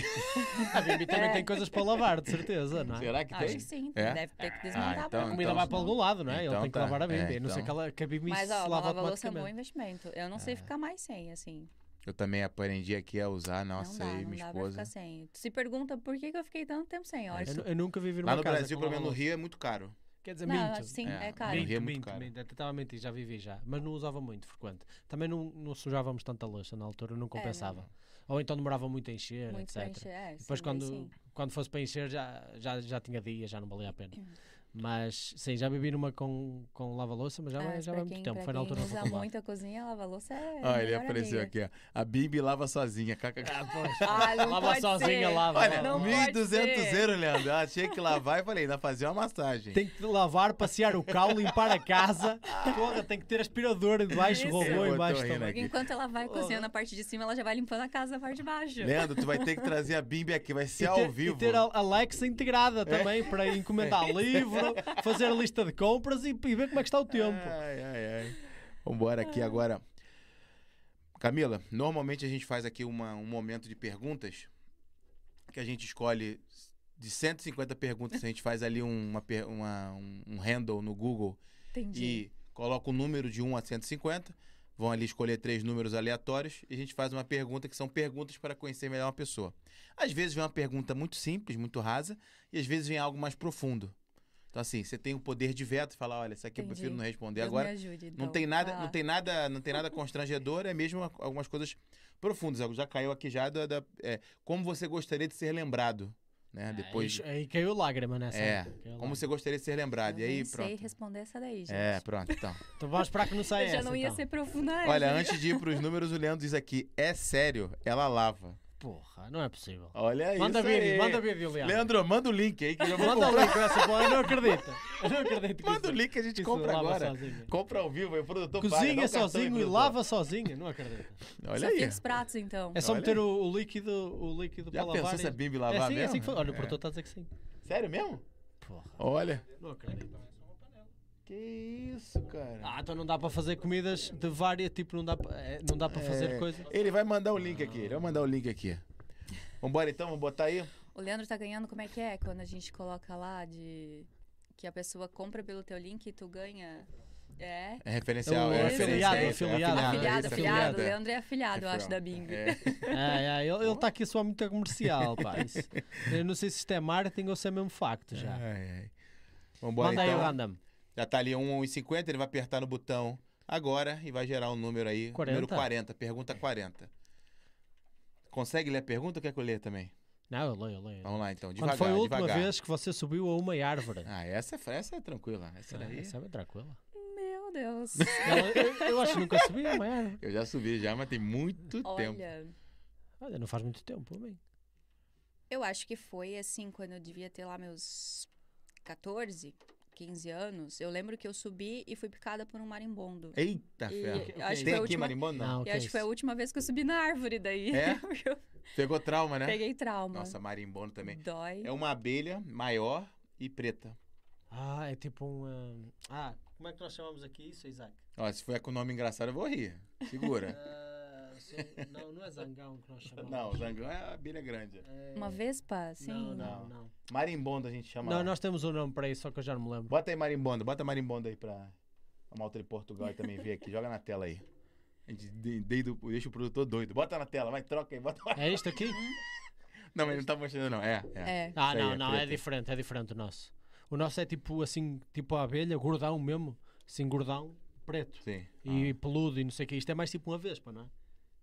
A Bibi também
É.
tem coisas para lavar, de certeza,
Ah.
não é?
Será que
Acho
tem?
que sim,
É?
deve ter que desmontar.
então-
pra
A
comer.
comida vai para algum lado, não é? Ele
então
tem que
tá.
lavar a Bibi.
É,
a não ser que,
então.
ela, que a Bibi
Mas,
se
ó,
lava
lava-louça é um bom
automaticamente.
investimento. Eu não
É.
sei ficar mais sem, assim.
Eu também aprendi aqui a usar. Nossa,
não dá,
e
não
minha
dá pra
esposa.
ficar sem. Tu se pergunta por que, que eu fiquei tanto tempo sem. Olha,
É,
Eu, nu- eu nunca vivi numa
Lá no
casa
Brasil,
com
pelo menos no
lava-louça.
Rio, é muito caro.
Quer dizer,
não,
minto.
sim,
É,
é, caro.
no Rio é
Minto,
muito
minto,
caro.
minto. Até estava a mentir, já vivi já. Mas não usava muito, frequente. Também não, não sujávamos tanta louça na altura, não compensava. Ou então demorava muito a encher,
É, Muito
etc.
pra encher, é, sim,
Depois,
daí
quando,
sim.
quando fosse para encher, já, já, já tinha dia, já não valia a pena. Mas sim, já vivi numa com, com lava-louça, mas já,
Ah,
vai-
mas
já
pra
vai muito
quem-
tempo.
pra
Foi na
quem
altura do
usa
faculdade.
muito a cozinha, lava a louça é.
Ah,
a
ele
melhor
apareceu
amiga.
aqui, ó. A Bimbi lava sozinha. kkk.
Ah, pois.
Ah, não
Lava
pode
sozinha,
ser.
lava.
Olha,
Não pode
1.200
ser.
euros, Leandro. Eu achei que lavar e falei, ainda fazer uma massagem.
Tem que lavar, passear o cal, limpar a casa. Porra, tem que ter aspirador embaixo,
Isso.
robô
Eu é tô
embaixo
rindo
também.
aqui.
Enquanto ela vai cozinhando a parte de cima, ela já vai limpando a casa da parte de baixo.
Leandro, tu vai ter que trazer a Bimbi aqui, vai ser
e
é ao
ter,
vivo.
E ter a Alexa integrada também para encomendar livro, fazer a lista de compras e, e ver como é que está o tempo.
Ai, ai, ai. Vambora aqui agora. Camila, normalmente a gente faz aqui uma- um momento de perguntas que a gente escolhe de 150 perguntas, a gente faz ali uma per- uma- um, um handle no Google
Entendi.
e coloca o número de 1 a 150. Vão ali escolher três números aleatórios e a gente faz uma pergunta que são perguntas para conhecer melhor uma pessoa. Às vezes vem uma pergunta muito simples, muito rasa, e às vezes vem algo mais profundo. Então, assim, você tem o poder de veto e falar: olha, isso aqui eu
Entendi.
prefiro não responder
Deus
agora.
me ajude,
Não
então.
tem nada,
Vai
não
lá.
tem nada, não tem nada constrangedor, é mesmo a- algumas coisas profundas. Algo Já caiu aqui já da, da- é, como você gostaria de ser lembrado,
Ah,
né? Depois,
Aí, aí caiu lágrima nessa.
É,
Caiu
como
lágrima.
você gostaria de ser lembrado?
Eu
E aí,
nem sei
pronto.
responder essa daí, gente.
É, pronto, então.
Então vamos esperar que não saia
Eu já
essa,
não ia
então.
ser profunda essa.
Olha, antes de ir pros números, o Leandro diz aqui, é sério, ela lava.
Porra, não é possível.
Olha
manda
isso
vídeo,
aí.
manda vídeo, Leandro.
Leandro, manda o link aí que eu já vou
Manda o
comprar.
link essa porra, eu não acredito. Eu não acredito que
Manda o
isso-
link que a gente
que isso
compra
lava
agora.
sozinho.
Compra ao vivo, aí o produtor paga, dá
Cozinha
o cartão aí,
sozinho e
produtor.
lava sozinho, não acredito.
Olha
Só
aí.
fica os pratos, então.
É só
Olha
meter
aí.
o, o líquido, o líquido
Já
para
pensou
lavar.
se a
e...
Bibi
é
lavar
assim, é
mesmo?
assim que foi. Olha, o
É.
produtor está a dizer que sim.
Sério mesmo?
Porra,
Olha.
não acredito.
Que isso, cara.
Ah, então não dá para fazer comidas de várias, tipo, não dá, pa- é, não dá para fazer
É,
coisa.
Ele vai mandar o link aqui, ele vai mandar o link aqui. Vambora então, vamos botar aí.
O Leandro tá ganhando, como é que é? Quando a gente coloca lá de. Que a pessoa compra pelo teu link e tu ganha. É.
É referencial,
É
é
o
referencial.
afiliado,
é
afiliado.
afiliado,
Ah,
afiliado,
isso,
afiliado.
é.
O Leandro é afiliado, eu acho,
Afiliado.
da Bing.
É.
Ai, ai, ele está aqui a soar muito a comercial, pá. Isso. Eu não sei se isto é marketing ou se é mesmo facto já.
Ai, ai. Vambora
Manda aí o
então.
random.
Já tá ali 1,50, ele vai apertar no botão agora e vai gerar um número aí.
40.
Número 40, pergunta 40. Consegue ler a pergunta ou quer que eu leia também?
Não, eu leio, eu leio.
Vamos lá então,
Quando
devagar,
foi a última
devagar.
vez que você subiu a uma árvore?
Ah, essa, é- essa é tranquila. Essa
Ah,
daí.
essa é bem tranquila.
Meu Deus.
Eu, eu- eu acho que nunca subi a uma árvore.
Eu já subi já, mas tem muito tempo.
Olha,
Olha, não faz muito tempo, bem.
eu acho que foi assim, quando eu devia ter lá meus 14, 15 anos, eu lembro que eu subi e fui picada por um marimbondo.
Eita,
E
ferro.
eu acho que
Tem
foi a
aqui
última-
marimbondo? Não.
Não,
E
que
acho
é
que foi a
isso.
última vez que eu subi na árvore daí.
É?
Porque eu
Pegou trauma, né?
peguei trauma.
Nossa, marimbondo também.
Dói.
É uma abelha maior e preta.
Ah, é tipo um. hum, Ah, como é que nós chamamos aqui isso, Isaac?
Ó, se for com nome engraçado, eu vou rir. Segura.
Ah, sou- não, não é zangão que nós chamamos.
Não, zangão é abelha grande.
É-
Uma vespa, assim? sim.
Não.
Não, não, não.
Marimbondo a gente chama.
Não,
lá.
nós temos um nome para isso, só que eu já não me lembro.
Bota aí marimbondo, bota marimbondo aí pra a malta de Portugal e também ver aqui. Joga na tela aí. A gente de- deita o- deixa o produtor doido. Bota na tela, vai, troca aí, bota.
É isto aqui?
Não, mas não tá mostrando, não. É, é.
É.
Ah,
Isso aí,
não,
é
não, é
preto.
diferente, é diferente o nosso. O nosso é tipo assim, tipo a abelha, gordão mesmo, assim, gordão, preto
Sim.
e peludo e não sei o que. Isto é mais tipo uma vespa, não é?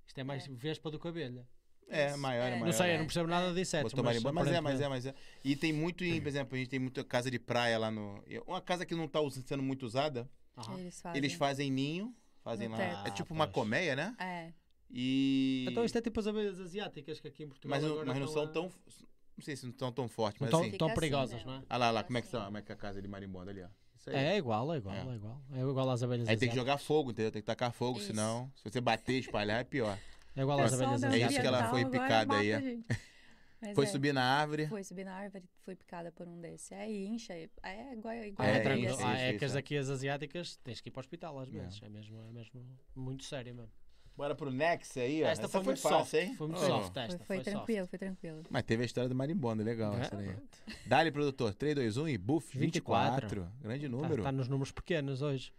Isto é mais vespa do que abelha.
É, maior, é
É.
maior.
não sei, eu
é.
não percebo nada de insetos.
Botou
mas
marimbondo, mas é, mas é,
aparentemente-
mas é. E tem muito, em, por exemplo, a gente tem muita casa de praia lá no. Uma casa que não tá us- sendo muito usada,
Aham.
Eles fazem.
eles fazem ninho, fazem
No
lá.
teto.
É tipo
Ah,
uma
pois.
colmeia, né?
É.
E.
Então isto é tipo as abelhas asiáticas que aqui em
um
Portugal Então,
mas, não,
agora
mas não
estão
são
a-
tão. Não sei se não estão tão fortes,
não
mas
tão,
assim.
tão
Fica assim
perigosas,
mesmo.
não é?
Olha lá, lá, como é que são? Como é que é a casa de marimbondo ali, ó. Isso aí.
É, é igual, é igual,
É.
é igual. É igual às abelhas
Aí tem que
asiáticas.
jogar fogo, entendeu? Tem que tacar fogo,
Isso.
senão. Se você bater, espalhar, é pior.
É igual às
Pessoal
abelhas
da
É isso que
asiáticas.
ela
ambiental
foi
agora
picada aí,
mata a
é.
gente. Mas
Foi
é.
subir na árvore.
Foi subir na árvore, fui picada por um desse. É incha, é, é igual, igual
Ah, é,
É,
tranquilo.
isso,
Ah,
isso,
é que
isso,
as
é.
aqui as asiáticas tens que ir para o hospital às
É.
vezes. É, mesmo, é mesmo muito sério mesmo.
Bora pro Nex aí, ó.
Esta
Essa
foi muito
fácil,
soft,
hein? Oh.
foi muito
Ô.
soft esta, foi
foi, foi
soft. Tá,
tranquilo, foi tranquilo.
Mas teve a história do marimbondo, legal essa daí. é
Está
Dali, produtor, 3, 2, 1 e buff 24.
24.
Grande número.
tá nos números pequenos hoje.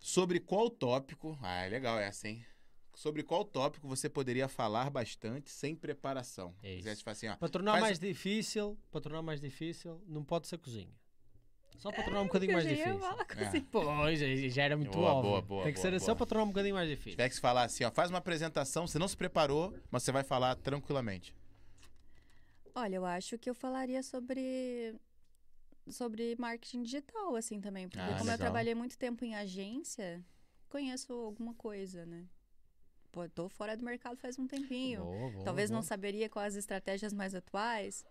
Sobre qual tópico... Ah, é legal essa, hein? Sobre qual tópico você poderia falar bastante sem preparação?
É isso.
Quisesse falar assim, ó...
Para tornar
Faz-
mais difícil, para tornar mais difícil, não pode ser cozinha. Só para tornar um bocadinho mais difícil.
É. Se
Pois, aí já era muito
Boa,
óbvio.
boa, boa,
Tem que
boa, boa.
ser só para tornar um bocadinho mais difícil.
tivesse que falar assim, ó... Faz uma apresentação, você não se preparou, mas você vai falar tranquilamente.
Olha, eu acho que eu falaria sobre sobre marketing digital assim também, porque
Ah,
como
legal.
eu trabalhei muito tempo em agência, conheço alguma coisa, né? Pô, tô fora do mercado faz um tempinho.
Boa, boa,
Talvez
boa.
não saberia quais as estratégias mais atuais.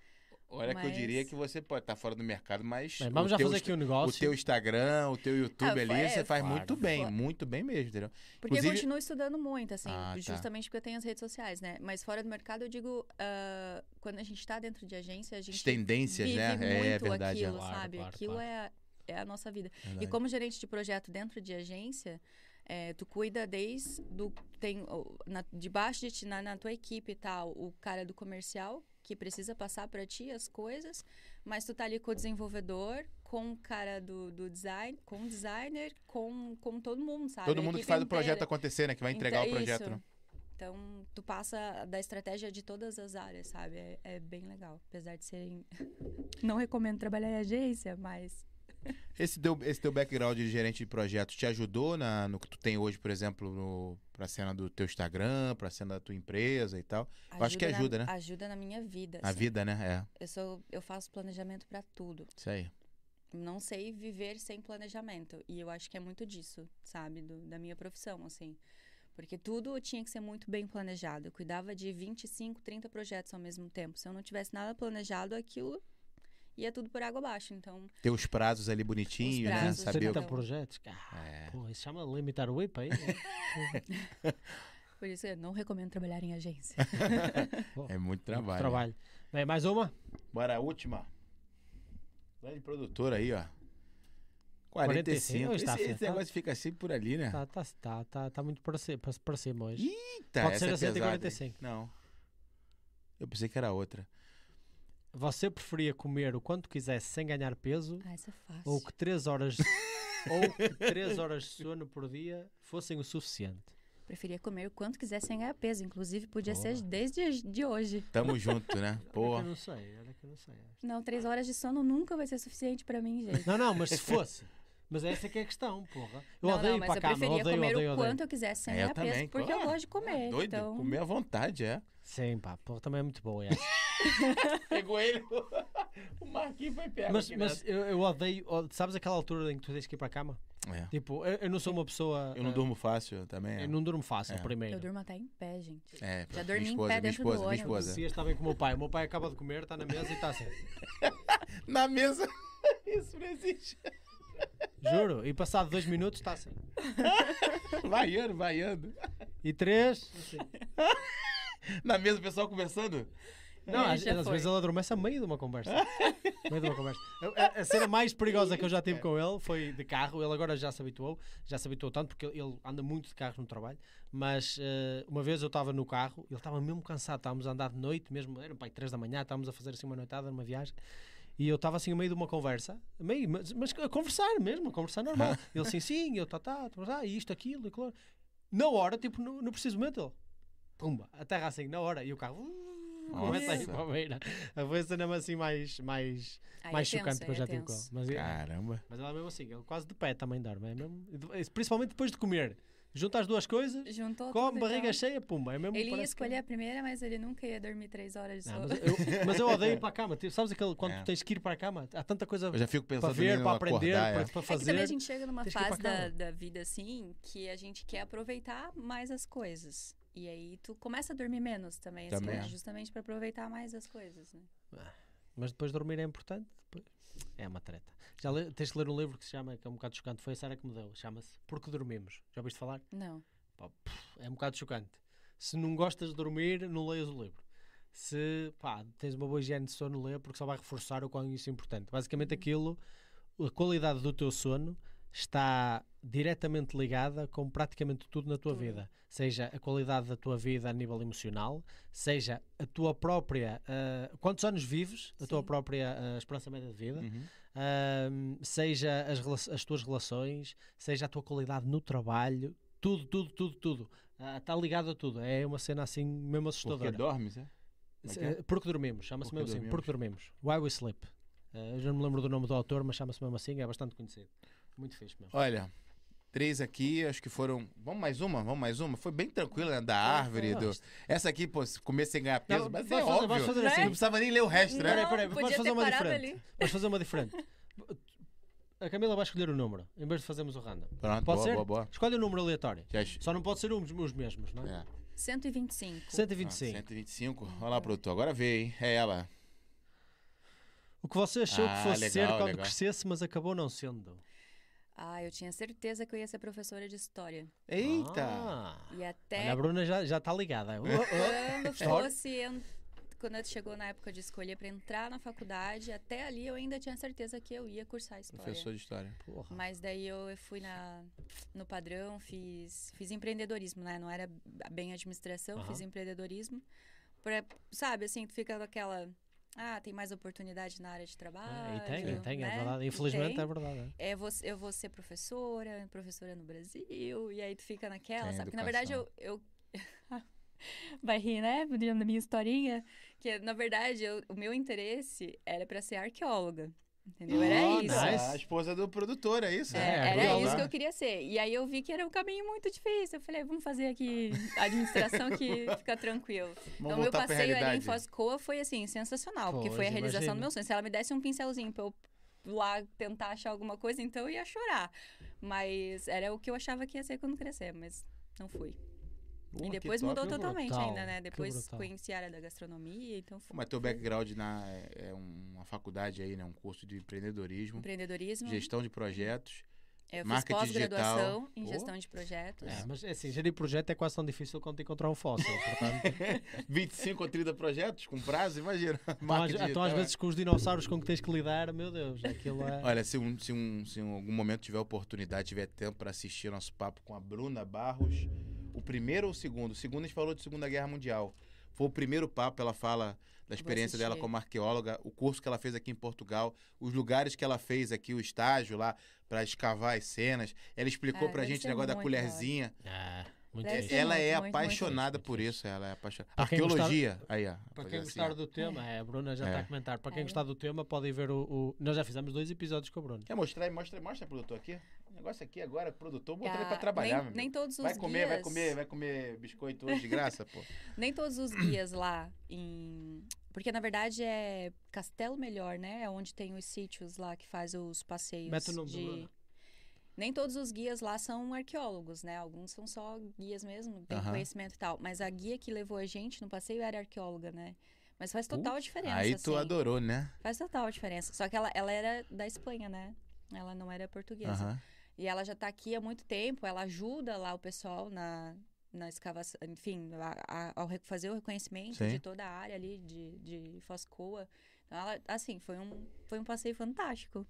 Olha que eu
Mas-
diria que você pode estar fora do mercado, mas...
Bem,
o
vamos já
teu
fazer
Insta-
aqui um
O
negócio.
teu Instagram, o teu YouTube
Ah,
ali,
é,
você faz
claro.
muito bem,
Foi.
muito bem mesmo, entendeu?
Porque
Inclusive-
eu continuo estudando muito, assim,
Ah, tá.
justamente porque eu tenho as redes sociais, né? Mas fora do mercado, eu digo, ah, quando a gente está dentro de agência, a
As
gente
tendências,
vive
né?
muito
É, é verdade. é.
aquilo,
Claro,
sabe?
claro,
aquilo
claro.
É, a- é a nossa vida. E
Verdade.
como gerente de projeto dentro de agência, eh, tu cuida desde do tem o- na- debaixo de ti, na, na tua equipe e tal, o cara do comercial que precisa passar para ti as coisas, mas tu tá ali com o desenvolvedor, com o cara do, do design, com o designer, com, com todo mundo, sabe?
Todo
A
mundo que
equipe
faz o
inteira.
projeto acontecer, né? Que vai entregar
Então,
o projeto.
isso.
né?
Então, tu passa da estratégia de todas as áreas, sabe? É, é bem legal. Apesar de serem. Não recomendo trabalhar em agência, mas.
Esse, teu, esse teu background de gerente de projetos te ajudou na, no que tu tem hoje, por exemplo, no, pra cena do teu Instagram, pra cena da tua empresa e tal? Eu acho que
na-
ajuda, né?
Ajuda na minha vida.
Na
assim.
vida, né?
Eu, sou, eu faço planejamento pra tudo.
É, isso aí.
Não sei viver sem planejamento. E eu acho que é muito disso, sabe? Do- da minha profissão, assim. Porque tudo tinha que ser muito bem planejado. Eu cuidava de 25, 30 projetos ao mesmo tempo. Se eu não tivesse nada planejado, aquilo ia tudo por água abaixo. Então,
Ter os prazos ali bonitinhos, né?
prazos,
Saber o
170
então.
que...
projetos. Ah,
É.
pô, isso chama limitar o whip aí.
por isso eu não recomendo trabalhar em agência.
É muito trabalho.
Trabalho. Bem, mais uma?
Bora, a última. Grande produtor aí, ó. 45.
45. Hoje tá
esse esse
acertado.
negócio fica assim por ali, né?
Tá, tá, tá, tá, tá muito para cima, para cima hoje.
Eita,
Pode
essa
ser
é
a 145.
pesada, hein? Não. Eu pensei que era outra.
Você preferia comer o quanto quisesse sem ganhar peso
Ah, isso é fácil.
ou que 3 horas ou que 3 horas de sono por dia fossem o suficiente?
Preferia comer o quanto quiser sem ganhar peso. Inclusive, podia ser
Boa.
desde de hoje.
Tamo junto, né?
Olha que
Porra.
eu não sei, olha que eu não sei.
Não, três horas de sono nunca vai ser suficiente pra mim, gente.
Não, não, mas se fosse. Mas essa é que é a questão, porra. Eu
não,
odeio
não,
ir
mas
para a
eu
cama,
preferia
odeio,
comer
odeio,
o
odeio.
quanto eu quisesse sem
É,
ganhar
eu também,
peso, porque
claro. É,
eu gosto de comer.
Doido,
então,
comer à vontade, é.
Sim, pá, porra, também é muito boa essa.
Pegou ele. o Marquinhos foi
É
pego. né?
Mas, mas eu, eu odeio, odeio- sabes aquela altura em que tu tens que ir para a cama?
É.
Tipo, eu, eu não sou uma pessoa...
Eu não
eh,
durmo fácil também. é.
Eu não durmo fácil,
É.
primeiro.
eu durmo até em pé, gente.
É,
Já
minha
dormi em
esposa,
pé
minha
dentro do
esposa, minha
ônibus.
esposa.
Lucias está bem com o meu pai. O meu pai acaba de comer, está na mesa e está assim.
na mesa. Isso não existe.
Juro. E passado dois minutos está assim.
Vaiando, vaiando.
E três. assim.
Na mesa, o pessoal conversando.
Não,
Ele
às,
É, já
às
foi.
vezes ele adormece a meio de uma conversa. A meio de uma conversa. A, a- a cena mais perigosa que eu já tive com ele foi de carro. Ele agora já se habituou, já se habituou tanto porque ele anda muito de carro no trabalho. Mas eh, uma vez eu estava no carro, ele estava mesmo cansado, estávamos a andar de noite, mesmo eram pai três da manhã, estávamos a fazer assim uma noitada numa viagem. E eu estava assim no meio de uma conversa, a meio, mas, mas a conversar mesmo, a conversar normal. Ele assim, sim, eu tá, tá, tá, tá, e isto, aquilo, e claro. Na hora, tipo, no, no preciso momento, ele, pumba, a terra assim, na hora, e o carro, uh, começa a ir
Nossa.
para a beira. A foi a cena assim mais, mais,
Aí
mais
é tenso,
chocante que eu
aí
já
é
tive com ele.
tenso.
Mas,
Ah. Caramba.
mas ela é mesmo assim, ele quase de pé também dorme, é mesmo, principalmente depois de comer. Junta as duas coisas,
Juntou
come,
tudo,
barriga
então.
cheia, pumba, é mesmo
Ele ia
parece que-
escolher a primeira, mas ele nunca ia dormir três horas de
Não,
sono.
mas, eu, mas eu odeio ir para a cama. Tipo, sabes aquele quando
É.
tu tens que ir para a cama? Há tanta coisa
Eu já fico
para
pensando
ver,
em
para aprender,
acordar,
para,
é.
para
É que também
fazer.
a gente chega numa
tens que ir pra
fase da,
cama.
da vida assim que a gente quer aproveitar mais as coisas. E aí tu começa a dormir menos também, assim,
Também.
né? justamente pra aproveitar mais as coisas, né?
Mas depois dormir é importante. depois- É uma treta. Já le- tens de ler um livro que se chama, que é um bocado chocante, foi a Sara que me deu. Chama-se Porque Dormimos. Já ouviste falar?
Não.
É um bocado chocante. Se não gostas de dormir, não leias o livro. Se pá, tens uma boa higiene de sono, lê, porque só vai reforçar o quão isso é importante.
Uhum.
Basicamente, aquilo, a qualidade do teu sono está diretamente ligada com praticamente tudo na tua
Tudo.
vida. Seja a qualidade da tua vida a nível emocional, seja a tua própria. ah, quantos anos vives, a tua
Sim.
própria ah, esperança média de vida,
Uhum.
Ahm, seja as, rela- as tuas relações, seja a tua qualidade no trabalho, tudo, tudo, tudo, tudo. Está ligado a tudo. É uma cena assim mesmo
Porque
assustadora.
dormes, é?
Se- eh,
Como é que é?
Porque dormimos, chama-se
Porque
mesmo assim,
dormimos.
porque dormimos. Why we sleep. Ah, eu já não me lembro do nome do autor, mas chama-se mesmo assim, é bastante conhecido. Muito fixe mesmo.
Olha, três aqui, acho que foram. Vamos mais uma? Vamos mais uma? Foi bem tranquila, né? Da árvore. Do... Essa aqui, pô, se comer sem ganhar peso,
Não,
mas é
vamos fazer- vamos
óbvio.
fazer
não
assim.
precisava nem ler o resto, né?
Peraí, peraí,
Não,
vamos
podia
fazer
ter
uma
parado
diferente. Vamos fazer uma diferente. A Camila vai escolher o número, em vez de fazermos o random.
Pronto,
Pode
boa,
ser?
boa, boa.
Escolhe o número aleatório.
Já... ach-
Só não pode ser os os mesmos, não é?
É.
125.
125.
Ah, 125. Olha lá, produtor. Agora vê, hein? É ela.
O que você achou
Ah,
que fosse ser
legal,
quando
legal.
crescesse, mas acabou não sendo.
Ah, eu tinha certeza que eu ia ser professora de história.
Eita!
Ah.
E
Olha,
até
a Bruna já está ligada. Uh, uh.
quando
História.
fosse. en- Quando chegou na época de escolher pra entrar na faculdade, até ali eu ainda tinha certeza que eu ia cursar história.
Professor de história.
Porra.
Mas daí eu eu fui na, no padrão, fiz, fiz empreendedorismo, né? Não era bem administração,
Aham.
fiz empreendedorismo. Pra, sabe, assim, tu fica com aquela... Ah, tem mais oportunidade na área de
Ah,
trabalho.
e tem, e tem, é
né?
verdade.
E
Infelizmente
tem.
é verdade. é.
É, vou, eu vou ser professora, professora no Brasil, e aí tu fica naquela,
Tem
sabe? Que na verdade eu.
educação.
eu... Vai rir, né? Dentro da minha historinha. Que na verdade eu- o meu interesse era pra ser arqueóloga. Entendeu?
Oh,
Era isso.
nice.
A esposa do produtor, é isso?
É,
É,
era
arqueóloga.
isso que eu queria ser. E aí eu vi que era um caminho muito difícil. Eu falei, vamos fazer aqui administração que fica tranquilo.
Vamos
então, meu
voltar pra
passeio ali em
realidade.
Foz Coa foi, assim, sensacional. porque
Pois,
foi a realização
imagino.
do meu sonho. Se ela me desse um pincelzinho pra eu lá tentar achar alguma coisa, então eu ia chorar. Mas era o que eu achava que ia ser quando crescer, mas não fui.
Porra,
e
que
depois
top.
mudou
que
totalmente
brutal,
ainda, né?
que
Depois
brutal.
conheci a área da gastronomia, então fui.
Mas teu background na, é uma faculdade aí, né? Um curso de empreendedorismo,
Empreendedorismo. É,
gestão de projetos.
Eu fiz
marketing
pós-graduação
digital.
em
Oh.
gestão de projetos.
É, mas é assim, gerir projeto é quase tão difícil quanto encontrar um fóssil. Portanto,
25 ou 30 projetos com prazo, imagina.
então, às,
Marketing
então,
digital,
às
é.
vezes com os dinossauros com que tens que lidar, meu Deus, aquilo é.
Olha, se, um, se, um, se em algum momento tiver oportunidade, tiver tempo para assistir nosso papo com a Bruna Barros, o primeiro ou o segundo? O segundo a gente falou de Segunda Guerra Mundial. Foi o primeiro papo, ela fala da experiência dela
assistir.
como arqueóloga, o curso que ela fez aqui em Portugal, os lugares que ela fez aqui, o estágio lá para escavar as cenas. Ela explicou
Ah,
pra
deve
gente o
ser
negócio da
muito da hora.
colherzinha.
Ah, muito
Deve
fixe.
ser
ela é
muito, muito,
apaixonada
muito.
por isso, ela é apaixonada.
Pra quem gostar-
Arqueologia. Aí, ó.
Para
rapaziada,
quem
assim,
gostar
ó.
do tema, é, a Bruna já
É.
está a comentar. Para quem
É.
gostar do tema, podem ver o, o- Nós já fizemos dois episódios com a Bruna.
Quer mostrar? aí? Mostra, mostra, produtor, aqui. O negócio aqui agora, produtor, botou ele
Ah,
pra trabalhar, meu
nem,
amigo.
nem todos os
Vai comer, vai
guias-
comer, vai comer biscoito hoje de graça, pô.
Nem todos os guias lá em. Porque na verdade é Castelo Melhor, né? É onde tem os sítios lá que faz os passeios.
Mete o nome do
de...
Bruno.
Nem todos os guias lá são arqueólogos, né? Alguns são só guias mesmo, tem
Aham.
conhecimento e tal. Mas a guia que levou a gente no passeio era arqueóloga, né? Mas faz total diferença.
Aí
assim.
tu adorou, né?
Faz total diferença. Só que ela, ela era da Espanha, né? Ela não era portuguesa.
Aham.
E ela já tá aqui há muito tempo, ela ajuda lá o pessoal na, na escavação, enfim, a- a- ao re- fazer o reconhecimento
Sim.
de toda a área ali de, de Foscoa. Então, ela, assim, foi um, foi um passeio fantástico.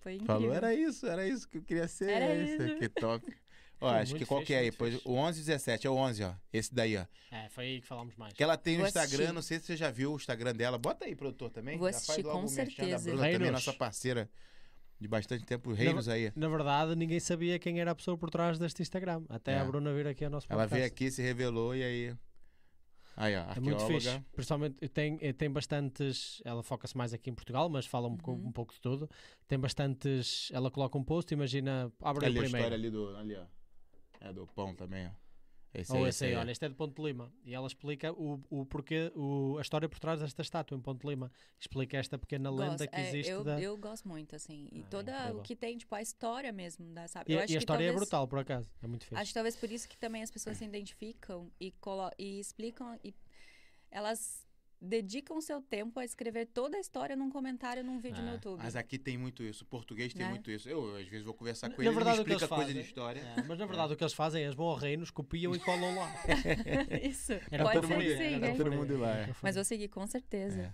Foi incrível.
Falou, era isso, era isso que eu queria ser.
Era
é isso.
isso.
Que top. Ó,
Pô,
acho que
muito
qual
fixe,
que é aí?
muito
Pois,
fixe.
o 11 e 17, é o 11, ó. Esse daí, ó.
É, foi aí que falámos mais.
Que ela tem no
Vou
Instagram,
assistir.
não sei se você já viu o Instagram dela. Bota aí, produtor, também.
Vou
Já faz
assistir,
logo
com
o merchan da
certeza.
Bruna também,
Reinos.
nossa parceira de bastante tempo. Reinos aí.
Na verdade, ninguém sabia quem era a pessoa por trás deste Instagram. Até
É.
a Bruna vir aqui ao nosso
Ela
podcast.
veio aqui, se revelou e aí... Aí, ó,
É muito fixe.
arqueóloga.
Principalmente tem, eh, tem bastantes. Ela foca-se mais aqui em Portugal, mas fala um, pouco-
Uhum.
um pouco de tudo. Tem bastantes. Ela coloca um post, imagina. Abre
ali
o
a história
primeiro.
ali do... Ali, ó. É do pão também, ó. Esse
Ou
aí,
esse aí,
ó.
olha, este é de Ponte Lima. E ela explica o, o porquê, o, a história por trás desta estátua em Ponte Lima. Explica esta pequena lenda
Gosto.
que
É,
existe.
eu,
da...
eu gosto muito, assim. E
Ah, é
toda
incrível.
o que tem, tipo, a história mesmo, da, sabe?
E,
eu
a-
acho
e a
que
história é
talvez-
brutal, por acaso. É muito fixe.
Acho que talvez por isso que também as pessoas se identificam e, colo- e explicam e elas dedicam seu tempo a escrever toda a história num comentário num vídeo
Ah,
no YouTube.
Mas aqui tem muito isso. O português tem
Né?
muito isso. Eu, às vezes, vou conversar
Na-
com ele,
na
ele me
verdade, é o que
explica
eles
coisa de
fazem-
história.
É, mas na verdade o que eles fazem é eles vão ao Reinos, copiam e colam lá.
Isso.
Era
Pode
todo
ser
mundo-
que sim,
era
hein?
todo mundo ir lá, é.
Nunca foi.
Mas vou seguir, com certeza.
É.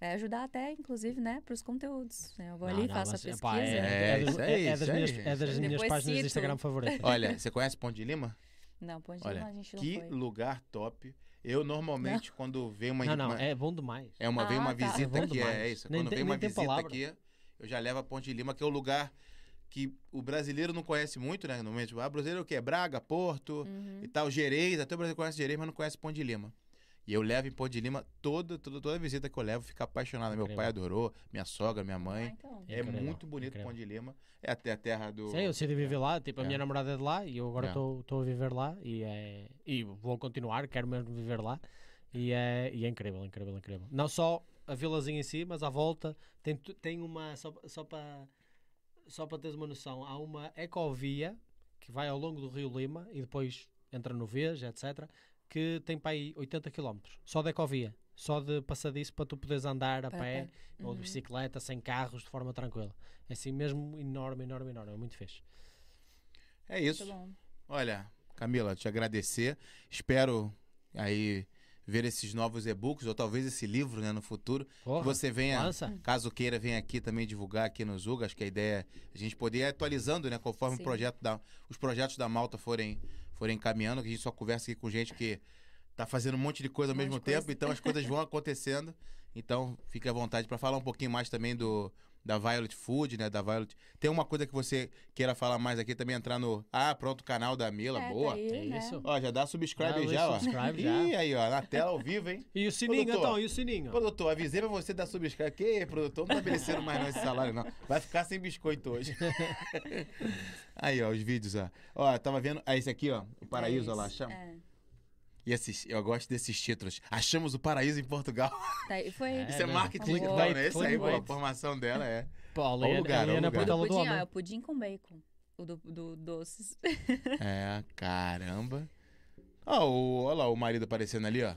Vai ajudar até, inclusive, né, pros conteúdos. né? Eu vou
Não,
ali,
não,
faço a
mas,
pesquisa.
epá, é-
É,
é do-
isso aí,
é- é das
isso aí.
minhas- É das
Depois
minhas páginas
cito.
de Instagram favoritas.
Olha, você conhece Ponte de Lima?
Não, pode
Olha,
ir, a gente não
Que
foi.
lugar top. Eu normalmente, quando vem uma.
Não, não,
uma-
é bom demais.
é uma, vem
Ah,
uma
tá.
visita
Bom
aqui, é,
demais.
isso.
Nem
quando
tem-
vem uma
nem tem
visita
palavra.
aqui, eu já levo a Ponte de Lima, que é o lugar que o brasileiro não conhece muito, né? Normalmente, ah, brasileiro é o quê? Braga, Porto
Uhum.
e tal, Gerês. Até o brasileiro conhece Gerês, mas não conhece Ponte de Lima. E eu levo em Ponte de Lima toda, toda, toda visita que eu levo, fica apaixonada. Meu
Incrível.
pai adorou, minha sogra, minha
Ah,
mãe.
então.
É
Incrível,
muito bonito
incrível.
Ponte de Lima. É até a terra do.
Sim, eu decidi viver lá, tipo, a
É.
minha namorada é de lá e eu agora
É.
estou a viver lá e, é, e vou continuar, quero mesmo viver lá e é, e é incrível, incrível, incrível. Não só a vilazinha em si, mas à volta tem, tu- tem uma, só, só para só para teres uma noção, há uma ecovia que vai ao longo do Rio Lima e depois entra no Veja, etc., que tem para aí 80 km, só de ecovia, só de passadiço para tu poderes andar a
Para
pé,
pé.
ou de
Uhum.
bicicleta, sem carros, de forma tranquila. É assim mesmo enorme, enorme, enorme. É muito fixe.
É isso.
Muito bom.
Olha, Camila, te agradecer. Espero aí ver esses novos e-books ou talvez esse livro, né, no futuro.
Porra,
que você venha,
lança.
caso queira, venha aqui também divulgar aqui no Zuga. Acho que a ideia é a gente poder ir atualizando, né, conforme o
Sim.
projeto da, os projetos da Malta forem forem caminhando, que a gente só conversa aqui com gente que tá fazendo um monte de coisa ao
Um monte
mesmo
de
tempo,
coisa.
então as coisas vão acontecendo. Então, fique à vontade para falar um pouquinho mais também do da Violet Food, né, da Violet. Tem uma coisa que você queira falar mais aqui também entrar no Ah, pronto, o canal da Mila,
É, tá
boa.
aí,
É
né?
isso.
Ó, já dá subscribe
Dá
aí
o
já, ó.
subscribe já.
Ih, aí, ó, na tela ao vivo, hein?
E o sininho,
doutor.
então, e o sininho?
Produtor, avisei pra você dar subscribe. Que, produtor, não estabeleceram mais não esse salário, não. Vai ficar sem biscoito hoje. aí, ó, os vídeos, ó. Ó, eu tava vendo. Ah, esse aqui, ó. O Paraíso, ó lá,
É isso.
chama.
É.
E esses, eu gosto desses títulos. Achamos o Paraíso em Portugal.
Tá aí, foi.
É,
Isso é
né?
marketing digital,
Clickbait,
né? Esse aí, pô, a
clickbait.
formação dela é.
Pô,
Olha o
ali-
lugar,
ali
olha
é
o
na
lugar.
O
Portela do
pudim, ó, é
Homem.
o pudim com bacon. O do, do doces.
É, caramba. Ó, o, ó lá o marido aparecendo ali, ó.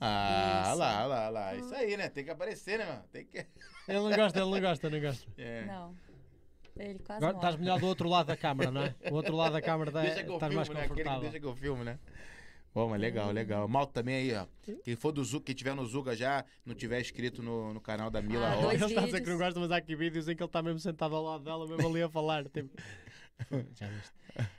Ah,
Isso.
olha lá, olha lá, olha lá. Isso aí, né? Tem que aparecer, né, mano? Tem que.
Ele não gosta, ele não gosta, não gosta.
É. tá
Não. Ele quase
Agora, estás
morre.
melhor do outro lado da câmara, não é? O outro lado da câmara tá-
Deixa que eu
estás mais
filmo, né? Aquele que
confortável.
deixa que eu filmo, né? Bom, mas legal, legal. Malta também aí, ó. Quem for do Zuga, quem tiver no Zuga já, não tiver inscrito no, no canal da Mila,
Ah,
ó.
dois
Ele está a dizer que não
vídeos.
gosta, mas há aqui vídeos em que ele está mesmo sentado ao lado dela, mesmo ali a falar. Tipo... Já viste?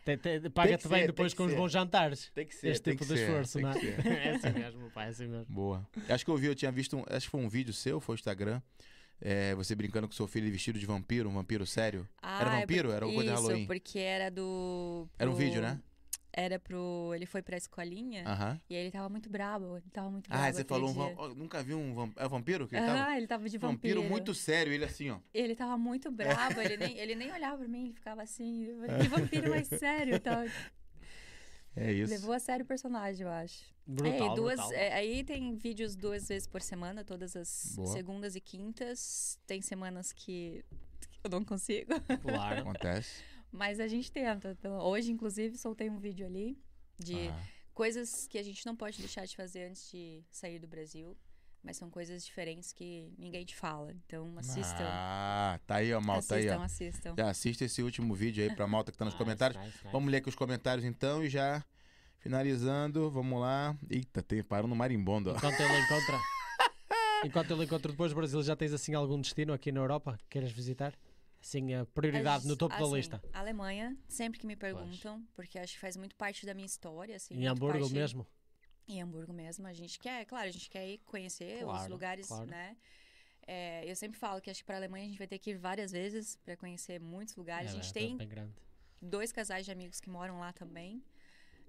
Tem- tem- Paga-te
ser,
bem
tem
depois
que
com os
ser.
bons jantares.
Tem que ser,
Este
tem
tipo
que
de
ser,
esforço,
tem
não é?
que ser.
É assim mesmo, pá, é assim mesmo.
Boa. Acho que eu vi, eu tinha visto, um, acho que foi um vídeo seu, foi o Instagram, é, você brincando com seu filho vestido de vampiro, um vampiro sério.
Ah,
Era
é
vampiro? Era
por-
alguma coisa de
isso,
Halloween?
porque era do...
Era um
pro-
vídeo, né?
Era pro... Ele foi pra escolinha
Aham.
e aí ele tava muito brabo. Ele tava muito brabo
Ah, você
aquele
falou um
dia.
vam- ó, Nunca vi um vampiro. É vampiro que ele tava? Um
Ah, ele tava de vampiro.
Vampiro muito sério, ele assim, ó.
Ele tava muito brabo, ele nem, ele nem olhava pra mim, ele ficava assim, eu falei, que vampiro mais sério. Então,
É isso.
levou a sério o personagem, eu acho.
Brutal,
é, e duas,
brutal.
é, aí tem vídeos duas vezes por semana, todas as
Boa.
segundas e quintas. Tem semanas que eu não consigo,
Claro.
Acontece.
mas a gente tenta. Então, hoje, inclusive, soltei um vídeo ali de
Aham.
coisas que a gente não pode deixar de fazer antes de sair do Brasil. Mas são coisas diferentes que ninguém te fala. Então assistam.
Ah, tá aí, ó, malta aí,
assistam,
ó.
assistam.
Já assista esse último vídeo aí pra malta que
Ah,
tá nos comentários. Vamos ler aqui os comentários então e já finalizando, vamos lá. Eita, tem, parou no marimbondo, ó.
Enquanto ele encontra. Enquanto ele encontra depois do Brasil, já tens assim algum destino aqui na Europa que queiras visitar? Assim, a prioridade
As-
no topo
assim,
da lista.
Alemanha, sempre que me perguntam, porque acho que faz muito parte da minha história. Assim,
Em
muito
Hamburgo
parte-
mesmo.
Em Hamburgo mesmo, a gente quer, claro, a gente quer ir conhecer os
Claro,
lugares,
claro.
né? É, eu sempre falo que acho que para a Alemanha a gente vai ter que ir várias vezes para conhecer muitos lugares. Ah, a
É,
gente
é
tem
bem grande.
dois casais de amigos que moram lá também.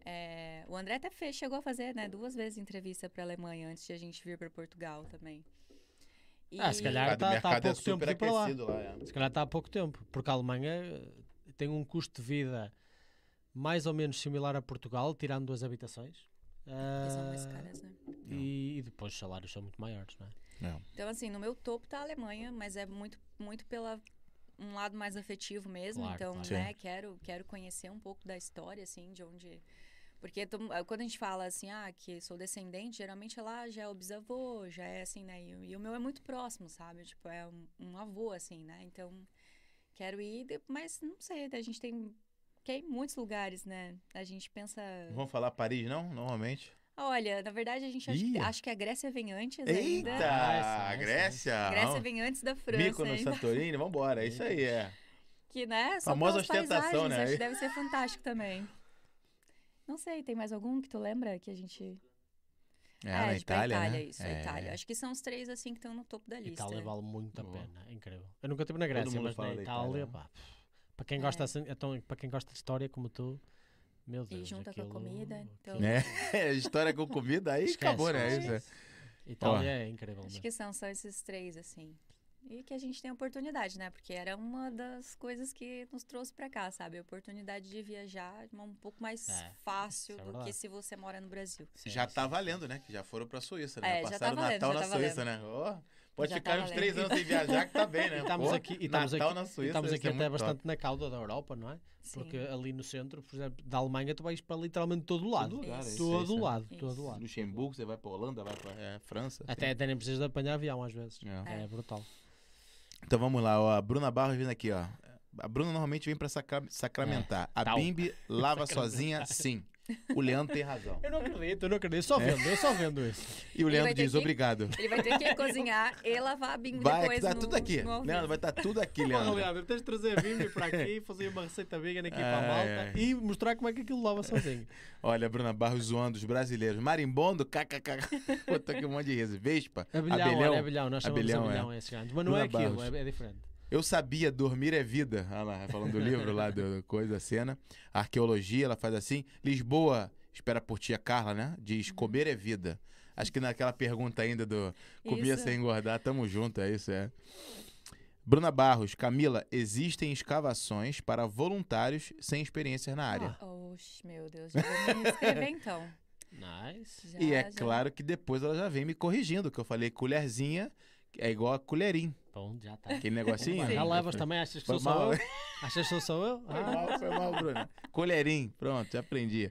É, o André até fez, chegou a fazer né, duas vezes entrevista para a Alemanha antes de a gente vir para Portugal também. E-
Ah, se calhar-
O mercado-
tá-
o
tá há
mercado é
pouco tempo
super
de ir pra lá.
aquecido lá, é.
Se calhar está há pouco tempo, porque a Alemanha eh, tem um custo de vida mais ou menos similar a Portugal, tirando as habitações.
Porque são
Ah,
mais caras, né?
e, e depois os salários são muito maiores, não é?
Então, assim, no meu topo tá a Alemanha, mas é muito, muito pela um lado mais afetivo mesmo.
Claro,
então,
claro.
né, quero, quero conhecer um pouco da história, assim, de onde. Porque to- quando a gente fala assim, ah, que sou descendente, geralmente lá já é o bisavô, já é assim, né? E, o- e o meu é muito próximo, sabe? Tipo, é um, um avô, assim, né? Então, quero ir, de- mas não sei, a gente tem. Quer ir em muitos lugares, né? A gente pensa.
é. Não vamos falar Paris, não? Normalmente.
Olha, na verdade, a gente acha,
Ih.
que, acho que a Grécia vem antes
Eita!
ainda.
Ah, essa,
Grécia!
A Grécia
vamos.
vem antes da França.
Míconos,
ainda.
Santorini, vambora. É isso aí, é.
Que, né? Só
Famosa
pelas
ostentação,
paisagens,
né?
Acho que deve ser fantástico também. Não sei, tem mais algum que tu lembra que a gente...
É, na
tipo, a
Itália,
Itália,
né?
isso,
É.
a Itália. Acho que são os três, assim, que estão no topo da lista.
Itália vale muito a
Boa.
pena, é incrível. Eu nunca estive na Grécia,
mundo
mas
fala
na
da
Itália,
Itália,
pá, pff, para quem gosta
É.
assim, então, para quem gosta de história como tu, meu Deus,
junta com a
né? aquilo- é
comida, então-
aquilo-
Né? História com comida, aí
Esquece,
acabou, né?
esquece.
Isso
Itália é incrível.
Acho
mesmo.
que são, são esses três, assim. E que a gente tem oportunidade, né? Porque era uma das coisas que nos trouxe pra cá, sabe? A oportunidade de viajar de uma- um pouco mais
É,
fácil
isso é
do que
verdade.
se você mora no Brasil.
é.
Sim,
Já
sim.
tá valendo, né? Que já foram pra Suíça, né?
É, já tá
Passaram
valendo,
Natal
já
na
tá
Suíça, né? Ó, pode
Já tá
ficar uns
valendo.
três anos sem viajar que tá bem, né?
E estamos
Pô,
aqui, e estamos
Natal
aqui,
na
e
Suíça,
estamos
isso
aqui
é
até
muito top.
bastante na cauda da Europa, não é?
Sim.
Porque ali no centro, por exemplo, da Alemanha, tu vais para literalmente todo lado.
Todo lugar, é isso, é
todo
isso.
lado,
Isso.
todo lado.
Luxemburgo, você vai pra Holanda, vai pra é, França.
Até, até nem precisas de apanhar avião às vezes.
É.
É, brutal.
Então vamos lá, ó. A Bruna Barros vindo aqui, ó. A Bruna normalmente vem pra sacra- sacramentar. A
É, Tal.
Bimbi lava sozinha, sim. O Leandro tem razão.
Eu não acredito, eu não acredito. É. Eu só vendo, eu só vendo isso.
E o
Ele
Leandro
vai ter
diz,
que-
obrigado.
Ele vai ter que cozinhar e lavar a bingo
Vai,
depois
que tá
no-
tudo aqui.
no ao
Leandro,
vivo.
vai estar tudo aqui,
Porra,
Leandro.
Leandro, tens de trazer a Bíblia para aqui, fazer uma receita vegan aqui para a
Ai,
malta e mostrar como é que aquilo lava sozinho.
Olha, Bruna Barros zoando os brasileiros. Marimbondo, kkk. Botou aqui um monte de riso. Vespa,
Abilhão,
abelhão.
olha, abilhão, nós chamamos
Abelhão,
abilhão,
é.
abilhão esses grandes. Mas não é
Lula
aquilo,
Barros.
é, é diferente.
Eu sabia, dormir é vida. Olha lá, falando do livro lá, do, do coisa, a cena. Arqueologia, ela faz assim. Lisboa, espera por tia Carla, né? Diz, comer é vida. Acho que naquela pergunta ainda do comia
Isso.
sem engordar, tamo junto, é isso, é. Bruna Barros, Camila, existem escavações para voluntários sem experiência na área.
Oxe, meu Deus, já vou me inscrever então.
Nice.
Já,
E é
já.
claro que depois ela já vem me corrigindo, que eu falei colherzinha que é igual a colherinho,
Bom, já está.
aquele negocinho. né?
Já levas também, achas que
Foi
sou só
mal.
eu? Achas que sou só eu?
Foi
Ah,
mal, foi mal, Bruno. Colherinho, pronto, já aprendi.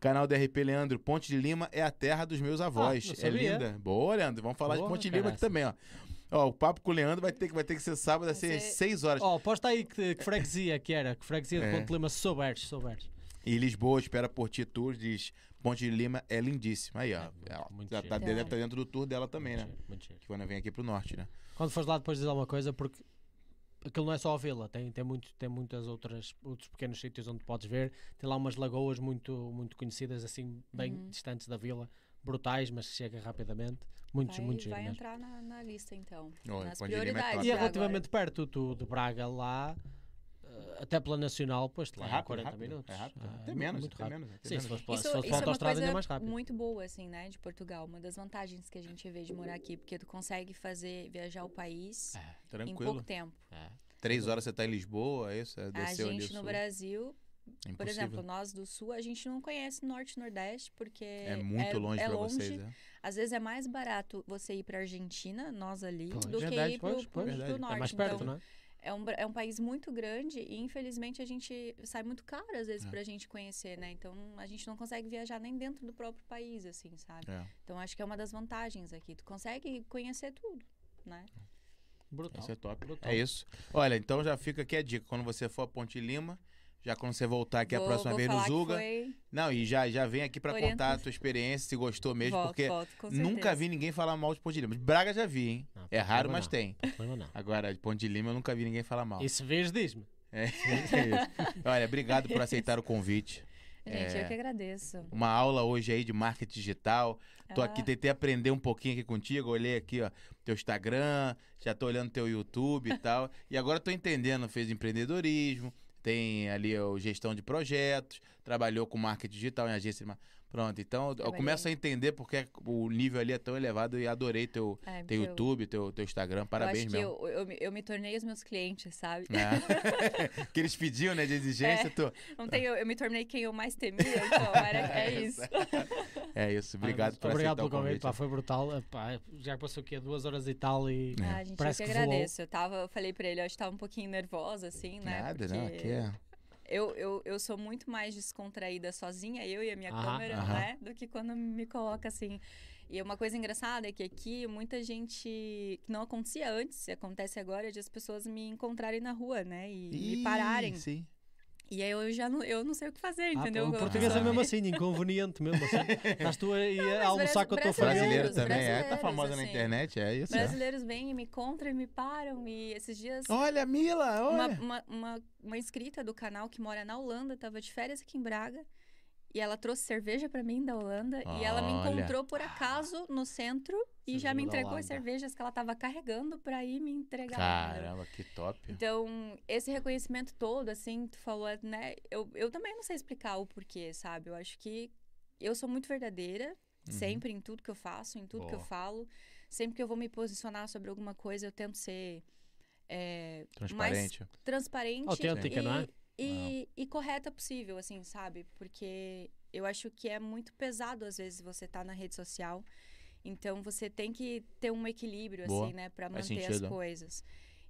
Canal do RP Leandro, Ponte de Lima é a terra dos meus
Ah,
avós.
não
é
sabia.
linda. Boa, Leandro. Vamos falar de
Boa,
Ponte de Lima aqui
caraca.
também, ó. Ó, o papo com o Leandro vai ter que, vai ter que ser sábado às
Vai
6,
ser-
horas.
Oh, posta aí que, que freguesia que era, que freguesia de
É.
Ponte de Lima, se souberes, se souberes.
E Lisboa, espera por ti, tour, diz Ponte de Lima é lindíssima. Aí, ó.
É, muito-
Ela
muito
já tá,
giro.
deve estar dentro do tour dela também,
Muito
né?
giro, muito giro.
Que quando vem aqui pro norte, né?
Quando fores lá depois diz alguma coisa, porque aquilo não é só a vila, tem, tem, muito, tem muitas outras, outros pequenos sítios onde podes ver, tem lá umas lagoas muito, muito conhecidas, assim, bem
Uhum.
distantes da vila, brutais, mas que chega rapidamente, muito,
vai,
muito giro
vai
mesmo.
entrar na, na lista então.
Olha,
nas
Ponte de Lima é
prioridades.
top.
E é
já
relativamente perto tu, de Braga lá, eh, até pela Nacional, pois lá, em 40 minutos.
É rápido.
Ah,
Até menos,
muito
até
rápido.
menos. até
Sim,
menos.
se fosse
agora.
pela
Isso,
se fosse
isso
pela
é uma
autostrada
coisa
ainda mais rápido.
muito boa, assim, né, de Portugal. Uma das vantagens que a gente vê de morar aqui, porque tu consegue fazer, viajar o país
É,
em
Tranquilo.
pouco tempo.
é.
Três horas você tá em Lisboa, é isso? É,
A
desceu ali o
gente no
sul.
Brasil,
É
por
impossível.
exemplo, nós do Sul, a gente não conhece Norte e Nordeste, porque
É muito longe
é
pra
longe.
vocês, né?
Às vezes é mais barato você ir pra Argentina, nós ali,
Pois.
do
Verdade,
que ir pro,
pois,
pro-
pois.
pro
Verdade. É
Norte.
É mais perto,
então,
não é?
É um, bra- é um país muito grande e, infelizmente, a gente sai muito caro, às vezes,
É.
pra gente conhecer, né? Então, a gente não consegue viajar nem dentro do próprio país, assim, sabe?
É.
Então, acho que é uma das vantagens aqui. Tu consegue conhecer tudo, né?
Brutal.
Isso é top.
Brutal.
É isso. Olha, então já fica aqui a dica. Quando você for a Ponte Lima, já quando você voltar aqui É a
Vou-
próxima
vou
vez no
falar que
Zuga.
foi-
Não, e já, já vem aqui pra
Orienta-
contar a tua experiência, se gostou mesmo,
volto,
porque
volto, com
nunca
certeza.
vi ninguém falar mal de Ponte Lima. De Braga já vi, hein?
Não,
é
Ponte
raro,
Lima
mas
não.
tem.
Problema não.
Agora, de Ponte Lima eu nunca vi ninguém falar mal.
E se vês, diz-me.
É, é isso. Olha, obrigado por aceitar o convite.
Gente,
É.
eu que agradeço.
Uma aula hoje aí de marketing digital. Tô
Ah,
aqui, tentei aprender um pouquinho aqui contigo. Olhei aqui, ó, teu Instagram, já tô olhando teu YouTube e tal. E agora tô entendendo, fez empreendedorismo, tem ali ó, gestão de projetos, trabalhou com marketing digital em agência. de mar- Pronto, então eu
Trabalhei.
começo a entender porque o nível ali é tão elevado e adorei teu,
é,
teu
eu-
YouTube, teu, teu Instagram.
eu
Parabéns
acho que
mesmo.
eu, eu, me- eu me tornei os meus clientes, sabe?
É. que eles pediam, né, de exigência.
É.
tu-
Não tem, eu, eu me tornei quem eu mais temia, então era, é isso.
É isso, obrigado por
Obrigado
aceitar
pelo
o convite.
Pá, foi brutal. Eh, pá, já passou aqui a duas horas e tal e.
Ah, gente,
Parece
eu
que
que
voou.
agradeço. Eu, tava, eu falei pra ele, eu acho que tava um pouquinho nervosa, assim, né?
Nada,
porque
não, aqui é...
eu, eu, eu sou muito mais descontraída sozinha, eu e a minha
Aham,
câmera,
aham.
né? Do que quando me coloca assim. E uma coisa engraçada é que aqui muita gente que não acontecia antes, acontece agora, é de as pessoas me encontrarem na rua, né? E me
Ih,
pararem.
Sim.
E aí eu já não, eu não sei o que fazer,
Ah,
entendeu?
pá, o português é
pessoa-
mesmo assim, inconveniente mesmo assim. Estás tu aí a almoçar com a tua
brasileiros-
família.
Brasileiro também é, tá
brasileiros,
famosa na
assim.
internet, é isso. é.
Brasileiros vêm e me encontram e me param. E esses dias
Olha, Mila,
Uma,
olha.
uma, uma, uma inscrita do canal que mora na Holanda, tava de férias aqui em Braga. E ela trouxe cerveja pra mim da Holanda. E ela me
Olha.
encontrou por acaso no centro e já
Cerveja
me
da
entregou as
Holanda.
cervejas que ela tava carregando pra ir me entregar. entendeu?
Caramba, que top.
Então, esse reconhecimento todo, assim, tu falou, né? Eu, eu também não sei explicar o porquê, sabe? Eu acho que eu sou muito verdadeira,
Uhum.
sempre em tudo que eu faço, em tudo que eu
Boa.
falo. Sempre que eu vou me posicionar sobre alguma coisa, eu tento ser. é, mais
Transparente.
transparente
Autêntica,
e,
não é?
E, e correta possível, assim, sabe? Porque eu acho que é muito pesado, às vezes, você tá na rede social. Então, você tem que ter um equilíbrio,
Boa.
assim, né? Pra
Faz
manter as
sentido.
coisas.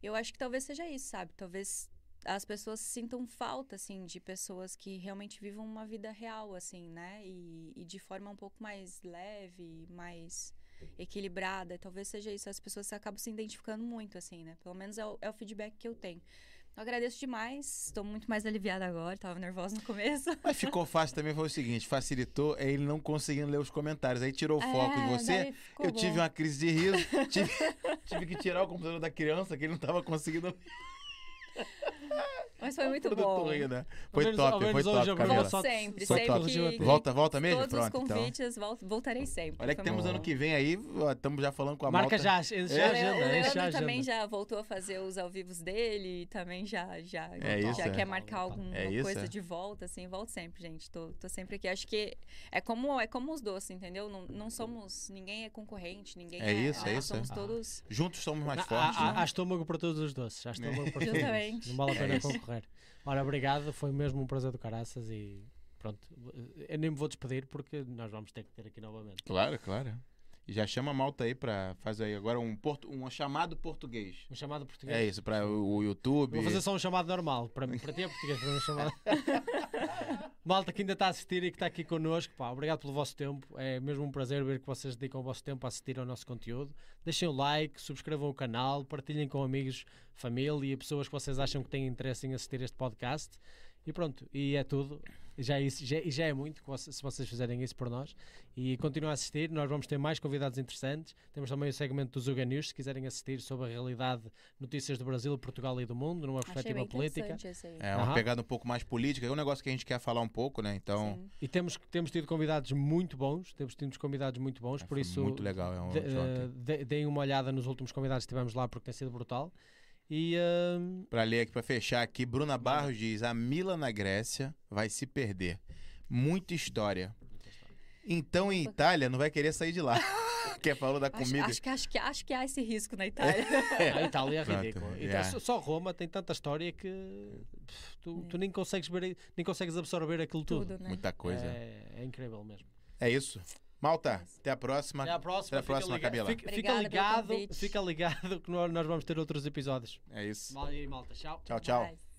Eu acho que talvez seja isso, sabe? Talvez as pessoas sintam falta, assim, de pessoas que realmente vivam uma vida real, assim, né? E, e de forma um pouco mais leve, mais equilibrada. Talvez seja isso. As pessoas acabam se identificando muito, assim, né? Pelo menos é o, é o feedback que eu tenho. Eu agradeço demais. Estou muito mais aliviada agora. Tava nervosa no começo.
Mas ficou fácil também, foi o seguinte: facilitou é ele não conseguindo ler os comentários. Aí tirou o foco em
É,
você.
daí ficou
Eu
bom.
tive uma crise de riso, tive, tive que tirar o computador da criança, que ele não tava conseguindo
Mas foi muito
produtor
bom.
rir, né?
Ao
Foi
menos- ao
top,
menos
foi
hoje
top,
eu vou
Camila.
só-
Sempre,
só
sempre
te
que-
elogiar.
Volta, volta mesmo?
Todos
Pronto,
os
então.
convites, vol- voltarei sempre.
Olha que
Foi
temos
muito
ano
bom.
que vem aí, estamos já falando com a
Marca
malta.
já, enche
É,
a
O Leo-
agenda.
o
enche a
Leandro
agenda.
também já voltou a fazer os ao vivos dele e também já, já,
É
já
isso, é.
quer marcar alguma
É isso,
coisa
é.
de volta, assim, volto sempre, gente. Tô, tô sempre aqui. Acho que é como, é como os doces, entendeu? Não, não somos. Ninguém é concorrente, ninguém
É
é.
isso, é
né?
isso,
Somos
é.
todos.
Juntos somos mais
Na-
fortes.
há,
né?
há estômago para todos os doces. Há estômago para todos.
Justamente.
Não vale a
É
pena
isso.
concorrer. Ora, obrigado. Foi mesmo um prazer do caraças e pronto. Eu nem me vou despedir porque nós vamos ter que ter aqui novamente.
Claro, claro. E já chama a malta aí pra fazer aí agora um, portu- um chamado português.
Um chamado português.
É isso, pra o, o YouTube.
Vou fazer só um chamado normal. Para, mim- para ti é português, para mim é um chamado. Malta que ainda está a assistir e que está aqui connosco, pá, obrigado pelo vosso tempo. É mesmo um prazer ver que vocês dedicam o vosso tempo a assistir ao nosso conteúdo. Deixem o like, subscrevam o canal, partilhem com amigos, família e pessoas que vocês acham que têm interesse em assistir este podcast. E pronto, e é tudo. Já é, isso- já, e já é muito que vocês- se vocês fizerem isso por nós. E continuem a assistir, nós vamos ter mais convidados interessantes. Temos também o segmento do Zuga News, se quiserem assistir sobre a realidade, notícias do Brasil, Portugal e do mundo, numa
Achei bem
perspectiva Ah, política.
interessante assim. esse aí.
É uma
Aham.
pegada um pouco mais política. É um negócio que a gente quer falar um pouco, né? Então,
Sim.
E temos, temos tido convidados muito bons, temos tido convidados muito bons,
é,
por
foi
isso
muito legal. É um
de-
de ontem.
eh, de- deem uma olhada nos últimos convidados que tivemos lá porque tem sido brutal. E ehm,
Pra ler aqui, pra fechar aqui, Bruna Barros diz: A Mila na Grécia vai se perder. Muita história. Então, em Itália, não vai querer sair de lá. Porque falou da
Acho,
comida. É
acho que, acho, que, acho que há esse risco na Itália.
a Itália é
Pronto,
ridícula. Então,
yeah.
só- Só Roma tem tanta história que pff,
É.
tu, tu nem consegues ver, nem consegues absorver aquilo tudo.
Tudo, né?
Muita coisa.
É, é incrível É, mesmo.
É isso. Malta, até a próxima.
Até à próxima.
Até a próxima,
fica liga-
Camila.
Fica, fica
Obrigada pelo
ligado,
convite.
fica ligado que nós nós vamos ter outros episódios.
É isso.
Vale aí, malta. Tchau.
Tchau, tchau.
Mas-